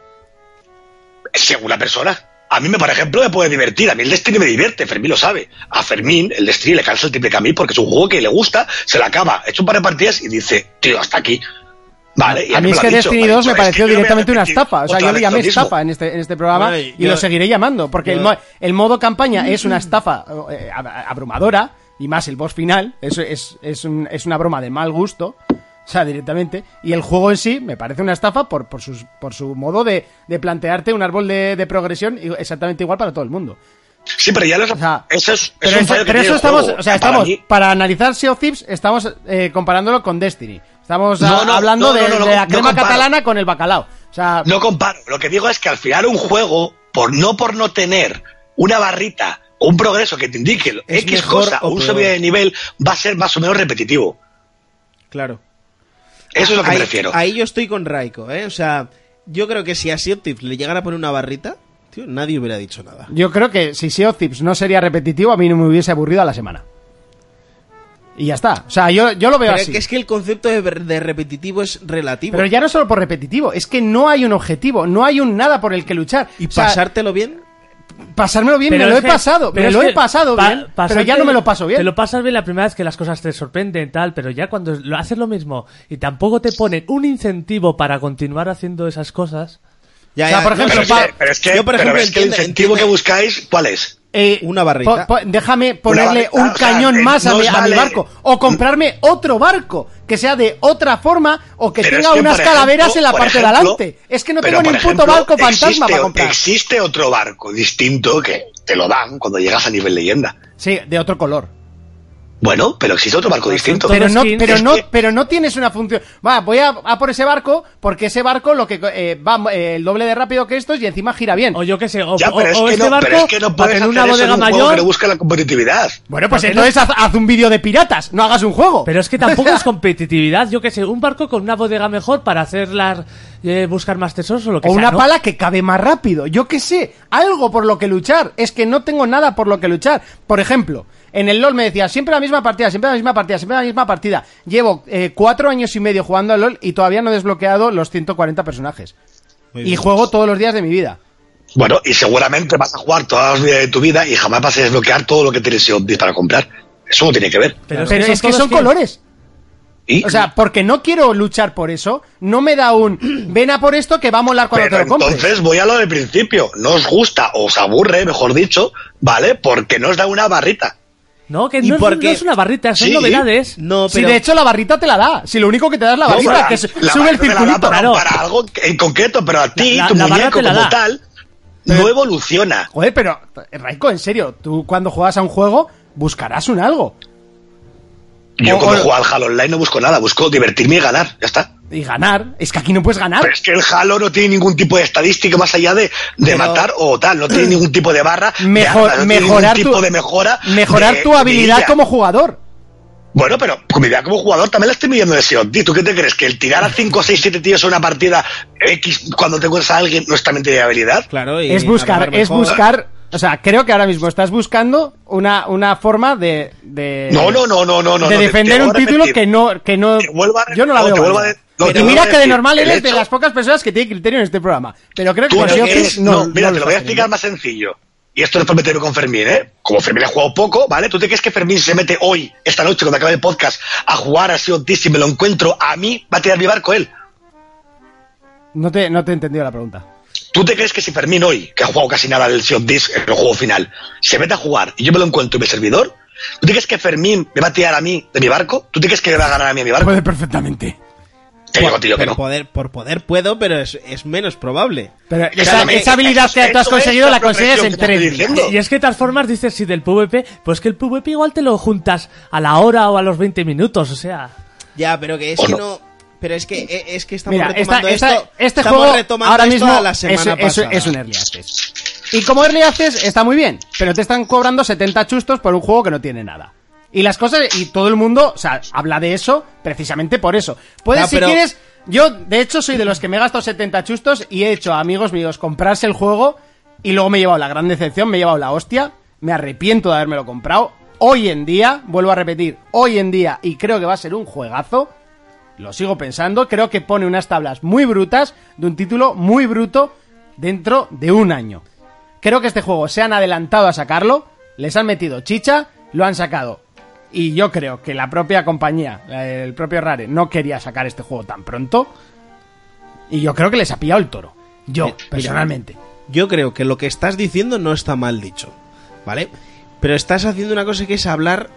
según la persona. A mí, me, por ejemplo, me puede divertir. A mí el Destiny me divierte. Fermín lo sabe. A Fermín el Destiny le cansa el triple que a mí porque es un juego que le gusta, se la acaba, echa un par de partidas y dice, tío, hasta aquí. Vale, y
a mí
me
es
lo
que
ha dicho,
Destiny
ha
2
dicho,
me
"Es que
pareció
yo no voy a
directamente una
repetir
estafa. O sea,
otra
yo le
vez
llamé
lo mismo".
estafa en este, en este programa
Bueno,
y
yo-
lo seguiré llamando, porque el,
yo-
mo- el modo campaña es una estafa eh, ab- abrumadora y más el boss final. Es, es, es, un- es una broma de mal gusto. O sea, directamente. Y el juego en sí me parece una estafa por, por, sus, por su modo de, de plantearte un árbol de, de progresión i- exactamente igual para todo el mundo.
Sí, pero ya lo
O sea,
eso es,
Pero,
es un
eso-
fallo que
pero
tiene
eso
el
estamos,
juego. Ah,
o sea,
Para
estamos,
mí-
para analizar Sea of Thieves, estamos eh, comparándolo con Destiny. Estamos
No,
a-
no,
hablando
no, no,
de,
no, no,
de la
no
crema
comparo.
catalana con el bacalao. O sea,
No comparo. Lo que digo es que al final un juego, por no por no tener una barrita o un progreso que te indique
Es
X
mejor
cosa
o
o un
peor.
subida de nivel, va a ser más o menos repetitivo.
Claro.
Eso es lo que
ahí,
me refiero.
Ahí yo estoy con Raiko, ¿eh? O sea, yo creo que si a Sea of Thieves le llegara a poner una barrita, tío, nadie hubiera dicho nada.
Yo creo que si SEO Tips no sería repetitivo, a mí no me hubiese aburrido a la semana. Y ya está. O sea, yo, yo lo veo
Pero es
así.
que, es que el concepto de, de repetitivo es relativo.
Pero ya no solo por repetitivo, es que no hay un objetivo, no hay un nada por el que luchar.
y
O sea,
pasártelo bien.
pasármelo bien,
Pero
me lo
es
he
que-
pasado,
pero
me
es
lo he
que
pasado
pa-
bien, pero
pasarte-
ya no me lo paso bien.
Te lo pasas bien la primera vez que las cosas te sorprenden, tal, pero ya cuando lo haces lo mismo y tampoco te ponen un incentivo para continuar haciendo esas cosas.
Ya,
O sea,
ya,
por
no,
ejemplo,
pero, es
pa-
que, pero es que-
yo, por
pero
ejemplo,
es que el
entiendo-
incentivo que
entiendo-
buscais, ¿cuál es?
Eh,
Una barrita.
po- po- déjame ponerle
barrita,
un
o sea,
cañón
eh,
más a,
no
mi,
os
a mi
vale-
barco. O comprarme otro barco que sea de otra forma o que
Pero
tenga
es que,
unas
por
calaveras
ejemplo-
en la
por
parte de
ejemplo-
adelante. Es que no
pero,
tengo ni
por
un puto
ejemplo,
barco fantasma
existe
para
o-
comprar.
Existe otro barco distinto que te lo dan cuando llegas a nivel leyenda.
Sí, de otro color.
Bueno, pero existe otro barco distinto.
Pero no, pero no, pero no tienes una función. Va, voy a, a por ese barco porque ese barco lo que eh, va eh, el doble de rápido que estos y encima gira bien.
O yo qué sé, o,
Ya,
o-
pero es
o
que
este
no-
barco
pero es que no puedes
en
hacer
una
eso
bodega
en un juego
mayor.
que no busca la competitividad.
Bueno, pues
Porque
entonces
no-
haz, haz un vídeo de piratas, no hagas un juego.
Pero es que tampoco es competitividad, yo qué sé, un barco con una bodega mejor para hacer las, eh, buscar más tesoros o lo que
o
sea.
una
¿no?
pala que cabe más rápido. Yo qué sé, algo por lo que luchar. Es que no tengo nada por lo que luchar. Por ejemplo, en el LOL me decía siempre la misma partida, siempre la misma partida, siempre la misma partida. Llevo eh, cuatro años y medio jugando al LOL y todavía no he desbloqueado los 140 personajes.
Muy
Y
bien.
juego todos los días de mi vida.
Bueno, y seguramente vas a jugar todas las vidas de tu vida y jamás vas a desbloquear todo lo que tienes optis para comprar. Eso no tiene que ver.
Pero,
Pero es que
todos
son
cien.
colores.
¿Y?
O sea, porque no quiero luchar por eso, no me da un ven a por esto que va a molar cuando
Pero
te lo compres.
entonces voy a lo del principio. No os gusta, o os aburre, mejor dicho, ¿vale? Porque no os da una barrita.
No, que
¿Y
no, es-
por qué?
no es una barrita, son
Sí.
novedades.
No,
Si
pero.
de hecho la barrita te la da, si lo único que te da es la
No,
barrita,
para-
que su-
la
sube el
barra te la da
circulito.
Para,
Claro.
para algo en concreto, pero a ti,
La-
tu
la barra
muñeco
te la
como
da.
tal, no evoluciona.
Joder, pero Raico, en serio, tú cuando juegas a un juego buscarás un algo
Yo
O-
cuando
o-
juego al Halo Online no busco nada, busco divertirme y ganar, ya está.
y ganar. Es que aquí no puedes ganar.
Pero es que el Halo no tiene ningún tipo de estadística más allá de, de matar o tal, no tiene ningún tipo de barra, de
Mejor-
armas, no tiene
mejorar
ningún
tu,
tipo de mejora,
mejorar
de-
tu
de
habilidad
ella.
como jugador.
Bueno, pero mi vida como jugador también la estoy midiendo de COD. ¿Tú qué te crees? ¿Que el tirar a 5, 6, 7 tíos en una partida
¿Eh?
X cuando te encuentras a alguien no es también de habilidad?
Claro, y
Es buscar,
armar
es
mejor.
buscar. O sea, creo que ahora mismo estás buscando una, una forma de, de-
No, no, no, no, no. no,
de
no, te-
defender
te
un
voy a
título
repetir.
que no, que no.
Te vuelvo a re-
Yo no la
no,
veo.
te vuelvo
válida.
a re- no, te
y
vuelvo
mira
a
que de
decir,
normal
el
eres de
hecho-
las pocas personas que tiene criterio en este programa. Pero creo que
Tú
con
no
Siotis
eres-
no,
no, mira,
no
te lo
lo
voy a
estás
explicar más sencillo. Y esto no es por meterme con Fermín, ¿eh? Como Fermín ha jugado poco, ¿vale? ¿Tú te crees que Fermín se mete hoy, esta noche, cuando acabe el podcast, a jugar a COD? Si me lo encuentro, a mí va a tirar mi barco él.
teniendo. no te, no te he entendido la pregunta.
¿Tú te crees que si Fermín hoy, que ha jugado casi nada del Sea of Thieves, el juego final, se mete a jugar y yo me lo encuentro en mi servidor? ¿Tú te crees que Fermín me va a tirar a mí de mi barco? ¿Tú te crees que me va a ganar a mí a mi barco?
Puede perfectamente.
Te digo, tío, que
por
no.
Poder, por poder puedo, pero es, es menos probable.
Pero esa,
Escúchame,
esa habilidad
eso
que tú has
es
conseguido la consigues
progresión
en
que te
tres
estoy
días.
diciendo.
Y es que de todas formas dices, si del PvP, pues que el PvP igual te lo juntas a la hora o a los 20 minutos, o sea...
Ya, pero que es
O
que
no.
no. Pero es que, eh, es que estamos
Mira, esta-
retomando
esta-
esto.
este
estamos
juego
retomando
ahora
esto
mismo
a la
es,
semana
es-
pasada.
es un early access. Y como early access está muy bien, pero te están cobrando 70 chustos por un juego que no tiene nada. Y las cosas, y todo el mundo, o sea, habla de eso precisamente por eso. Puedes,
Ya,
si
pero-
quieres, yo de hecho soy de los que me he gastado 70 chustos y he hecho a amigos míos comprarse el juego y luego me he llevado la gran decepción, me he llevado la hostia, me arrepiento de habérmelo comprado. Hoy en día, vuelvo a repetir, hoy en día, y creo que va a ser un juegazo, lo sigo pensando, creo que pone unas tablas muy brutas de un título muy bruto dentro de un año. Creo que este juego se han adelantado a sacarlo, les han metido chicha, lo han sacado. Y yo creo que la propia compañía, el propio Rare, no quería sacar este juego tan pronto. Y yo creo que les ha pillado el toro. Yo,
Mira,
personalmente.
Yo creo que lo que estás diciendo no está mal dicho, ¿vale? Pero estás haciendo una cosa que es hablar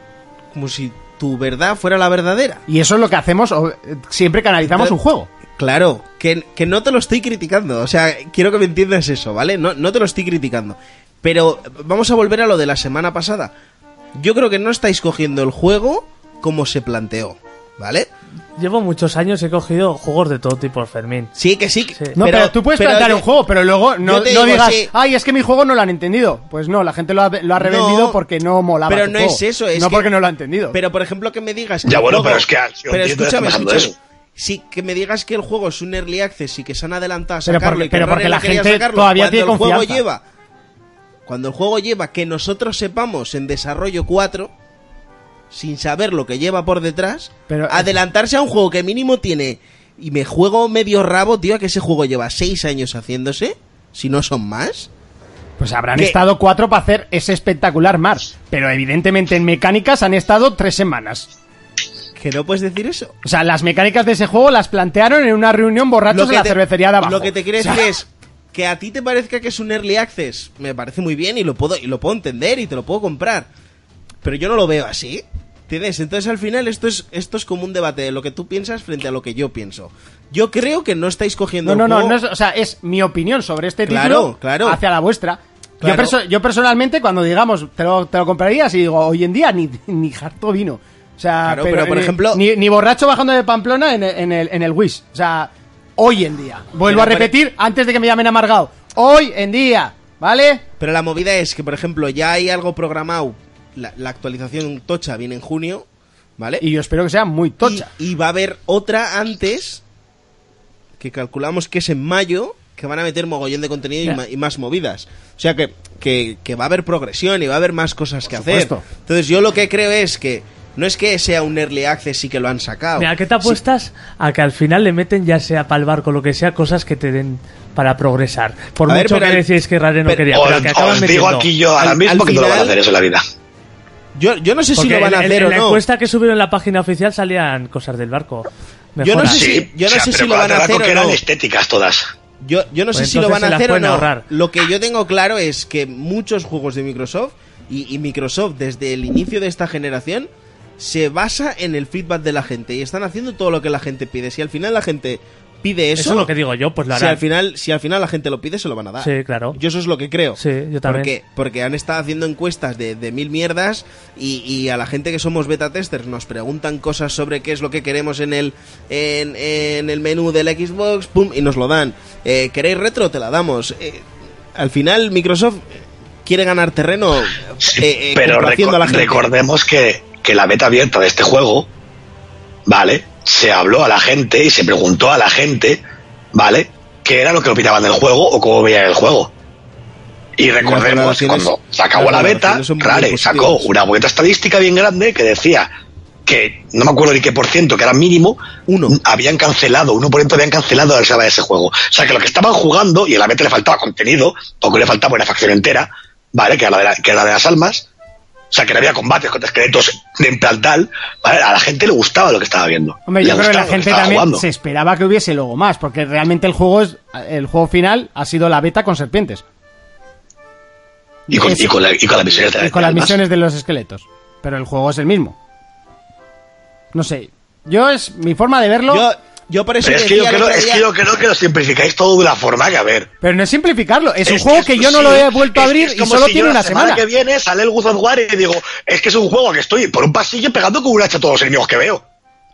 como si tu verdad fuera la verdadera.
Y eso es lo que hacemos o- eh, siempre que analizamos un juego.
Claro, que, que no te lo estoy criticando. O sea, quiero que me entiendas eso, ¿vale? No, no te lo estoy criticando. Pero vamos a volver a lo de la semana pasada. Yo creo que no estáis cogiendo el juego como se planteó, ¿vale?
Llevo muchos años y he cogido juegos de todo tipo, Fermín.
Sí, que sí.
Sí.
No, pero, tú puedes
pero
plantear
yo-
un juego, pero luego no,
yo te
no
digo,
digas,
sí.
ay, es que mi juego no lo han entendido. Pues no, la gente lo ha, lo ha revendido
No,
porque no molaba.
Pero
tu
no
juego.
es eso, es
No
que-
porque no lo ha entendido.
Pero por ejemplo que me digas
Ya,
el
bueno,
juego-
pero es que al- si
pero
entiendo,
escúchame,
está pasando
escúchame.
eso.
Sí, que me digas que el juego es un early access y que se han adelantado a
Pero
sacarlo
porque-
y que
pero
Rare
porque
no
la
quería
gente
sacarlo,
todavía
cuando
tiene
el juego
confianza.
lleva cuando el juego lleva que nosotros sepamos en desarrollo 4 sin saber lo que lleva por detrás,
Pero-
adelantarse a un juego que mínimo tiene y me juego medio rabo, tío, a que ese juego lleva 6 años haciéndose, si no son más.
Pues habrán
¿Qué?
estado cuatro para hacer ese espectacular mar. Pero evidentemente en mecánicas han estado tres semanas.
Que no puedes decir eso.
O sea, las mecánicas de ese juego las plantearon en una reunión borrachos
Lo
en
que
la
te-
cervecería de abajo.
Lo que te quiero
O sea,
decir es que a ti te parezca que es un early access, me parece muy bien y lo puedo y lo puedo entender y te lo puedo comprar. Pero yo no lo veo así. ¿Entiendes? Entonces al final esto es esto es como un debate de lo que tú piensas frente a lo que yo pienso. Yo creo que no estáis cogiendo
No, no,
el
no,
juego-
no es- o sea, es mi opinión sobre este
Claro,
título
claro.
hacia la vuestra. Yo, perso- yo personalmente, cuando digamos, te lo, te lo comprarías y digo, hoy en día ni, ni harto vino. O sea,
Claro, pero, por
ni-
ejemplo-
Ni, ni borracho bajando de Pamplona en el, en el, en el Wish. O sea, hoy en día. Vuelvo
Pero
a
pare-
repetir antes de que me llamen amargado. Hoy en día, ¿vale?
Pero la movida es que, por ejemplo, ya hay algo programado. La, la actualización tocha viene en junio, ¿vale?
Y yo espero que sea muy tocha.
Y, y va a haber otra antes, que calculamos que es en mayo, que van a meter mogollón de contenido y,
Ya.
ma- y más movidas. O sea que, que, que va a haber progresión y va a haber más cosas que hacer.
supuesto.
Entonces yo lo que creo es que no es que sea un early access y que lo han sacado.
Mira, ¿qué te
Sí,
apuestas a que al final le meten, ya sea para el barco lo que sea, cosas que te den para progresar? Por
A ver,
mucho
pero
que
al-
decís que Rare no
pero-
quería,
Os,
pero que acaban
os digo
metiendo.
aquí yo ahora
Al-
mismo
al
que no lo van a
final-
hacer eso en la vida.
Yo, yo no sé si
Porque
lo van a
en-
hacer
en
o
la
no.
encuesta que subieron en la página oficial salían cosas del barco.
Yo no
Mejoras.
sé si- yo no sé
pero
si lo
con
van a
Tabaco
hacer o
que eran
no.
estéticas todas.
Yo, yo no
Pues
sé si lo
entonces
van
se
a
las
hacer o
pueden
no.
ahorrar.
Lo que yo tengo claro es que muchos juegos de Microsoft y, y Microsoft desde el inicio de esta generación se basa en el feedback de la gente y están haciendo todo lo que la gente pide. Si al final la gente pide eso,
Eso es lo que digo yo, pues lo
si
harán.
al final si al final la gente lo pide se lo van a dar.
Sí, claro.
Yo eso es lo que creo.
Sí, yo también.
Porque, porque han estado haciendo encuestas de, de mil mierdas y, y a la gente que somos beta testers nos preguntan cosas sobre qué es lo que queremos en el, en, en el menú del Xbox, pum, y nos lo dan. Eh, ¿Queréis retro? Te la damos. Eh, al final Microsoft eh, quiere ganar terreno
Sí,
eh, eh,
pero
complaciendo
reco-
a la gente.
recordemos que, que la beta abierta de este juego, ¿vale? Se habló a la gente y se preguntó a la gente, ¿vale? ¿Qué era lo que opinaban del juego o cómo veían el juego? Y recordemos,
valoraciones-
cuando se acabó
las
la beta,
valoraciones son muy
Rare
positivas.
sacó una boleta estadística bien grande que decía que no me acuerdo ni qué por ciento, que era mínimo,
Uno.
habían cancelado, uno por ciento habían cancelado el de ese juego. O sea que lo que estaban jugando, y a la beta le faltaba contenido, o que le faltaba una facción entera, ¿vale? Que era la de, la- que era la de las almas, o sea que no había combates contra esqueletos de en plan tal, ¿vale? A la gente le gustaba lo que estaba viendo.
Hombre, yo
Le
creo que la
gustaba lo
gente
estaba
también
jugando.
se esperaba que hubiese luego más, porque realmente el juego es el juego final ha sido la beta con serpientes
Y con,
es-
y con la- y con las misiones de la-
y con las
además.
misiones de los esqueletos, pero el juego es el mismo. No sé, yo es mi forma de verlo,
Yo, yo por eso
Pero es que, yo
decía el
creo,
otro
es que
día-
yo creo que lo simplificáis todo de una forma que, a ver,
pero no es simplificarlo, es, un
Es
juego
es-
que, yo no
sí,
lo he vuelto a
es-
abrir
es
y
como
solo
si
tiene
yo
una
la semana.
semana.
que viene sale el God of War y digo, es que es un juego que estoy por un pasillo pegando con un hacha a todos los enemigos que veo.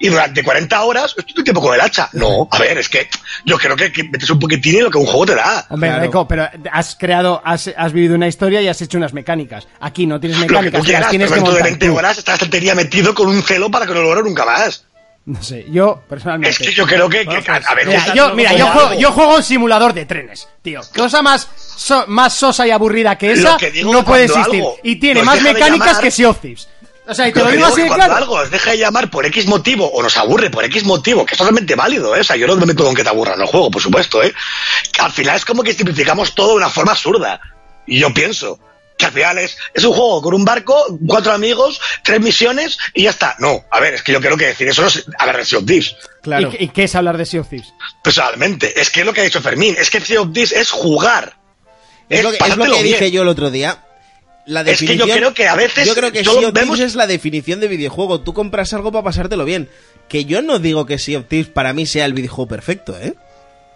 Y durante 40 horas estoy todo el tiempo con el hacha. No, a ver, es que yo creo que, que metes un poquitín en lo que un juego te da.
Hombre,
Claro.
Reco, pero has creado, has, has vivido una historia y has hecho unas mecánicas. Aquí no tienes
Lo que tú
mecánicas, las
quieras, pero
tienes que
dentro de
montar
20
tú.
horas estás estantería metido con un celo para que no lo logro nunca más.
No sé, yo personalmente.
Es que yo creo que, que- a, a ver,
pues, Mira,
que-
yo, mira, yo
como
juego,
algo.
yo juego un simulador de trenes, tío. Cosa más, so- más sosa y aburrida que esa
Lo que digo
no
que
puede
cuando
existir.
algo
Y tiene
nos
más
deja de
mecánicas
llamar-
que Sea of Thieves. O sea, y te lo,
Lo que
digo
digo
así
que
de
cuando
claro.
algo nos deja de llamar por X motivo o nos aburre por X motivo, que es totalmente válido, ¿eh? o sea, yo no me meto con que te aburran el juego, por supuesto, ¿eh? Que al final es como que simplificamos todo de una forma absurda. Y yo pienso que al final es, es un juego con un barco, cuatro amigos, tres misiones y ya está. No, a ver, es que yo creo que decir eso no es agarrar Sea of Thieves.
Claro.
¿Y, y qué es hablar de Sea of Thieves?
Personalmente, es que es lo que ha dicho Fermín, es que Sea of Thieves es jugar.
Es lo que, es lo
pasártelo
que
bien.
dije yo el otro día. La
Es que yo
definición,
creo que a veces
Yo creo que
yo
Sea
lo
of Thieves
vemos-
es la definición de videojuego. Tú compras algo para pasártelo bien. Que yo no digo que Sea of Thieves para mí sea el videojuego perfecto, ¿eh?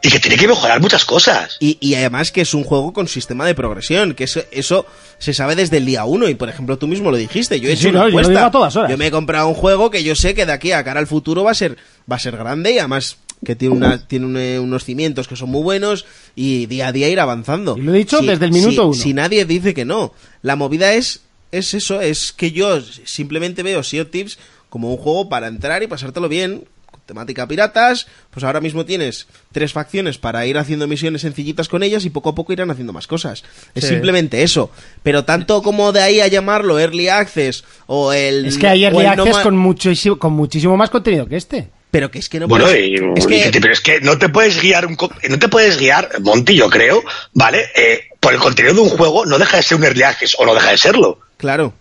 Y que tiene que mejorar muchas cosas.
Y, y además que es un juego con sistema de progresión, que eso, eso se sabe desde el día uno. Y por ejemplo, tú mismo lo dijiste. Yo he
Sí,
hecho
sí,
una
no, yo lo
apuesta.
digo a todas horas.
Yo me he comprado un juego que yo sé que de aquí a cara al futuro va a ser, va a ser grande y además que tiene, una, tiene un, eh, unos cimientos que son muy buenos y día a día ir avanzando.
Y lo he dicho desde el minuto
si-
uno.
Si nadie dice que no. La movida es, es eso, es que yo simplemente veo Sea of Thieves como un juego para entrar y pasártelo bien, con temática piratas, pues ahora mismo tienes tres facciones para ir haciendo misiones sencillitas con ellas y poco a poco irán haciendo más cosas. Es
Sí.
simplemente eso. Pero tanto como de ahí a llamarlo Early Access o el...
Es que hay
o
Early
el no
Access
ma-
con muchísimo, con muchísimo más contenido que este.
Pero que es que no
Bueno,
puedes-
y-
es
y
que-
que te- pero es que no te puedes guiar un co- no te puedes guiar, Monty, yo creo, ¿vale? Eh, por el contenido de un juego no deja de ser un early access, o no deja de serlo.
Claro.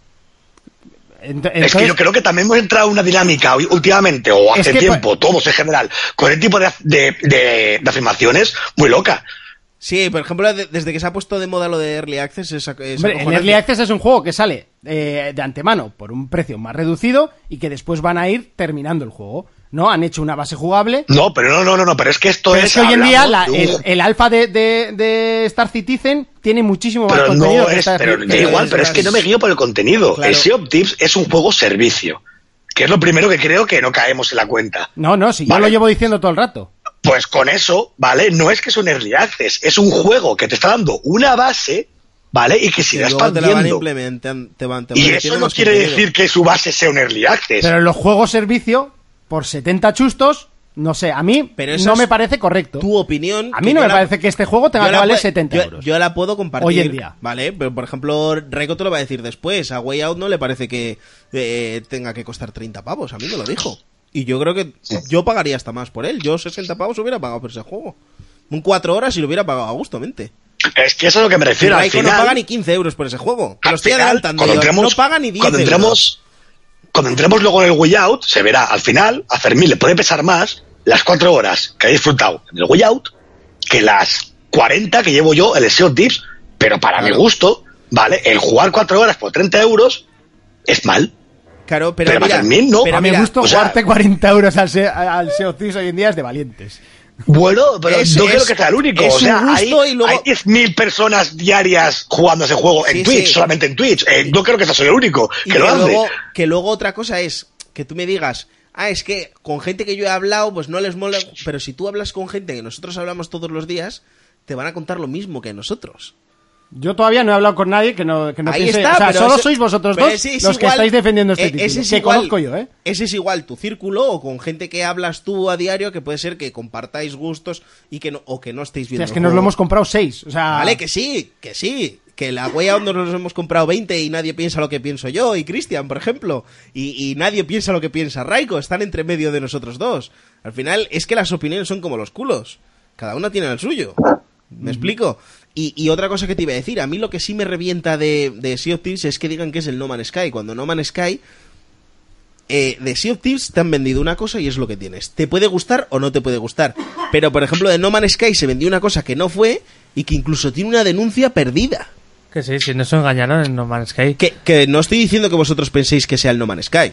Ento-
es que
entonces-
yo creo que también hemos entrado en una dinámica hoy- últimamente, o
Es
hace
que
tiempo, todos en general, con el tipo de, af- de- de- de afirmaciones muy loca.
Sí, por ejemplo, de- desde que se ha puesto de moda lo de Early Access es, ac- es
Hombre, el
acojonante.
Early Access es un juego que sale eh, de antemano por un precio más reducido y que después van a ir terminando el juego. ¿no? Han hecho una base jugable.
No, pero no, no, no, no, pero es que esto
Pero
es.
es que hoy en día la-
hablamos de
el,
un-
el alfa de, de- de Star Citizen tiene muchísimo más
Pero
contenido
no
que
es,
Star
pero da
Citizen.
igual, pero es que no me guío por el contenido.
Claro.
El Sea of Thieves es un juego servicio, que es lo primero que creo que no caemos en la cuenta.
No, no, si yo
Vale.
lo llevo diciendo todo el rato.
Pues con eso, ¿vale? No es que es un early access, es un juego que te está dando una base, ¿vale? Y que
Y
se va
luego te la van
expandiendo.
implementando. Te van, te van
Y eso
metiendo
no
más
quiere
contenido.
decir que su base sea un early access.
Pero en los juegos servicio, por 70 chustos, no sé, a mí
Pero esa
no
es
me parece correcto.
tu opinión.
A
que
mí no
yo
me
la-
parece que este juego tenga
yo
que
la
valer
pu-
70
yo,
euros.
yo la puedo compartir.
Hoy en día.
Vale, pero por ejemplo, Reiko te lo va a decir después. A Way Out no le parece que eh, tenga que costar 30 pavos. A mí me lo dijo. Y yo creo que yo pagaría hasta más por él. Yo 60 pavos hubiera pagado por ese juego. Un 4 horas y lo hubiera pagado a gusto, mente.
Es que eso es a lo que me refiero. Al
Raiko no
final,
paga ni 15 euros por ese juego. Te
al
lo estoy
final,
adelantando.
cuando
yo.
entremos-
no paga ni 10
cuando
euros.
entremos, cuando entremos luego en el Way Out, se verá al final a Fermín le puede pesar más las cuatro horas que ha disfrutado en el Way Out que las 40 que llevo yo en el SEO Tips. Pero para mi gusto, ¿vale? El jugar cuatro horas por 30 euros es mal.
Claro, pero,
Pero
mira,
Fermín no.
pero
a mi
mira,
gusto,
o sea-
jugarte 40 euros al, se- al Sea of Thieves hoy en día es de valientes.
Bueno, pero
Es-
no
es-
creo que sea el único.
es
o sea,
un gusto
hay,
y luego-
hay 10.000 personas diarias jugando ese juego en
Sí,
Twitch,
sí.
solamente en Twitch. Eh, no creo que sea soy el único
Y
que, lo hace.
luego, que luego otra cosa es que tú me digas, ah, es que con gente que yo he hablado, pues no les mola. Pero si tú hablas con gente que nosotros hablamos todos los días, te van a contar lo mismo que nosotros.
Yo todavía no he hablado con nadie que no, que no
Ahí
piense.
está,
o sea,
pero
solo
ese-
sois vosotros
pero
dos los
ese es
que
igual-
estáis defendiendo este
eh,
título.
ese es
que
igual-
conozco yo, ¿eh?
Ese es igual tu círculo o con gente que hablas tú a diario, que puede ser que compartáis gustos y que no, o que no estéis
O
viendo.
sea, es
el
que nos lo
juego.
hemos comprado seis. O sea,
Vale, que sí, que sí. Que la Way Out nos los hemos comprado 20 y nadie piensa lo que pienso yo y Cristian, por ejemplo. Y, y nadie piensa lo que piensa Raiko. Están entre medio de nosotros dos. Al final es que las opiniones son como los culos. Cada una tiene el suyo. ¿Me explico? Y, y otra cosa que te iba a decir. A mí lo que sí me revienta de, de Sea of Thieves es que digan que es el No Man's Sky. Cuando No Man's Sky... eh, de Sea of Thieves te han vendido una cosa y es lo que tienes. Te puede gustar o no te puede gustar. Pero, por ejemplo, de No Man's Sky se vendió una cosa que no fue y que incluso tiene una denuncia perdida.
Que sí, si nos engañaron en No Man's Sky.
Que, que no estoy diciendo que vosotros penséis que sea el No Man's Sky.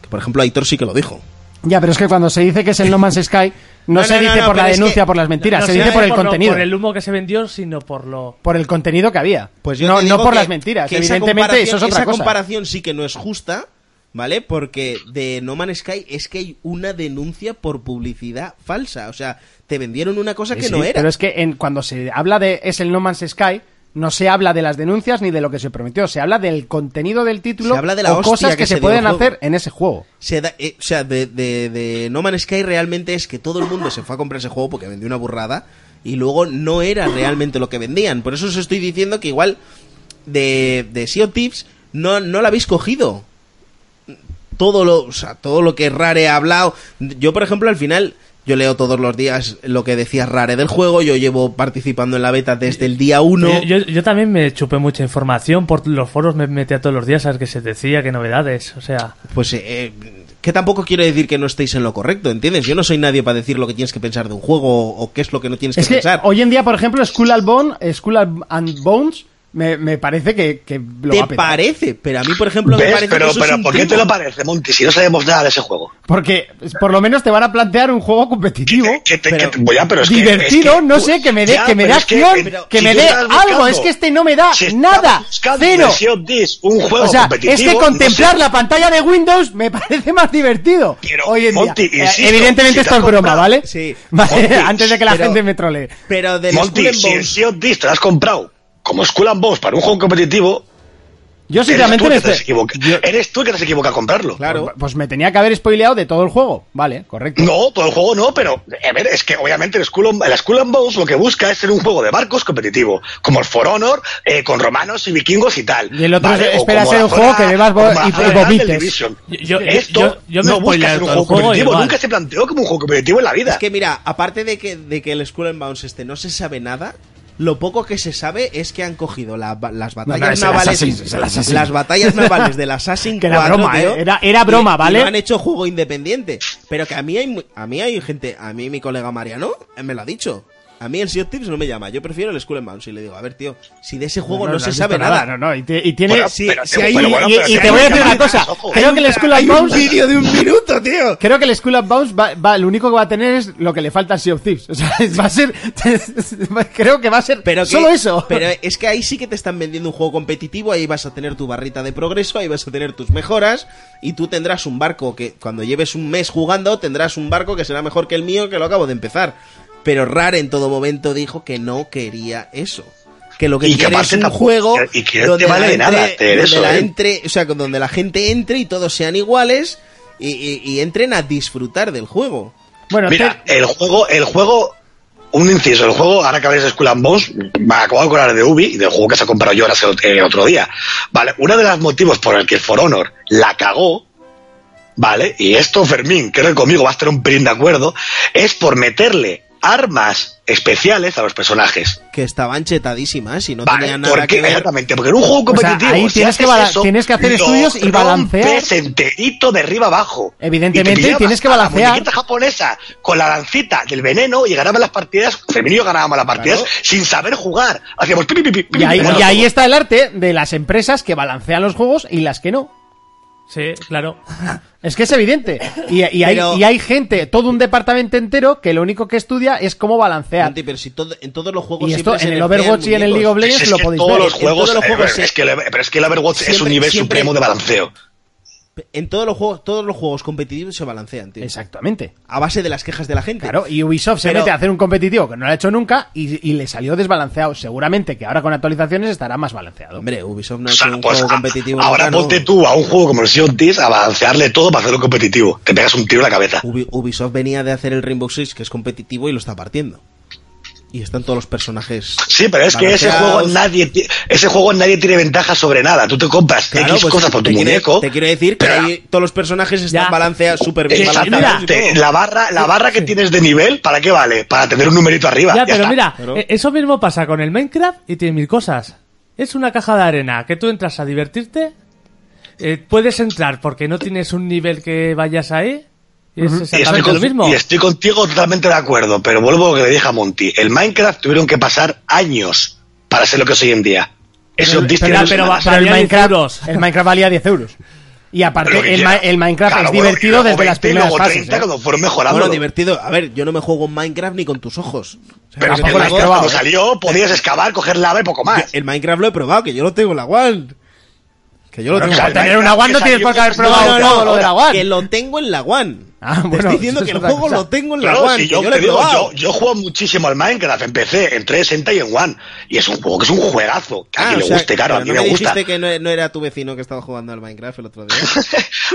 Que, por ejemplo, Aitor sí que lo dijo.
Ya, pero es que cuando se dice que es el No Man's Sky, no,
No,
se
no, no,
dice
no,
por la
pero es
denuncia,
que-
por las mentiras,
No
se
sea
dice por el
lo-
contenido.
por el humo que se vendió, sino por lo...
por el contenido que había.
Pues yo
no,
te
no
digo
por
que-
las mentiras.
que esa
Evidentemente,
comparación-
eso es otra
esa
cosa.
comparación sí que no es justa, ¿vale? Porque de No Man's Sky es que hay una denuncia por publicidad falsa. O sea, te vendieron una cosa que
Sí,
no
sí,
era.
Pero es que en, cuando se habla de es el No Man's Sky, no se habla de las denuncias ni de lo que se prometió, se habla del contenido del título
Se habla de la
o
hostia
cosas que,
que
se,
se dio
pueden
al juego.
hacer en ese juego.
Se da- eh, o sea, de, de- de No Man's Sky realmente es que todo el mundo se fue a comprar ese juego porque vendió una burrada y luego no era realmente lo que vendían. Por eso os estoy diciendo que igual de, de Sea of Thieves no, no lo habéis cogido. Todo lo, o sea, todo lo que Rare ha hablado. Yo, por ejemplo, al final, yo leo todos los días lo que decía Rare del juego. Yo llevo participando en la beta desde el día 1.
Yo, yo- yo también me chupé mucha información por los foros, me metía todos los días a ver qué se decía, qué novedades, o sea...
Pues eh, que tampoco quiero decir que no estéis en lo correcto, ¿entiendes? Yo no soy nadie para decir lo que tienes que pensar de un juego o, o qué es lo que no tienes
Es
que,
que
pensar.
hoy en día, por ejemplo, Skull and, Bone, Skull and Bones me, me parece que, que lo va a
Te
petar.
parece, pero a mí, por ejemplo, me
¿Ves?
parece
Pero,
que eso es
pero
un
¿por qué te
timo.
lo parece, Monty, si no sabemos nada de ese juego?
Porque por lo menos te van a plantear un juego competitivo.
Que te-
pero-
que te- ya, pero es que-
divertido,
es que-
no sé, que me dé,
Ya,
que me dé
pero es que-
acción, que,
pero si
me
tú
dé
estás
algo.
buscando-
Es que este no me da
si estás
nada,
buscando
cero.
en Sea of Thieves un juego
O sea,
competitivo,
es que
no
contemplar
sé.
la pantalla de Windows me parece más divertido
Pero,
hoy en
Monty,
día. Eh,
insisto,
Evidentemente
si te
esto es
has
broma,
comprado-
¿vale?
Sí.
Vale,
Monty,
Antes de que la
pero-
gente me trolee.
Pero del Skull
Monty,
and
si el
Bones-
Sea of Thieves te lo has comprado como Skull and Bones para un juego competitivo,
Yo
eres tú,
sinceramente
el
en
que te has
este...
equivocado. eres tú el que te has equivocado a comprarlo.
Claro.
Pues me tenía que haber spoileado de todo el juego. Vale, correcto.
No, todo el juego no, pero a ver, es que obviamente el Skull, and- el Skull and Bones lo que busca es ser un juego de barcos competitivo, como el For Honor, eh, con romanos y vikingos y tal.
Y el otro es-
O
espera
como
ser
la
un juego
zona-
que bebas bo-
como la
y-
zona
y
grande del
vomites.
Division.
Yo- yo-
Esto
yo- yo me
no busca
spoileo
ser un
todo el
juego
juego
competitivo,
igual.
nunca se planteó como un juego competitivo en la vida.
Es que mira, aparte de que, de que el Skull and Bones este no se sabe nada, lo poco que se sabe es que han cogido la- las batallas
No, no, es el
navales.
Assassin, es el Assassin.
las batallas navales del Assassin
Que era
4,
broma,
tío,
¿eh? Era- era broma,
y- y
¿vale?
lo han hecho juego independiente. Pero que a mí hay mu- a mí hay gente, a mí mi colega Mariano eh, me lo ha dicho. A mí el Sea of Thieves no me llama. Yo prefiero el Skull and Bones. Y le digo, a ver, tío, si de ese juego
No,
no,
no, no
se
has
sabe
visto
nada.
nada, no, no, y te- y tiene- Bueno,
si,
pero,
si
tío,
hay-
bueno, bueno,
y-
pero
y-
si
y
hay
te voy a decir
cámaras,
una cosa.
ojo.
Creo que el Skull and Bones. vídeo de un minuto, tío.
Creo que el School of Bones va, va- lo único que va a tener es lo que le falta al Sea of Thieves. O sea, va a ser. creo que va a ser
Pero que-
solo eso.
Pero es que ahí sí que te están vendiendo un juego competitivo, ahí vas a tener tu barrita de progreso, ahí vas a tener tus mejoras y tú tendrás un barco que cuando lleves un mes jugando tendrás un barco que será mejor que el mío que lo acabo de empezar. Pero Rare en todo momento dijo que no quería eso. Que lo que
Y que
quiere
aparte
es un
tampoco-
juego
y que no te vale de
la
nada
entre-
hacer
donde
eso,
la
¿eh?
entre- o sea, que donde la gente entre y todos sean iguales y, y- y entren a disfrutar del juego.
Bueno,
Mira, el juego, el juego, un inciso, el juego, ahora que habéis de Skull and Bones, me acabo de acordar de Ubi y del juego que se ha comprado yo ahora el, el otro día. Vale, uno de los motivos por el que For Honor la cagó, vale, y esto Fermín, creo que conmigo va a estar un pelín de acuerdo, es por meterle armas especiales a los personajes.
que estaban chetadísimas y no
Vale,
tenía nada
porque-
que ver.
exactamente, porque en un juego competitivo,
ahí
si
tienes que
haces
bala-
eso,
tienes que hacer
lo
estudios y balancear.
rompes enterito de arriba abajo.
Evidentemente,
Y te pillabas
tienes que
a la
balancear.
muñequita japonesa con la lancita del veneno y ganábamos las partidas. Femenino y yo ganábamos las partidas sin saber jugar. Hacíamos pi, pi, pi, pi, pi,
Y ahí,
pi,
y ahí está el arte de las empresas que balancean los juegos y las que no.
Sí, claro.
Es que es evidente. Y, y hay,
Pero-
y hay gente, todo un departamento entero, que lo único que estudia es cómo balancear.
Santi, pero si todo- en todos los juegos
Eh, Y esto
siempre
en
se
el
nerfean
Overwatch y en el
muñecos.
League of Legends
Pues Es
lo
que
podéis
todos
ver.
los
en
juegos,
todos los
eh,
juegos
es
se-
que el- pero es que el Overwatch es
siempre-
un nivel
siempre-
supremo de balanceo.
En todos los juegos, todos los juegos competitivos se balancean, tío.
Exactamente.
A base de las quejas de la gente.
Claro, y Ubisoft se
Pero-
mete a hacer un competitivo que no lo ha hecho nunca y, y le salió desbalanceado. Seguramente que ahora con actualizaciones estará más balanceado.
Hombre, Ubisoft no
O
es
sea,
un
pues,
juego
a-
competitivo.
ahora
nunca, ¿no?
ponte tú a un juego como el Sea of Thieves a balancearle todo para hacerlo competitivo. Te pegas un tiro en la cabeza.
Ubi- Ubisoft venía de hacer el Rainbow Six, que es competitivo, y lo está partiendo. Y están todos los personajes.
Sí, pero es que ese
balanceados.
juego nadie ti- ese juego nadie tiene ventaja sobre nada. Tú te compras
Claro,
X
pues,
cosas por tu
te quiere-
muñeco.
te quiero decir que ahí todos los personajes están
Ya.
balanceados, súper bien balanceados. y
Exactamente.
todo.
La barra, la barra que tienes de nivel, ¿para qué vale? Para tener un numerito arriba.
Ya,
ya
pero
está.
mira,
Claro.
eh, eso mismo pasa con el Minecraft y tiene mil cosas. Es una caja de arena que tú entras a divertirte. eh, puedes entrar porque no tienes un nivel que vayas ahí. Y es
Y estoy,
exactamente
con-
lo mismo.
y estoy contigo totalmente de acuerdo, pero vuelvo a lo que le dije a Monty. El Minecraft tuvieron que pasar años para ser lo que es hoy en día. Eso
Pero-
Disney
pero-
no se
pero
nada.
va-
Pero el
Valía 10
Minecraft,
euros.
el Minecraft valía 10 euros. Y
Pero que
aparte, el,
llega-
ma- el Minecraft
Claro,
es
bueno,
divertido
y luego
desde las
20 y luego
primeras fases.
30
¿eh?
cuando fueron mejorando.
Bueno, divertido. A ver, yo no me juego en Minecraft ni con tus ojos. O sea,
pero
tampoco lo has
yo
es que el
tengo-
Minecraft
probado,
cuando
¿eh?
salió podías excavar, coger lava y poco
Que
más.
El Minecraft lo he probado, que yo lo tengo en la One. Que yo lo
Bueno,
tengo.
claro,
Para tener
Minecraft
una One no
que
tienes
salió
por qué haber
que
probado
salió
todo
ahora.
lo de la One.
Que lo tengo en la One.
Ah,
te
bueno,
estoy
eso
diciendo
es
que el
otra
juego
cosa.
lo tengo en la
Claro,
One.
si
que
yo,
yo lo
te
he
digo,
probado.
yo, yo juego muchísimo al Minecraft, empecé en 360 y en One. Y es un juego que es un juegazo. Que a
Ah,
quien
o
le
sea,
guste, claro, a
pero
mí
no
me, gusta.
dijiste que no, no era tu vecino que estaba jugando al Minecraft el otro día.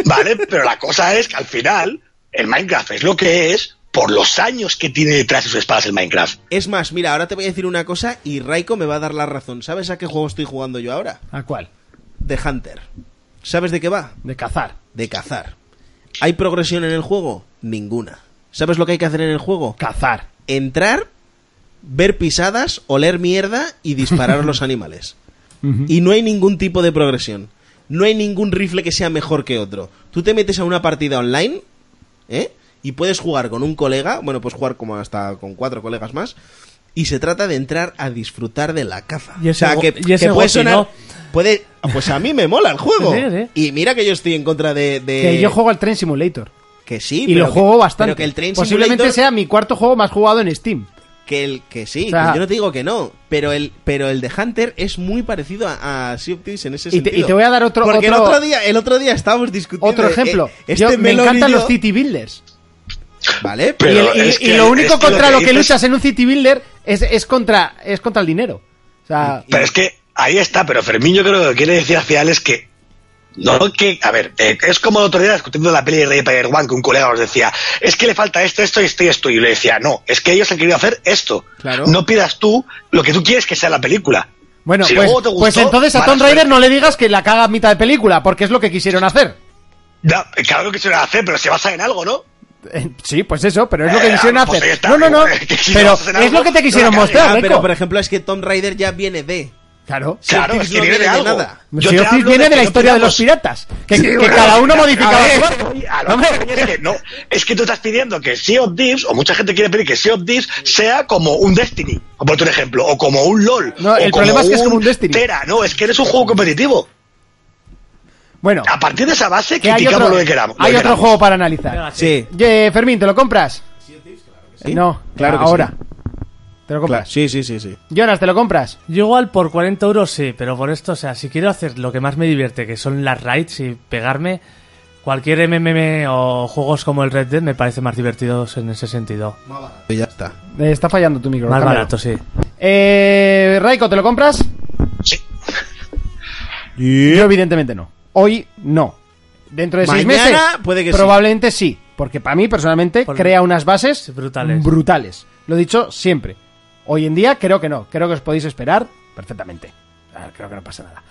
vale, pero la cosa es que al final el Minecraft es lo que es por los años que tiene detrás de sus espadas el Minecraft.
es más, mira, ahora te voy a decir una cosa y Raiko me va a dar la razón. ¿Sabes a qué juego estoy jugando yo ahora?
¿A cuál?
De Hunter. ¿Sabes de qué va?
De cazar.
De cazar. ¿Hay progresión en el juego? Ninguna. ¿Sabes lo que hay que hacer en el juego?
Cazar.
entrar, ver pisadas, oler mierda y disparar a los animales. Y no hay ningún tipo de progresión. No hay ningún rifle que sea mejor que otro. Tú te metes a una partida online, ¿eh? Y puedes jugar con un colega, bueno, pues jugar como hasta con cuatro colegas más. Y se trata de entrar a disfrutar de la caza.
Y ese
o sea,
go-
que,
y ese
que puede
goti,
sonar-
¿no?
Puede, pues a mí me mola el juego.
Sí, sí.
Y mira que yo estoy en contra de. de-
Que yo juego al Train Simulator.
que Eh, sí,
Y
pero
lo
que-
juego bastante.
pero que el Train
Posiblemente
Simulator-
sea mi cuarto juego más jugado en Steam.
que el que sí,
O sea-
que yo no te digo que no, pero el pero el de Hunter es muy parecido a, a Sea of Thieves en ese
Y te-
sentido.
y te voy a dar otro-
Porque el
otro-
otro día el otro día estábamos discutiendo
Otro
eh,
ejemplo.
eh,
Yo- me
melón y
encantan
yo-
los City Builders.
Vale,
Y,
pero
el- y-
es
y
que-
lo único
es que lo
contra
que
lo que
dices-
luchas en un City Builder es, es, contra, es contra el dinero. O sea,
Pero es que ahí está, pero Fermín yo creo que lo que quiere decir al final es que no que, a ver, eh, es como el otro día discutiendo la peli de Ready Player One que un colega nos decía, es que le falta esto, esto y esto y esto. Y yo le decía, no, es que ellos han querido hacer esto.
Claro.
No pidas tú lo que tú quieres que sea la película.
bueno,
Si el
pues,
juego te gustó,
pues entonces a
mala
Tomb Raider
suerte.
no le digas que la caga a mitad de película, porque es lo que quisieron hacer.
Ya, claro que se lo hacer, pero se basa en algo, ¿no?
Eh, Sí, pues eso, pero es lo que
Eh,
quisieron
pues ahí
hacer.
está,
No, no, no.
que si
Pero
vas a hacer
es
algo,
lo que te
no
quisieron
la cagues.
mostrar,
Ah, pero
Reiko.
por ejemplo es que Tomb Raider ya viene de
Claro.
Claro, es que viene de algo. Yo
Sea
te
of Thieves
hablo
viene de la
de que no
historia de los
tengamos-
piratas. Que,
Sí,
que
bueno,
cada uno
a
modificaba
ver,
su barco.
a lo que coño es que no, es que tú estás pidiendo que Sea of Thieves, o mucha gente quiere pedir que Sea of Thieves sea como un Destiny, por otro ejemplo, o como un LOL.
No,
o
el problema es que es como un Destiny.
Tera, no, es que eres un juego competitivo.
Bueno,
A partir de esa base,
que hay
criticamos
otro,
lo que queramos. lo
hay
que
otro
queramos.
juego para analizar.
Sí.
Eh, Fermín, ¿te lo compras? Eh, No,
Claro que
ahora.
sí.
¿Te lo compras?
Claro, Sí, sí, sí, sí.
Jonas, ¿te lo compras?
Yo igual por 40 euros sí, pero por esto, o sea, si quiero hacer lo que más me divierte, que son las raids y pegarme, cualquier MMM o juegos como el Red Dead me parece más divertidos en ese sentido.
Y ya está.
Eh, está fallando tu micro.
Más
cámbialo.
barato, sí.
Eh, Raiko, ¿te lo compras?
Sí.
Yo evidentemente no. Hoy no. Dentro de seis
Mañana
meses
puede que sí.
probablemente sí. Porque para mí personalmente
Por-
crea unas bases
brutales.
brutales. Lo he dicho siempre. Hoy en día creo que no. Creo que os podéis esperar perfectamente. Ah, Creo que no pasa nada.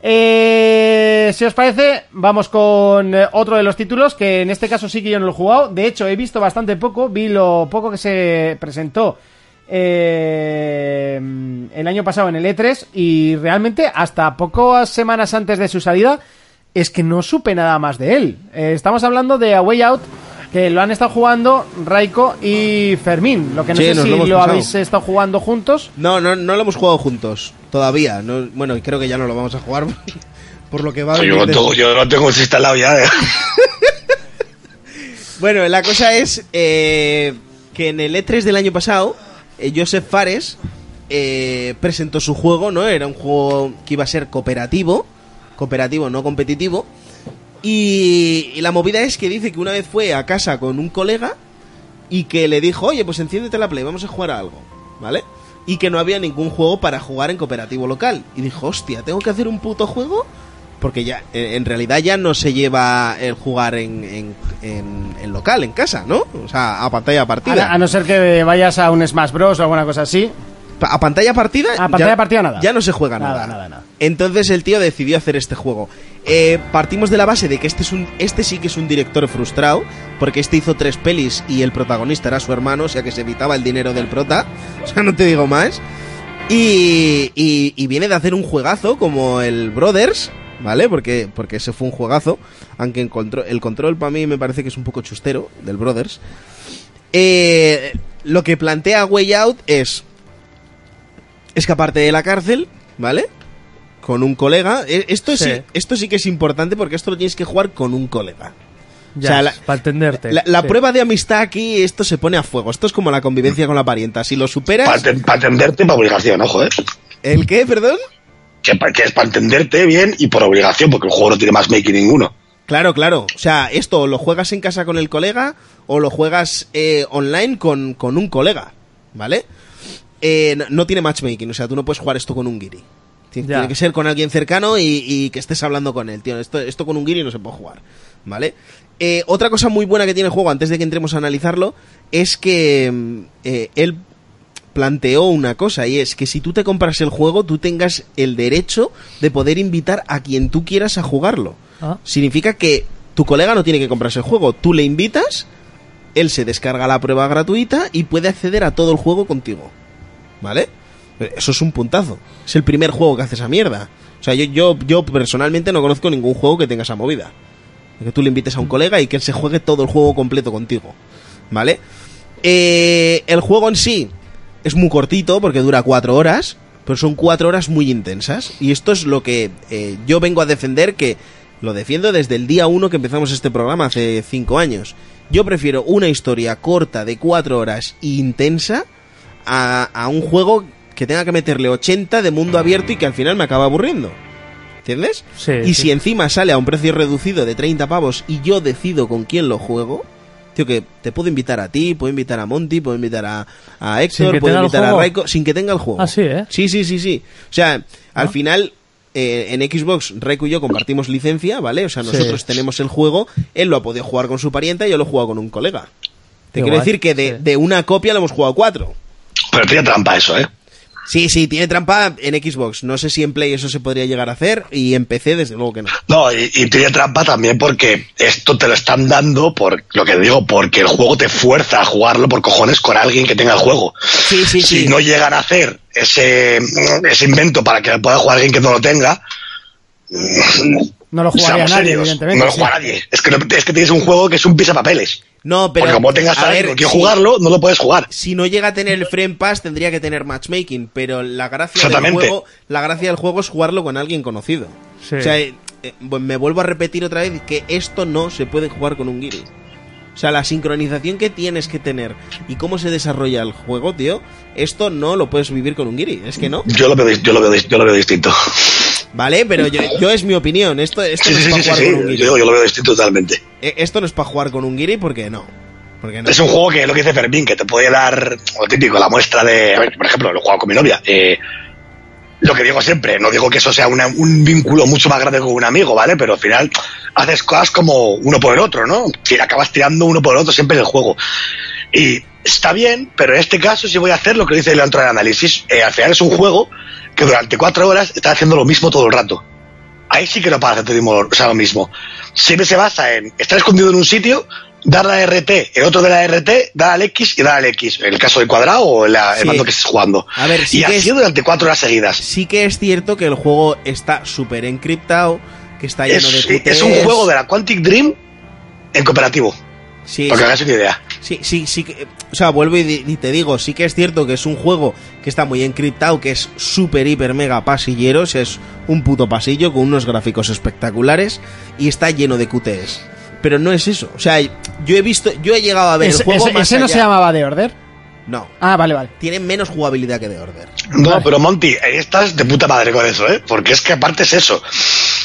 Eh, si os parece, vamos con eh, otro de los títulos que en este caso sí que yo no lo he jugado. De hecho, he visto bastante poco. Vi lo poco que se presentó eh, el año pasado en el E3 y realmente hasta pocas semanas antes de su salida es que no supe nada más de él. Eh, estamos hablando de A Way Out que lo han estado jugando Raiko y Fermín. Lo que no
Sí,
sé
nos
si
lo
lo,
hemos pasado.
habéis estado jugando juntos.
No, no, no lo hemos jugado juntos. Todavía. No, bueno, creo que ya no lo vamos a jugar. Por lo que va a
Yo
venir
lo
de-
tengo, yo lo tengo instalado ya. eh.
Bueno, la cosa es eh, que en el E3 del año pasado, eh, Joseph Fares eh, presentó su juego, ¿no? Era un juego que iba a ser cooperativo, cooperativo, no competitivo. Y, y la movida es que dice que una vez fue a casa con un colega y que le dijo, oye, pues enciéndete la Play, vamos a jugar a algo, ¿vale? Y que no había ningún juego para jugar en cooperativo local. Y dijo, hostia, ¿tengo que hacer un puto juego? Porque ya, eh, en realidad ya no se lleva el jugar en, en, en- en local, en casa, ¿no? O sea, a pantalla partida.
A, a no ser que vayas a un Smash Bros o alguna cosa así.
Pa- a pantalla partida.
A pantalla partida nada.
Ya no se juega nada.
Nada, nada, nada.
Entonces el tío decidió hacer este juego. Eh, partimos de la base de que este es un, este sí que es un director frustrado, porque este hizo tres pelis y el protagonista era su hermano, o sea que se evitaba el dinero del prota. O sea, no te digo más. Y, y- y viene de hacer un juegazo como el Brothers, ¿vale? Porque, porque ese fue un juegazo. Aunque en contro- el control para mí me parece que es un poco chustero del Brothers. Eh, lo que plantea Way Out es escaparte de la cárcel, ¿vale? Con un colega. Eh, Esto sí.
Sí.
esto sí que es importante porque esto lo tienes que jugar con un colega.
Ya,
O sea, la-
para entenderte.
La, la
Sí.
prueba de amistad aquí, esto se pone a fuego. Esto es como la convivencia con la parienta. Si lo superas...
Para te- para atenderte por obligación, ojo, eh.
¿El qué, perdón?
Que, pa- que es para entenderte bien y por obligación, porque el juego no tiene más making ninguno.
Claro, claro. O sea, esto o lo juegas en casa con el colega o lo juegas eh, online con, con un colega, ¿vale? Eh, no, no tiene matchmaking, o sea, tú no puedes jugar esto con un guiri. Tien-
Ya.
Tiene que ser con alguien cercano y, y que estés hablando con él, tío. Esto, esto con un guiri no se puede jugar, ¿vale? Eh, otra cosa muy buena que tiene el juego, antes de que entremos a analizarlo, es que mm, eh, él planteó una cosa y es que si tú te compras el juego, tú tengas el derecho de poder invitar a quien tú quieras a jugarlo.
Ah.
Significa que tu colega no tiene que comprarse el juego, tú le invitas, él se descarga la prueba gratuita y puede acceder a todo el juego contigo. ¿Vale? Eso es un puntazo. Es el primer juego que hace esa mierda. O sea, yo, yo, yo personalmente no conozco ningún juego que tenga esa movida. De Que tú le invites a un colega y que él se juegue todo el juego completo contigo. ¿Vale? Eh, el juego en sí es muy cortito porque dura cuatro horas, pero son cuatro horas muy intensas. Y esto es lo que eh, yo vengo a defender, que lo defiendo desde el día uno que empezamos este programa hace cinco años. Yo prefiero una historia corta de cuatro horas e intensa a, a un juego que tenga que meterle 80 de mundo abierto y que al final me acaba aburriendo. ¿Entiendes?
Sí,
y
sí.
si encima sale a un precio reducido de 30 pavos y yo decido con quién lo juego, tío, que te puedo invitar a ti, puedo invitar a Monty, puedo invitar a, a
Sin
Héctor,
que
puedo
tenga el
invitar a
juego.
Raiko, sin que tenga el juego.
Ah, sí, Ah. ¿eh?
Sí, sí, sí, sí. O sea, al final, eh, en Xbox, Raiko y yo compartimos licencia, ¿vale? O sea, nosotros tenemos el juego, él lo ha podido jugar con su parienta y yo lo he jugado con un colega. Te
Qué
quiero
guay,
decir que de,
sí.
de una copia lo hemos jugado cuatro.
Pero tiene trampa eso, eh.
Sí, sí, tiene trampa en Xbox. No sé si en Play eso se podría llegar a hacer y en PC desde luego que no.
No, y, y tiene trampa también porque esto te lo están dando por lo que digo, porque el juego te fuerza a jugarlo por cojones con alguien que tenga el juego.
Sí, sí,
si
sí.
no llegan a hacer ese, ese invento para que pueda jugar alguien que no lo tenga,
No lo jugaría
seamos
nadie,
serios,
evidentemente.
No lo
sí.
juega nadie. Es que, no- es que tienes un juego que es un pisapapeles.
No, pero
Porque como tengas
a
a
ver,
alguien que
sí.
jugarlo, no lo puedes jugar.
si no llega a tener el frame pass tendría que tener matchmaking, pero la gracia del
Exactamente.
juego, la gracia del juego es jugarlo con alguien conocido.
Sí.
O sea, eh, eh, bueno, me vuelvo a repetir otra vez que esto no se puede jugar con un guiri. O sea, la sincronización que tienes que tener y cómo se desarrolla el juego, tío, esto no lo puedes vivir con un guiri, es que no.
Yo lo veo, dis- yo lo veo, dis- yo lo veo distinto.
Vale, pero yo, yo es mi opinión, esto, esto
Sí,
no
sí,
es para
sí, sí,
jugar
sí.
con un guiri.
Yo, yo lo veo distinto totalmente.
Eh, Esto no es para jugar con un guiri porque no. Porque no.
Es un juego que lo que dice Fermín, que te puede dar lo típico, la muestra de. a ver, por ejemplo, lo he jugado con mi novia. eh, lo que digo siempre, no digo que eso sea una- un vínculo mucho más grande con un amigo, ¿vale? Pero al final haces cosas como uno por el otro, ¿no? Si acabas tirando uno por el otro siempre en el juego. Y está bien, pero en este caso, si voy a hacer lo que dice el otro del análisis, eh, al final es un juego que durante cuatro horas está haciendo lo mismo todo el rato. Ahí sí que no pasa te digo, o sea, lo mismo. Siempre se basa en estar escondido en un sitio, dar la RT, el otro de la RT, dar al X y dar al X. En el caso del cuadrado o en la-
Sí.
el mando que estés jugando.
A ver, sí
y
que
así
es-
durante cuatro horas seguidas.
sí que es cierto que el juego está súper encriptado, que está lleno
es,
de QTEs.
es un juego de la Quantic Dream en cooperativo.
Sí,
Para que hagas una idea.
sí, sí, sí que- o sea, vuelvo y, di- y te digo, sí que es cierto que es un juego que está muy encriptado, que es súper, hiper, mega pasillero, o sea, es un puto pasillo con unos gráficos espectaculares y está lleno de QTEs. Pero no es eso, o sea, yo he visto, yo he llegado a ver
Ese-
el juego
ese-
más
ese no
allá.
se llamaba The Order.
No,
Ah, vale, vale.
tiene menos jugabilidad que The Order.
No, pero Monty, ahí estás de puta madre con eso, ¿eh? Porque es que aparte es eso.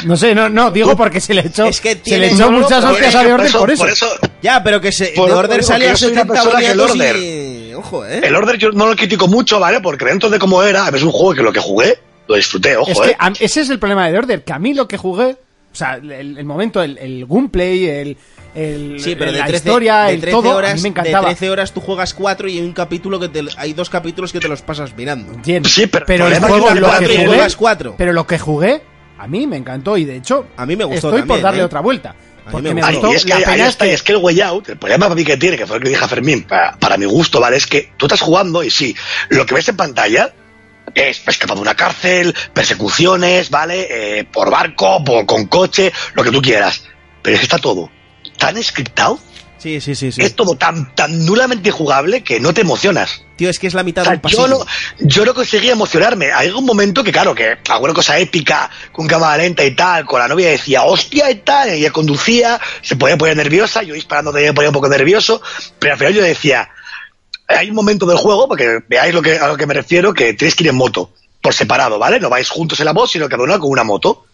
No sé, no, no, digo porque se le echó,
Oh, Es que
se le
tiene-
echó
no, eh, no,
muchas
pero
hostias
es
a
que
The Order por eso.
Por eso
Ya, pero que se,
Por
The
lo que
Order
digo,
sale
que
a
yo soy una
70
persona que el
boniatos y... Ojo, eh.
el Order yo no lo critico mucho, ¿vale? Porque dentro de cómo era, es un juego que lo que jugué, lo disfruté, ojo,
Es que
¿eh?
a- ese es el problema de The Order, que a mí lo que jugué, o sea, el, el momento, el, el gameplay, el, el-
Sí, pero de
la
13,
historia,
de
el
13
todo, a
horas,
mí me
de
encantaba.
13 horas tú juegas 4 y hay un capítulo que te, hay dos capítulos que te los pasas mirando.
Entiendo.
Sí, pero-
el
pero
juego,
es
lo
cuatro
que
y
jugué,
juegas cuatro.
pero lo que jugué, a mí me encantó y de hecho,
A mí me gustó
estoy por
también,
darle
¿eh?
otra vuelta.
me
Porque me
gustó.
gustó
y es que
la
ahí
pena es
está,
que-
y es que el way out, el problema para mí que tiene, que fue lo que dije a Fermín, para, para mi gusto, ¿vale? Es que tú estás jugando y sí, lo que ves en pantalla es escapar de una cárcel, persecuciones, ¿vale? Eh, por barco, por, con coche, lo que tú quieras. Pero es que está todo tan scriptado,
Sí, sí, sí, sí.
es todo tan, tan nulamente jugable que no te emocionas.
Tío, es que es la mitad
O sea,
de un pasillo.
yo, no, yo no conseguía emocionarme. Hay un momento que, claro, que alguna cosa épica, con cámara lenta y tal, con la novia decía, hostia y tal, ella conducía, se podía poner nerviosa, yo disparando también me ponía un poco nervioso, pero al final yo decía, hay un momento del juego, porque veáis lo que, a lo que me refiero, que tenéis que ir en moto, por separado, ¿vale? No vais juntos en la moto, sino cada uno con una moto.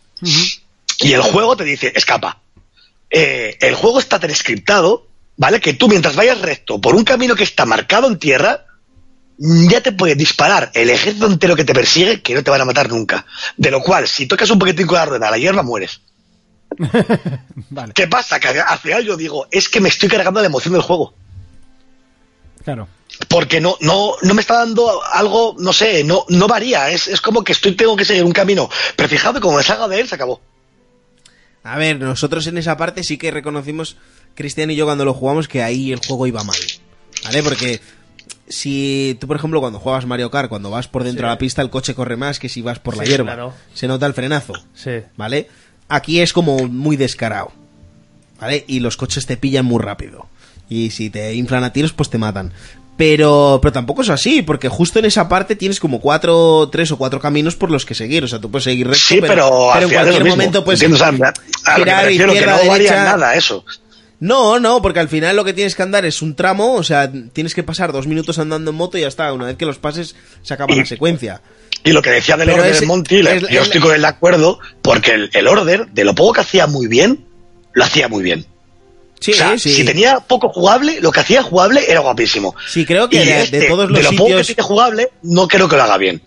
Y el juego te dice, escapa. Eh, el juego está tan scriptado, ¿vale? Que tú mientras vayas recto por un camino que está marcado en tierra, ya te puede disparar el ejército entero que te persigue que no te van a matar nunca. De lo cual, si tocas un poquitico la rueda, a la hierba mueres.
Vale,
¿Qué pasa? Que al final yo digo, es que me estoy cargando la emoción del juego.
este- claro.
Porque no, no, no me está dando algo, no sé, no, no varía. Es, es como que estoy, tengo que seguir un camino. Pero fijado, como me salga de él, se acabó.
A ver, nosotros en esa parte sí que reconocimos, Cristian y yo cuando lo jugamos, que ahí el juego iba mal. ¿Vale? Porque si tú, por ejemplo, cuando juegas Mario Kart, cuando vas por dentro de la pista, el coche corre más que si vas por la
Sí,
hierba.
claro.
Se nota el frenazo.
Sí.
¿Vale? Aquí es como muy descarado. ¿Vale? Y los coches te pillan muy rápido. Y si te inflan a tiros, pues te matan. Pero, pero tampoco es así, porque justo en esa parte tienes como cuatro, tres o cuatro caminos por los que seguir. O sea, tú puedes seguir recto,
Sí, pero, al
en
final es lo
cualquier
mismo.
momento puedes
Entiendo, o sea, a lo que me
girar
refiero, que
izquierda,
no varía
derecha.
nada eso.
No, no, porque al final lo que tienes que andar es un tramo, o sea, tienes que pasar dos minutos andando en moto y ya está. Una vez que los pases, se acaba la secuencia.
Y lo que decía del
Pero
orden
ese-
de Monty, le-
es-
yo
es-
estoy con el acuerdo, porque el, el orden, de lo poco que hacía muy bien, lo hacía muy bien.
Sí,
O sea,
sí.
si tenía poco jugable, lo que hacía jugable era guapísimo.
Sí, creo que
Y este,
de- de todos los
lo poco que
sitios-
tiene jugable, no creo que lo haga bien.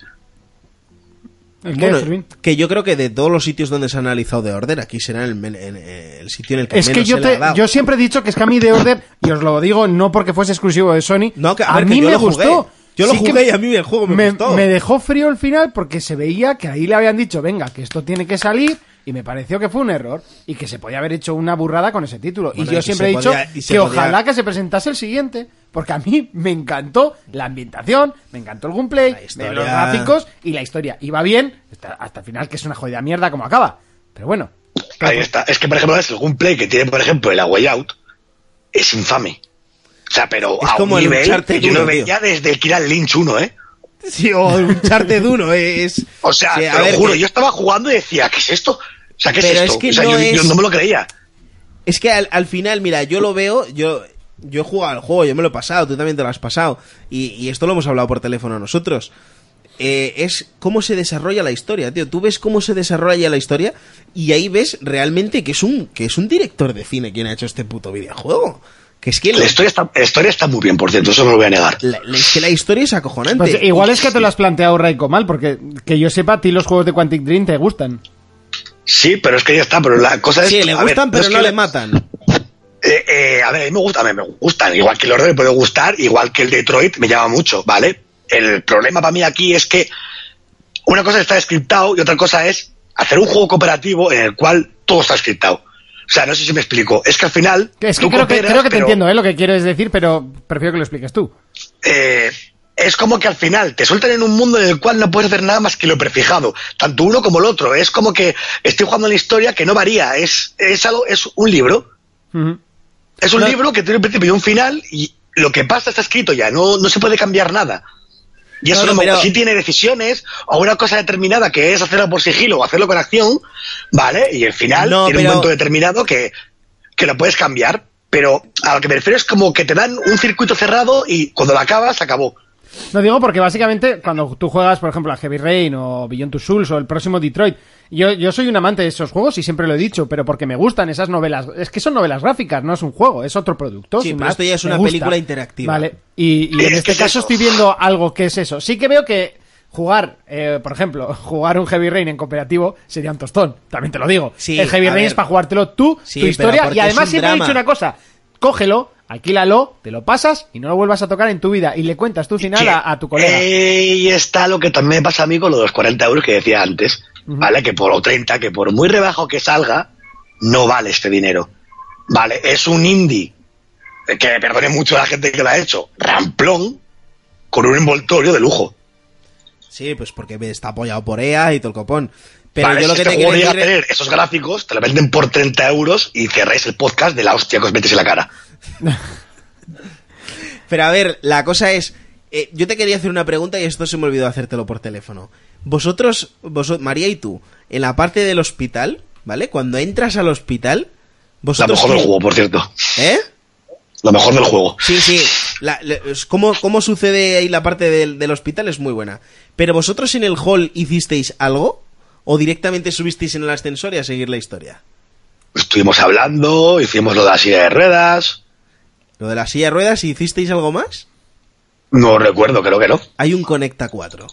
¿El qué,
Bueno,
Fermín?
que yo creo que de todos los sitios donde se ha analizado de Order, aquí será el, men- en- eh, el sitio en el que
Es que
menos
yo,
se le
te,
ha dado.
yo siempre he dicho que es que a mí The Order, y os lo digo no porque fuese exclusivo de Sony,
No, que- a
a,
ver, que
mí
yo
me
lo jugué.
gustó.
Yo lo
Sí que
jugué y a mí el juego me, gustó.
me dejó frío el final porque se veía que ahí le habían dicho, venga, que esto tiene que salir. Y me pareció que fue un error y que se podía haber hecho una burrada con ese título.
Bueno,
y yo
y
siempre
se
he dicho
podía- y se
que
podía-
ojalá que se presentase el siguiente, porque a mí me encantó la ambientación, me encantó el gameplay, me- los gráficos y la historia. Y va bien hasta, hasta el final, que es una jodida mierda como acaba. Pero bueno,
Ahí está. Es que, por ejemplo, es algún play que tiene, por ejemplo, el Away Out, es infame. O sea, pero
Es
a
como
un
el
nivel
Uncharted
que yo lo
uno, tío.
veía desde el Kiran Lynch 1, ¿eh?
Sí, o un charte duro, eh, es.
O sea,
Sí, a
te lo
ver,
juro,
que-
yo estaba jugando y decía, ¿qué es esto? O sea, ¿qué es
Pero
esto?
es que
o sea,
no
yo, yo
es-
no me lo creía.
Es que al, al final, mira, yo lo veo, yo, yo he jugado al juego, yo me lo he pasado, tú también te lo has pasado. Y, y esto lo hemos hablado por teléfono nosotros. Eh, es cómo se desarrolla la historia, tío. Tú ves cómo se desarrolla la historia y ahí ves realmente que es un, que es un director de cine quien ha hecho este puto videojuego. Que es que
La
la,
historia, está, la historia está muy bien, por cierto, eso no lo voy a negar.
la- la- es que la historia es acojonante.
pues igual es que te lo has planteado Raiko mal, porque que yo sepa, a ti los juegos de Quantic Dream te gustan.
Sí, pero es que ya está, pero la cosa es...
Sí, le
a ver,
gustan, pero
es
no
que-
le matan.
Eh, eh, a ver, a mí me gusta, a mí me gustan. Igual que el Order me puede gustar, igual que el Detroit me llama mucho, ¿vale? El problema para mí aquí es que una cosa es estar scriptado y otra cosa es hacer un juego cooperativo en el cual todo está scriptado. O sea, no sé si me explico. Es que al final.
Que Es que
tú
creo, que,
cooperas,
creo que te
pero,
entiendo ¿eh? lo que quieres decir, pero prefiero que lo expliques tú.
eh, es como que al final te sueltan en un mundo en el cual no puedes ver nada más que lo prefijado, tanto uno como el otro. Es como que estoy jugando una historia que no varía, es, es, algo, es un libro.
Ujú.
Es un libro que tiene un principio y un final y lo que pasa está escrito ya, no, no se puede cambiar nada. Y eso
No,
no,
no, pero-
si tiene decisiones o una cosa determinada que es hacerlo por sigilo o hacerlo con acción, ¿vale? Y el final
No,
tiene
pero-
un momento determinado que, que lo puedes cambiar, pero a lo que me refiero es como que te dan un circuito cerrado y cuando lo acabas, acabó.
No digo porque básicamente cuando tú juegas, por ejemplo, a Heavy Rain o Beyond Two Souls o el próximo Detroit, yo, yo soy un amante de esos juegos y siempre lo he dicho, pero porque me gustan esas novelas. Es que son novelas gráficas, no es un juego, es otro producto.
Sí,
sin
pero
más.
esto ya es
Me
una
gusta.
película interactiva.
Vale, y, y
Es
en
que
este
es
caso
eso.
estoy viendo algo que es eso. Sí que veo que jugar, eh, por ejemplo, jugar un Heavy Rain en cooperativo sería un tostón, también te lo digo.
Sí,
el Heavy
a
Rain
ver.
es para jugártelo tú, tu
Sí, pero
historia,
porque
y
es
además
un
siempre he
drama.
dicho una cosa, cógelo, alquílalo, te lo pasas y no lo vuelvas a tocar en tu vida y le cuentas tu final
Que Eh,
a, a tu colega.
Ahí está lo que también me pasa a mí con lo de los 40 euros que decía antes, ¿vale? Que por o 30, que por muy rebajo que salga, no vale este dinero. Vale, es un indie, eh, que me perdone mucho a la gente que lo ha hecho, ramplón, con un envoltorio de lujo.
Sí, pues porque está apoyado por EA y todo el copón. Pero
Vale,
yo lo que
si este
te
juego
quiero
llega
decir
a
es-
tener esos gráficos, te lo venden por 30 euros y cerráis el podcast de la hostia que os metes en la cara.
Pero a ver, la cosa es. eh, yo te quería hacer una pregunta y esto se me olvidó hacértelo por teléfono. Vosotros, vosot- María y tú, en la parte del hospital, ¿vale? Cuando entras al hospital,
Lo
vosotros.
mejor del
qué-
juego, por cierto.
¿Eh?
Lo mejor del juego.
Sí, sí. La, la- es cómo, cómo sucede ahí la parte del, del hospital es muy buena. Pero vosotros en el hall hicisteis algo o directamente subisteis en el ascensor y a seguir la historia.
Estuvimos hablando, hicimos lo de la silla de ruedas.
Lo de la silla de ruedas, ¿hicisteis algo más?
No recuerdo, creo que no.
hay un Conecta 4.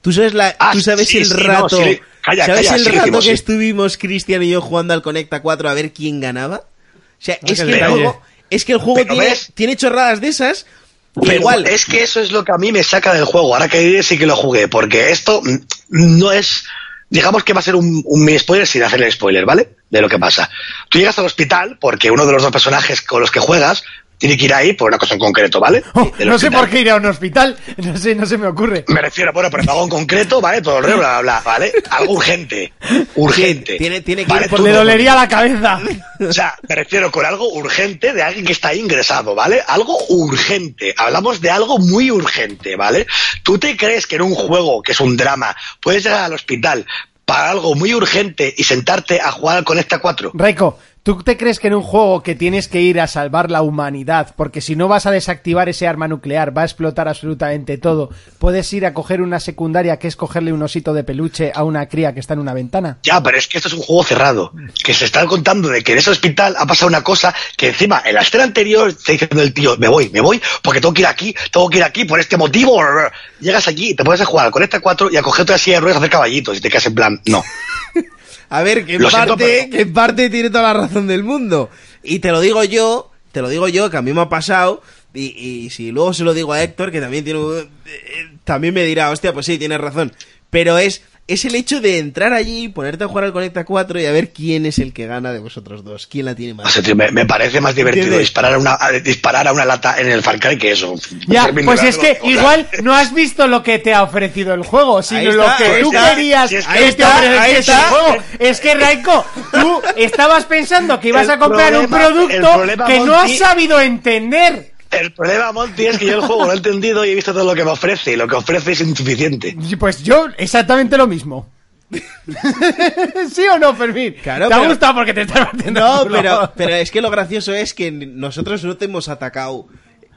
Tú sabes, la,
Ah,
tú sabes
sí,
el
sí, no,
rato,
sí, le- calla,
¿sabes
calla,
el
sí lo
rato
hicimos,
que
sí.
estuvimos Cristian y yo jugando al Conecta 4 a ver quién ganaba? O sea, es
qué
que, el
detalle.
juego, es que el juego
Pero
tiene,
ves-
tiene chorradas de esas, pero
Pero
igual,
es que eso es lo que a mí me saca del juego. Ahora que diré, sí que lo jugué, porque esto mm, no es. Digamos que va a ser un, un mini spoiler sin hacer el spoiler, ¿vale? De lo que pasa. Tú llegas al hospital porque uno de los dos personajes con los que juegas tiene que ir ahí por una cosa en concreto, ¿vale?
Oh,
Del
no sé
hospital.
por qué ir a un hospital, no sé, no se me ocurre.
Me refiero, bueno, pero algo en concreto, ¿vale? Todo el rollo, bla, bla, bla, ¿vale? Algo urgente. Urgente.
Tiene- tiene que ir por
tú
Le
no-
dolería la cabeza.
o sea, me refiero con algo urgente de alguien que está ingresado, ¿vale? Algo urgente. Hablamos de algo muy urgente, ¿vale? ¿Tú te crees que en un juego, que es un drama, puedes llegar al hospital para algo muy urgente y sentarte a jugar con esta 4?
Raiko, ¿tú te crees que en un juego que tienes que ir a salvar la humanidad, porque si no vas a desactivar ese arma nuclear, va a explotar absolutamente todo, puedes ir a coger una secundaria que es cogerle un osito de peluche a una cría que está en una ventana?
Ya, pero es que esto es un juego cerrado. Que se está contando de que en ese hospital ha pasado una cosa que encima en la escena anterior está diciendo el tío, me voy, me voy, porque tengo que ir aquí, tengo que ir aquí por este motivo. Llegas allí y te pones a jugar con esta 4 y a coger otra silla de ruedas a hacer caballitos y te quedas en plan, no.
a ver, que en,
Lo siento,
parte,
pero-
que en parte tiene toda la razón del mundo. Y te lo digo yo, te lo digo yo, que a mí me ha pasado Y, y si luego se lo digo a Héctor, que también tiene un- eh, también me dirá, hostia, pues sí, tienes razón. Pero es, es el hecho de entrar allí, ponerte a jugar al Conecta 4 y a ver quién es el que gana de vosotros dos, quién la tiene
O
más.
sea, tío, me, me parece más divertido
¿Entiendes?
disparar a, una, a- disparar a una lata en el Far Cry que eso.
Ya,
Termino
pues
la-
es que
o sea,
igual no has visto lo que te ha ofrecido el juego, sino
Ahí
lo
está,
que
ahí
tú
está.
querías
Si es que
que
ahí
te
está, ahí
ofreciese el
está.
juego. Es que, Raiko, tú estabas pensando que ibas
El
a comprar un
problema- el
producto
problema,
que no has
Monty-
sabido entender.
El problema, Monty, es que yo el juego lo he entendido y he visto todo lo que me ofrece y lo que ofrece es insuficiente.
Y Pues yo, exactamente lo mismo. ¿Sí o no, Fermín?
Claro,
¿Te ha
pero-
gustado porque te estás partiendo?
No,
el culo?
pero, pero es que lo gracioso es que nosotros no te hemos atacado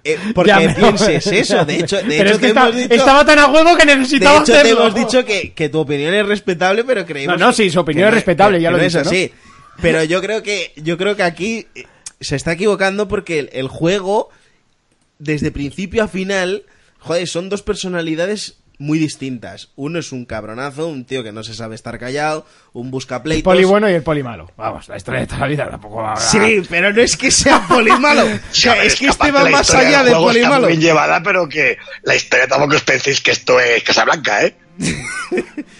eh, porque
Ya, pero-
pienses eso. De hecho, de
Pero es
hecho
que
te
esta-
hemos dicho,
estaba tan a huevo que
de
necesitaba
hecho te
hacerlo.
hemos dicho que, que tu opinión es respetable, pero creemos.
No, no, sí, su opinión
que
es respetable,
que-
ya
que
lo
no
he
es
dicho, ¿no?
así. Pero yo creo que yo creo que aquí eh, se está equivocando porque el, el juego desde principio a final, joder, son dos personalidades muy distintas. Uno es un cabronazo, un tío que no se sabe estar callado, un busca
El poli bueno y el poli malo. Vamos, la historia de toda la vida tampoco va a...
Sí, pero no es que sea polimalo. O
Sí,
sea,
a ver,
es que
aparte
este va
la
más
historia
allá
del
de
juego está
polimalo.
muy bien llevada, pero que la historia tampoco os penséis que esto es Casablanca, ¿eh?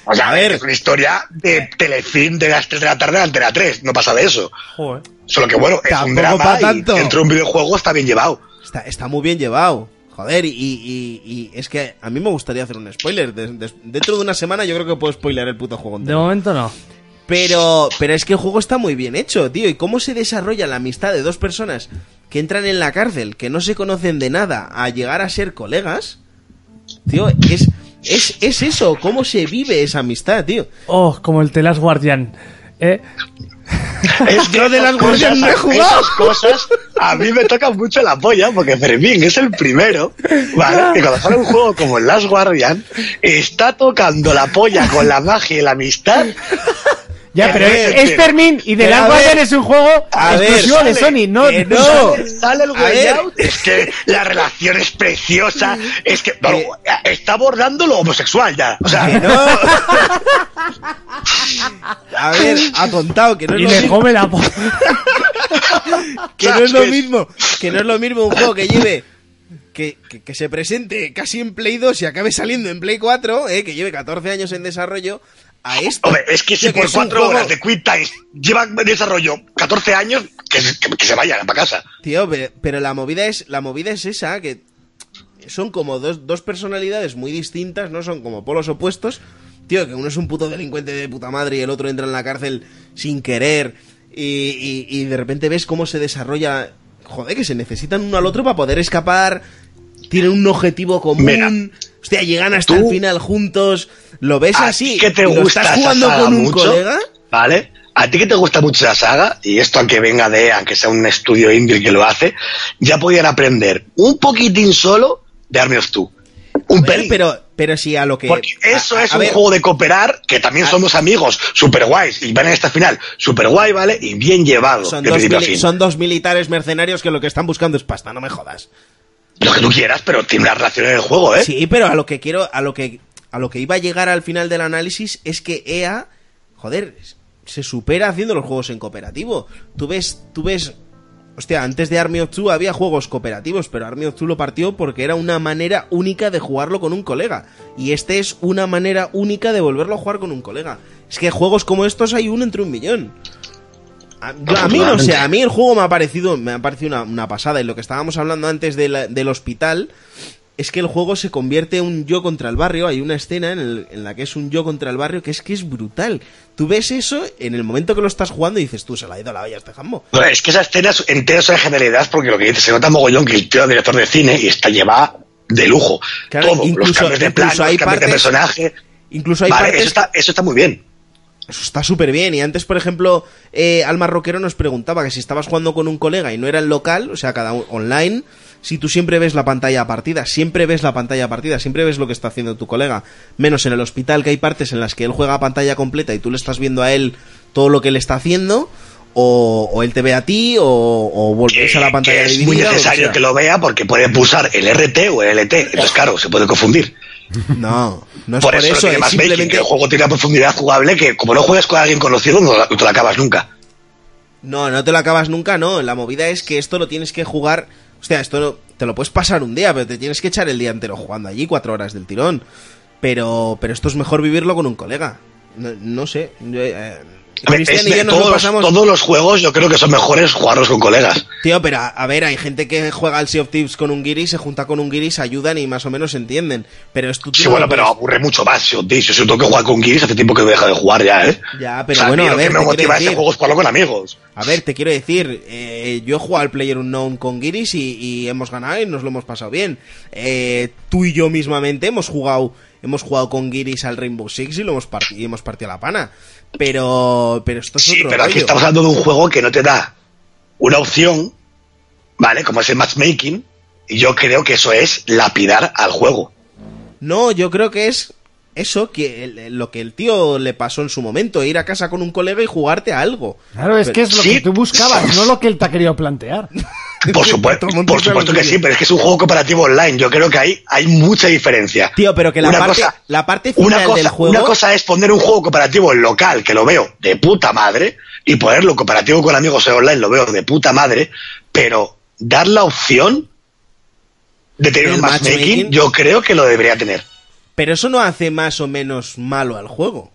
O sea,
A
a
ver.
ver, es una historia de Telecin de las 3 de la tarde a Antena 3, no pasa de eso.
Joder.
Solo que bueno, es
Tampoco
un
pa'
drama
tanto.
y dentro de un videojuego está bien llevado.
Está, está muy bien llevado. Joder, y, y- y- y es que a mí me gustaría hacer un spoiler. De- de- dentro de una semana yo creo que puedo spoiler el puto juego
De
entero.
momento no.
Pero, pero es que el juego está muy bien hecho, tío. ¿Y cómo se desarrolla la amistad de dos personas que entran en la cárcel, que no se conocen de nada, a llegar a ser colegas? Tío, es, es, es eso. ¿Cómo se vive esa amistad, tío?
Oh, como el telas guardián. ¿Eh?
Es que de las
Guardian no he jugado.
Esas cosas a mí me tocan mucho la polla porque Fermín es el primero, ¿vale? Y cuando sale un juego como el Last Guardian, está tocando la polla con la magia y la amistad.
Ya,
Que
pero
no
es,
es-
es Fermín y The
Pero
Last
a ver,
Guardian es un juego
a ver,
exclusivo de
sale,
Sony, no.
que no.
Sale- Sale el
A
Way
ver.
Out, Es que la relación es preciosa. Es que no,
Eh.
está abordando lo homosexual ya. O sea,
Que no. A ver, ha contado que no es
Y
lo
le
mismo.
come la po-
que no es lo
¿Sabes?
mismo, que no es lo mismo un juego que lleve que, que- que se presente casi en Play 2 y acabe saliendo en Play 4, eh, que lleve 14 años en desarrollo, a esto.
Hombre, es que si
Tío,
por
es un
cuatro
juego-
horas de Quick Times llevan en desarrollo 14 años, que, se- que- que se vayan para casa.
Tío, pe- pero, la movida es la movida es esa, que son como dos, dos personalidades muy distintas, no son como polos opuestos. Tío, que uno es un puto delincuente de puta madre y el otro entra en la cárcel sin querer y, y- y de repente ves cómo se desarrolla... Joder, que se necesitan uno al otro para poder escapar, tienen un objetivo común...
Mira,
Hostia, llegan hasta
tú-
el final juntos, lo ves
¿A
así,
ti que te
y lo
gusta
estás
esa
jugando
saga
con un
mucho?
colega...
¿Vale? A ti que te gusta mucho la saga, y esto aunque venga de, aunque sea un estudio indie el que lo hace, ya podían aprender un poquitín solo de Army of Two. Un
Joder,
pelín.
pero, pero si a lo que...
Porque eso
a- a-
es
a
un
ver,
juego de cooperar, que también
a-
somos amigos, super guays, y van en esta final, super guay, ¿vale? Y bien llevado,
Son
de
dos,
principio a
mili-
fin.
son dos militares mercenarios que lo que están buscando es pasta, no me jodas.
Lo que tú quieras, pero tiene una relación en el juego, ¿eh?
Sí, pero a lo que quiero, a lo que, a lo que iba a llegar al final del análisis es que EA, joder, se supera haciendo los juegos en cooperativo. Tú ves, tú ves, hostia, antes de Army of Two había juegos cooperativos, pero Army of Two lo partió porque era una manera única de jugarlo con un colega. Y este es una manera única de volverlo a jugar con un colega. Es que juegos como estos hay uno entre un millón. A, yo- a mí no sé, a mí el juego me ha parecido, me ha parecido una, una pasada. Y lo que estábamos hablando antes de la- del hospital es que el juego se convierte en un yo contra el barrio. Hay una escena en, el- en la que es un yo contra el barrio que es que es brutal. Tú ves eso en el momento que lo estás jugando y dices, tú se la ha ido la olla a este jambo.
No, es que esa escena es entera es en generalidad, porque lo que dice, se nota mogollón que el tío es director de cine y está llevada de lujo.
Claro,
Todo,
incluso-
los cambios de plan, los
incluso hay
cambios de
partes-
personaje.
Incluso hay
Vale,
partes
eso, está, eso está muy bien.
Eso está súper bien. Y antes, por ejemplo, eh, Alma Roquero nos preguntaba que si estabas jugando con un colega y no era el local, o sea, cada u- online, si tú siempre ves la pantalla partida, siempre ves la pantalla partida, siempre ves lo que está haciendo tu colega. Menos en el hospital, que hay partes en las que él juega a pantalla completa y tú le estás viendo a él todo lo que él está haciendo, o, o él te ve a ti, o, o volvés
Que-
a la pantalla
Eh, que es
dividida,
muy
o lo que
necesario
sea.
que lo vea porque puede pulsar el RT o el LT. Entonces, claro, se puede confundir.
No, no es
por, eso, tiene
es
más making,
simplemente...
que el juego tiene una profundidad jugable que como no juegas con alguien conocido no, la- no te la acabas nunca.
No, no te lo acabas nunca, no. La movida es que esto lo tienes que jugar. O sea, esto no- te lo puedes pasar un día, pero te tienes que echar el día entero jugando allí, cuatro horas del tirón. Pero, pero esto es mejor vivirlo con un colega. No, no sé. yo, eh,
A ver,
Cristian
es
y
de
yo nos lo
todos,
pasamos-
todos los juegos yo creo que son mejores jugarlos con colegas.
Tío, pero a, a ver, hay gente que juega al Sea of Thieves con un guiri, se junta con un guiri, se ayudan y más o menos se entienden. Pero es tu
Sí, bueno, pero aburre mucho más, si os dice. Si yo tengo que jugar con Guiris, hace tiempo que he dejado de jugar ya, ¿eh?
Ya, pero
O sea,
bueno,
a mí
a
lo
ver, te
que me
quiero
motiva
decir-
ese juego es jugarlo con amigos.
A ver, te quiero decir, eh, yo he jugado al Player Unknown con Guiris y, y hemos ganado y nos lo hemos pasado bien. Eh, tú y yo mismamente hemos jugado, hemos jugado con Guiris al Rainbow Six y lo hemos partido, hemos partido a la pana. Pero, pero esto es
Sí,
otro
pero aquí
rollo.
estamos hablando de un juego que no te da una opción, ¿vale? Como es el matchmaking, y yo creo que eso es lapidar al juego.
No, yo creo que es eso que el- lo que el tío le pasó en su momento, ir a casa con un colega y jugarte a algo.
Claro, es que es lo que tú buscabas, no lo que él te ha querido plantear.
Por supuesto, por supuesto que sí, pero es que es un juego cooperativo online. Yo creo que ahí hay mucha diferencia.
Tío, pero que la
Una
parte,
cosa-
la parte final
Una cosa,
del juego.
una cosa es poner un juego cooperativo en local, que lo veo de puta madre, y ponerlo cooperativo con amigos en online, lo veo de puta madre, pero dar la opción de tener
¿El
un matchmaking,
matchmaking?
yo creo que lo debería tener.
Pero eso no hace más o menos malo al juego.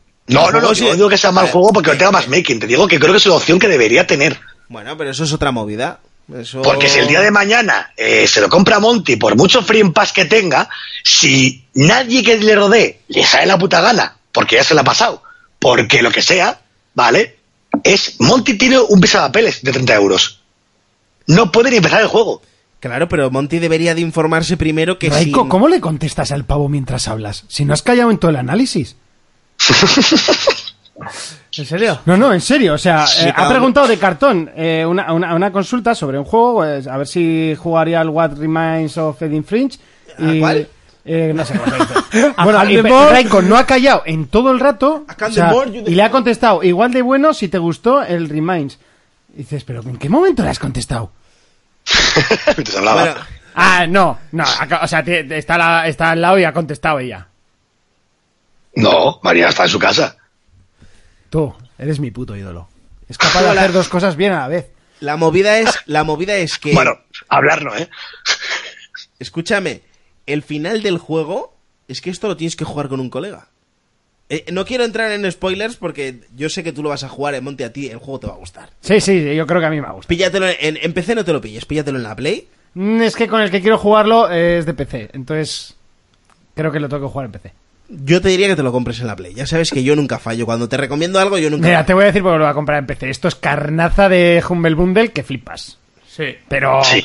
El
No, no, no,
juego
yo
sí-
no digo que sea mal
Vale.
juego porque no tenga matchmaking, te digo que creo que es una opción que debería tener.
Bueno, pero eso es otra movida. Eso-
Porque si el día de mañana eh, se lo compra Monty, por mucho free pass que tenga, si nadie que le rodee le sale la puta gana, porque ya se la ha pasado, porque lo que sea, ¿vale? Es Monty tiene un piso de papeles de 30 euros. No puede ni empezar el juego.
Claro, pero Monty debería de informarse primero que si...
Raiko, ¿cómo le contestas al pavo mientras hablas? Si no has callado en todo el análisis.
¿En serio?
No, no, en serio. O sea,
Sí,
eh,
cada
ha
uno.
preguntado de cartón eh, una, una- una consulta sobre un juego, pues, a ver si jugaría al What Remains of Edith Fringe.
¿A cuál?
eh, no sé cómo se dice.
A
bueno, y
Candemore.
Pe- Raiko no ha callado en todo el rato.
A Candemore, you
y le ha contestado, igual de bueno si te gustó el Remains. Y dices, pero ¿en qué momento le has contestado?
Entonces hablaba.
Bueno,
Ah, no, no, acá- o sea, te- te- está, la- está al lado y ha contestado ella.
No, María está en su casa.
Tú, eres mi puto ídolo. Es capaz de hacer dos cosas bien a la vez.
la movida es, la movida es que...
Bueno, hablar no, ¿eh?
Escúchame, el final del juego es que esto lo tienes que jugar con un colega. Eh, no quiero entrar en spoilers porque yo sé que tú lo vas a jugar, eh, Monty, a ti el juego te va a gustar.
Sí, sí, yo creo que a mí me gusta.
Píllatelo en, en PC no te lo pilles, píllatelo en la Play.
Mm, Es que con el que quiero jugarlo eh, es de PC, entonces creo que lo tengo que jugar en PC.
Yo te diría que te lo compres en la Play. Ya sabes que yo nunca fallo. Cuando te recomiendo algo, yo nunca
Mira, te voy a decir porque lo voy a comprar en PC. Esto es carnaza de Humble Bundle que flipas.
Sí.
Pero
Sí.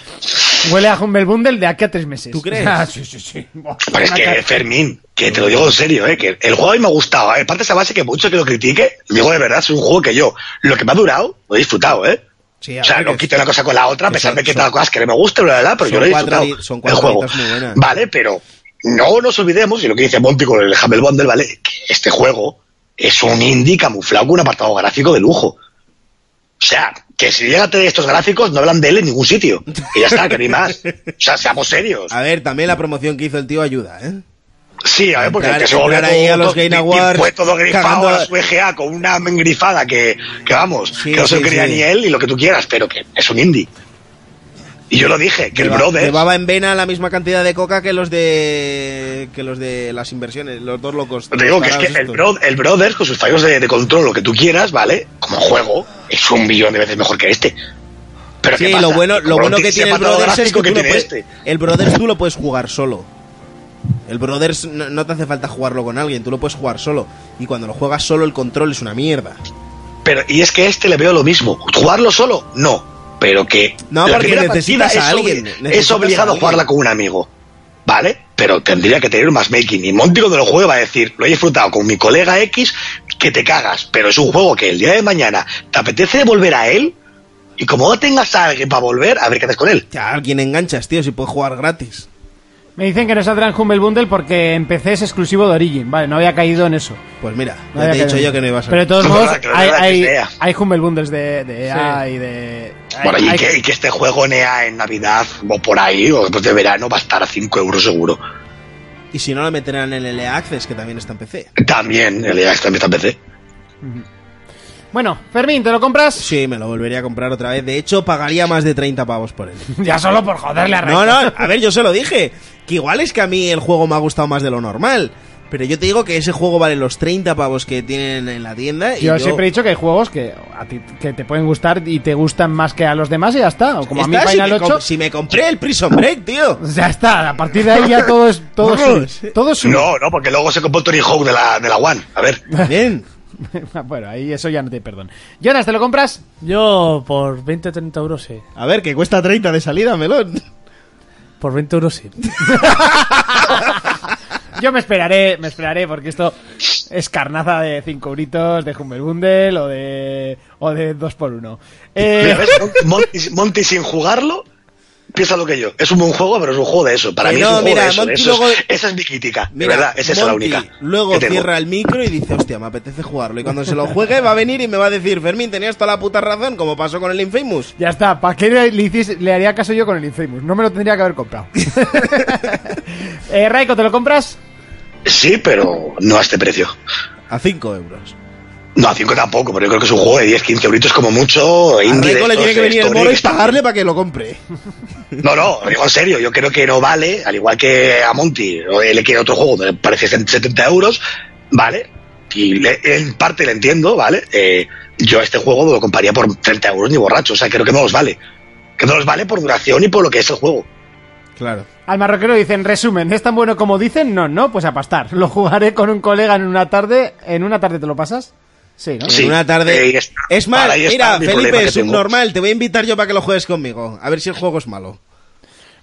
huele a Humble Bundle de aquí a tres meses.
¿Tú crees?
Ah, sí, sí, sí. Buah,
Pero es
una
que,
cara-
Fermín, que te lo digo en serio, ¿eh? que el juego a mí me ha gustado. ¿eh? Parte esa base que mucho que lo critique, digo de verdad, es un juego que yo, lo que me ha durado, lo he disfrutado, ¿eh?
Sí, a
o sea,
ver,
no
que-
quito una cosa con la otra, a
que
pesar
son-
de que
son-
tenga cosas que no me gusten, bla, bla, bla, pero
son
yo lo he
cuatro
disfrutado.
hori- son
el
cuatro
juego.
horitas muy buenas.
Vale, pero no nos olvidemos, y lo que dice Monty con el Humble Bundle, ¿vale? Que este juego es un indie camuflado con un apartado gráfico de lujo. O sea, que si llega a tener estos gráficos, no hablan de él en ningún sitio. Y ya está, que no hay más. O sea, seamos serios.
A ver, también la promoción que hizo el tío ayuda, ¿eh.
Sí, a ver, porque
Entrar-
que se volvió
entrar ahí
todo-
a los
todo-
Game
ti- ti-
Awards,
Fue todo grifado
cagando
a
a-
la su EGA con una engrifada que, que vamos,
Sí,
que no se
sí,
lo quería
sí.
ni él y lo que tú quieras, pero que es un indie. Y yo lo dije, que
Lleva-
el brother.
Llevaba en vena la misma cantidad de coca que los de. que los de las inversiones, los dos locos.
Te digo que es que
Estos.
el, bro- el Brother, con sus fallos de, de control, lo que tú quieras, ¿vale? Como juego, es un millón de veces mejor que este. Pero
Sí,
¿qué pasa?
lo bueno,
Como
lo
no
bueno que
ese
tiene el
apartado
Brothers es que,
gráfico
tú lo
tiene
puedes-
este.
el Brothers tú lo puedes jugar solo. El Brothers no, no te hace falta jugarlo con alguien, tú lo puedes jugar solo. Y cuando lo juegas solo, el control es una mierda.
Pero, y es que a este le veo lo mismo. ¿Jugarlo solo? No. Pero que.
No, porque
primera
necesitas
partida
a
es
alguien,
obli-
necesitas
Es
a
obligado a
alguien.
jugarla con un amigo. ¿Vale? Pero tendría que tener un matchmaking. Y Monty cuando lo juegue va a decir: Lo he disfrutado con mi colega X, que te cagas. Pero es un juego que el día de mañana te apetece volver a él. Y como no tengas a alguien para volver, a ver qué haces con él.
Ya, alguien enganchas, tío, si puedes jugar gratis.
Me dicen que no saldrá en Humble Bundle porque en PC es exclusivo de Origin. Vale, no había caído en eso.
Pues mira,
No
ya
había
te he dicho
caído en
yo que no ibas a.
Pero de todos
No,
modos,
verdad, que no
hay,
verdad que
hay,
sea.
hay Humble Bundles de, de EA
Sí.
y de...
Bueno,
hay-
y
hay-
que, y que este juego en EA en Navidad o por ahí, o después de verano, va a estar a 5 euros seguro.
Y si no, lo meterán en el EA Access, que también está en PC.
También, el EA está en PC.
Bueno, Fermín, ¿te lo compras?
Sí, me lo volvería a comprar otra vez. De hecho, pagaría más de 30 pavos por él.
Ya solo por joderle a Ray.
No, no, a ver, yo se lo dije. Que igual es que a mí el juego me ha gustado más de lo normal. Pero yo te digo que ese juego vale los 30 pavos que tienen en la tienda. Y
Yo siempre he dicho que hay juegos que a ti que te pueden gustar y te gustan más que a los demás y ya está. O como a mí
Está, si,
Final
me
8.
com- si me compré el Prison Break, tío.
Ya está, a partir de ahí ya todo es todo
Vamos.
es- todo es un-
No, no, porque luego se compró Tony Hawk de la, de la One. A ver.
Bien.
bueno, ahí eso ya no te perdón. Jonas, ¿te lo compras?
Yo por 20 o 30 euros sí.
A ver, que cuesta 30 de salida, melón.
Por 20 euros sí.
Yo me esperaré, me esperaré porque esto es carnaza de 5 euritos, de Humberbundel o de o de 2x1. Eh,
Mira, ¿ves? Monty, Monty sin jugarlo, piensa lo que yo. Es un buen juego, pero es un juego de eso. Para
Que
mí
no,
es un juego
mira,
de eso. de
Monty
esos.
luego-
Esa es mi crítica.
Mira,
de verdad, esa es la
Monty
única.
Luego
que tengo.
cierra el micro y dice, hostia, me apetece jugarlo. Y cuando se lo juegue va a venir y me va a decir, Fermín, tenías toda la puta razón, como pasó con el Infamous.
Ya está, ¿para qué le, le hiciese- le haría caso yo con el Infamous? No me lo tendría que haber comprado. eh, Raiko, ¿te lo compras?
Sí, pero no a este precio.
A 5 euros.
No, a 5 tampoco, pero yo creo que es un juego de 10, 15 euritos como mucho.
A
indie de
Reiko le
estos,
tiene que
de
venir el
Sony,
moro
que
y
está-
pagarle para que lo compre.
No, no, digo en serio, yo creo que no vale, al igual que a Monty, o él quiere otro juego, me parece 70 euros, vale, y le- en parte le entiendo, vale, Eh, yo este juego lo compraría por 30 euros ni borracho, o sea, creo que no los vale, que no los vale por duración y por lo que es el juego.
Claro.
Al marroquero dicen, resumen, ¿es tan bueno como dicen? No, no, pues a pastar. Lo jugaré con un colega en una tarde. ¿En una tarde te lo pasas? Sí, ¿no?
Sí.
en una tarde.
ahí está.
Es más,
Para ahí
mira,
está mi problema
Felipe,
que tengo.
subnormal, te voy a invitar yo para que lo juegues conmigo. A ver si el juego es malo.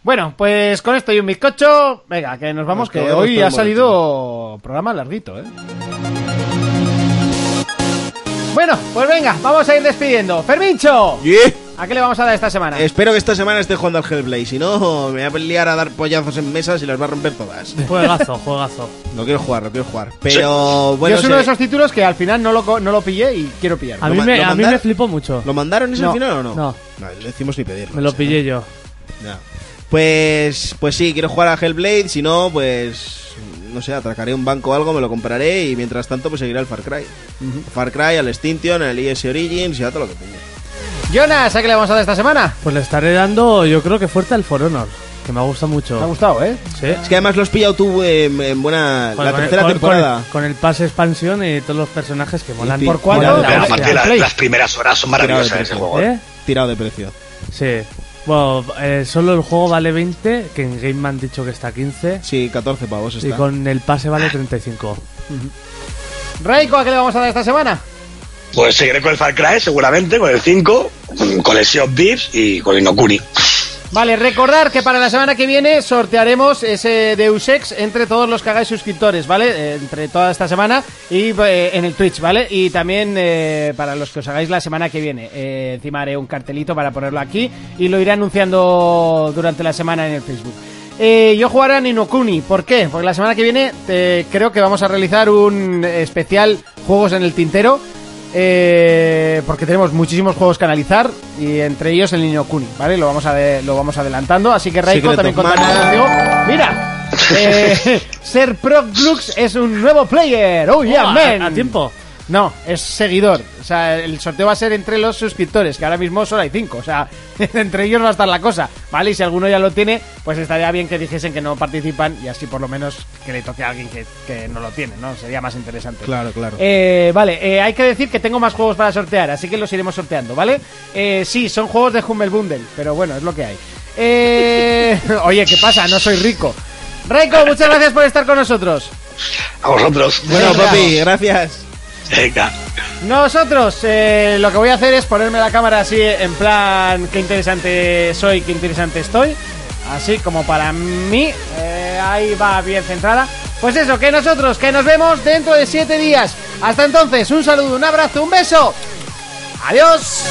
Bueno, pues con esto y un bizcocho, venga, que nos vamos,
Nos
que
quedamos
hoy
todo
ha salido programa larguito, ¿eh? Bueno, pues venga, vamos a ir despidiendo. Fermincho, ¿a qué le vamos a dar esta semana?
Espero que esta semana esté jugando al Hellblade. Si no, me voy a liar a dar pollazos en mesas y las va a romper todas.
Juegazo, juegazo.
No quiero jugar, no quiero jugar. Pero bueno,
Yo es uno de
se-
esos títulos que al final no lo, co- no lo pillé y quiero pillar.
A
¿Lo
mí,
ma-
me,
lo
a mí
mandar-
me flipó mucho.
¿Lo mandaron ese
No,
al final o no?
no.
No, no decimos ni pedirlo.
Me lo
sí.
pillé yo.
No. Pues, pues sí, quiero jugar a Hellblade. Si no, pues. No sé, atracaré un banco o algo, me lo compraré. Y mientras tanto, pues seguiré al Far Cry. Far Cry, al Extinction, al ES Origins y a todo lo que tenga.
Jonas, ¿a qué le vamos a dar esta semana?
Pues le estaré dando, yo creo que fuerte al For Honor, que me ha gustado mucho.
Me ha gustado, ¿eh?
Sí.
Es que además lo has pillado tú en, en buena.
Con-
la
con-
tercera
con-
temporada.
Con, con el pase expansión y todos los personajes que molan.
sí.
¿Por cuánto?
Molan la
Pero
Vale,
aparte
ya,
hostia.
la-
Play.
las primeras horas son maravillosas de ese juego. ¿eh?
¿Eh?
Tirado de precio.
Sí. Bueno, eh, solo el juego vale 20, que en Game me han dicho que está a 15.
Sí, 14 pavos
Y
está.
con el pase vale 35.
Raiko, ¿a qué le vamos a dar esta semana?
Pues seguiré con el Far Cry seguramente, con el 5, con el Sea of Thieves y con el Inokuni.
Vale, recordar que para la semana que viene sortearemos ese Deus Ex entre todos los que hagáis suscriptores, ¿vale? Eh, entre toda esta semana y eh, en el Twitch, ¿vale? Y también eh, para los que os hagáis la semana que viene. Eh, encima haré un cartelito para ponerlo aquí y lo iré anunciando durante la semana en el Facebook. Eh, yo jugaré a Ninokuni, ¿por qué? Porque la semana que viene eh, creo que vamos a realizar un especial Juegos en el Tintero. Eh, porque tenemos muchísimos juegos que analizar y entre ellos el Niño Kuni, ¿vale? Lo vamos, a de- lo vamos adelantando, así que Raiko
Secret
también
of
contaremos
Mana.
contigo. ¡Mira! Eh, Ser Proc Glux es un nuevo player. ¡Oh, yeah,
Oh, a-
man!
a tiempo.
No, es seguidor. O sea, el sorteo va a ser entre los suscriptores, que ahora mismo solo hay cinco. O sea, entre ellos va a estar la cosa, ¿vale? Y si alguno ya lo tiene, pues estaría bien que dijesen que no participan y así por lo menos que le toque a alguien que, que no lo tiene, ¿no? Sería más interesante.
Claro, claro.
Eh, vale, eh, hay que decir que tengo más juegos para sortear, así que los iremos sorteando, ¿vale? Eh, sí, son juegos de Hummel Bundle, pero bueno, es lo que hay. Eh, oye, ¿qué pasa? No soy rico. Raiko, muchas gracias por estar con nosotros.
A vosotros.
Bueno,
Venga.
papi, gracias.
Venga.
Nosotros eh, lo que voy a hacer es ponerme la cámara así en plan qué interesante soy, qué interesante estoy. Así como para mí, eh, ahí va bien centrada. Pues eso, que nosotros, que nos vemos dentro de siete días. Hasta entonces, un saludo, un abrazo, un beso. Adiós.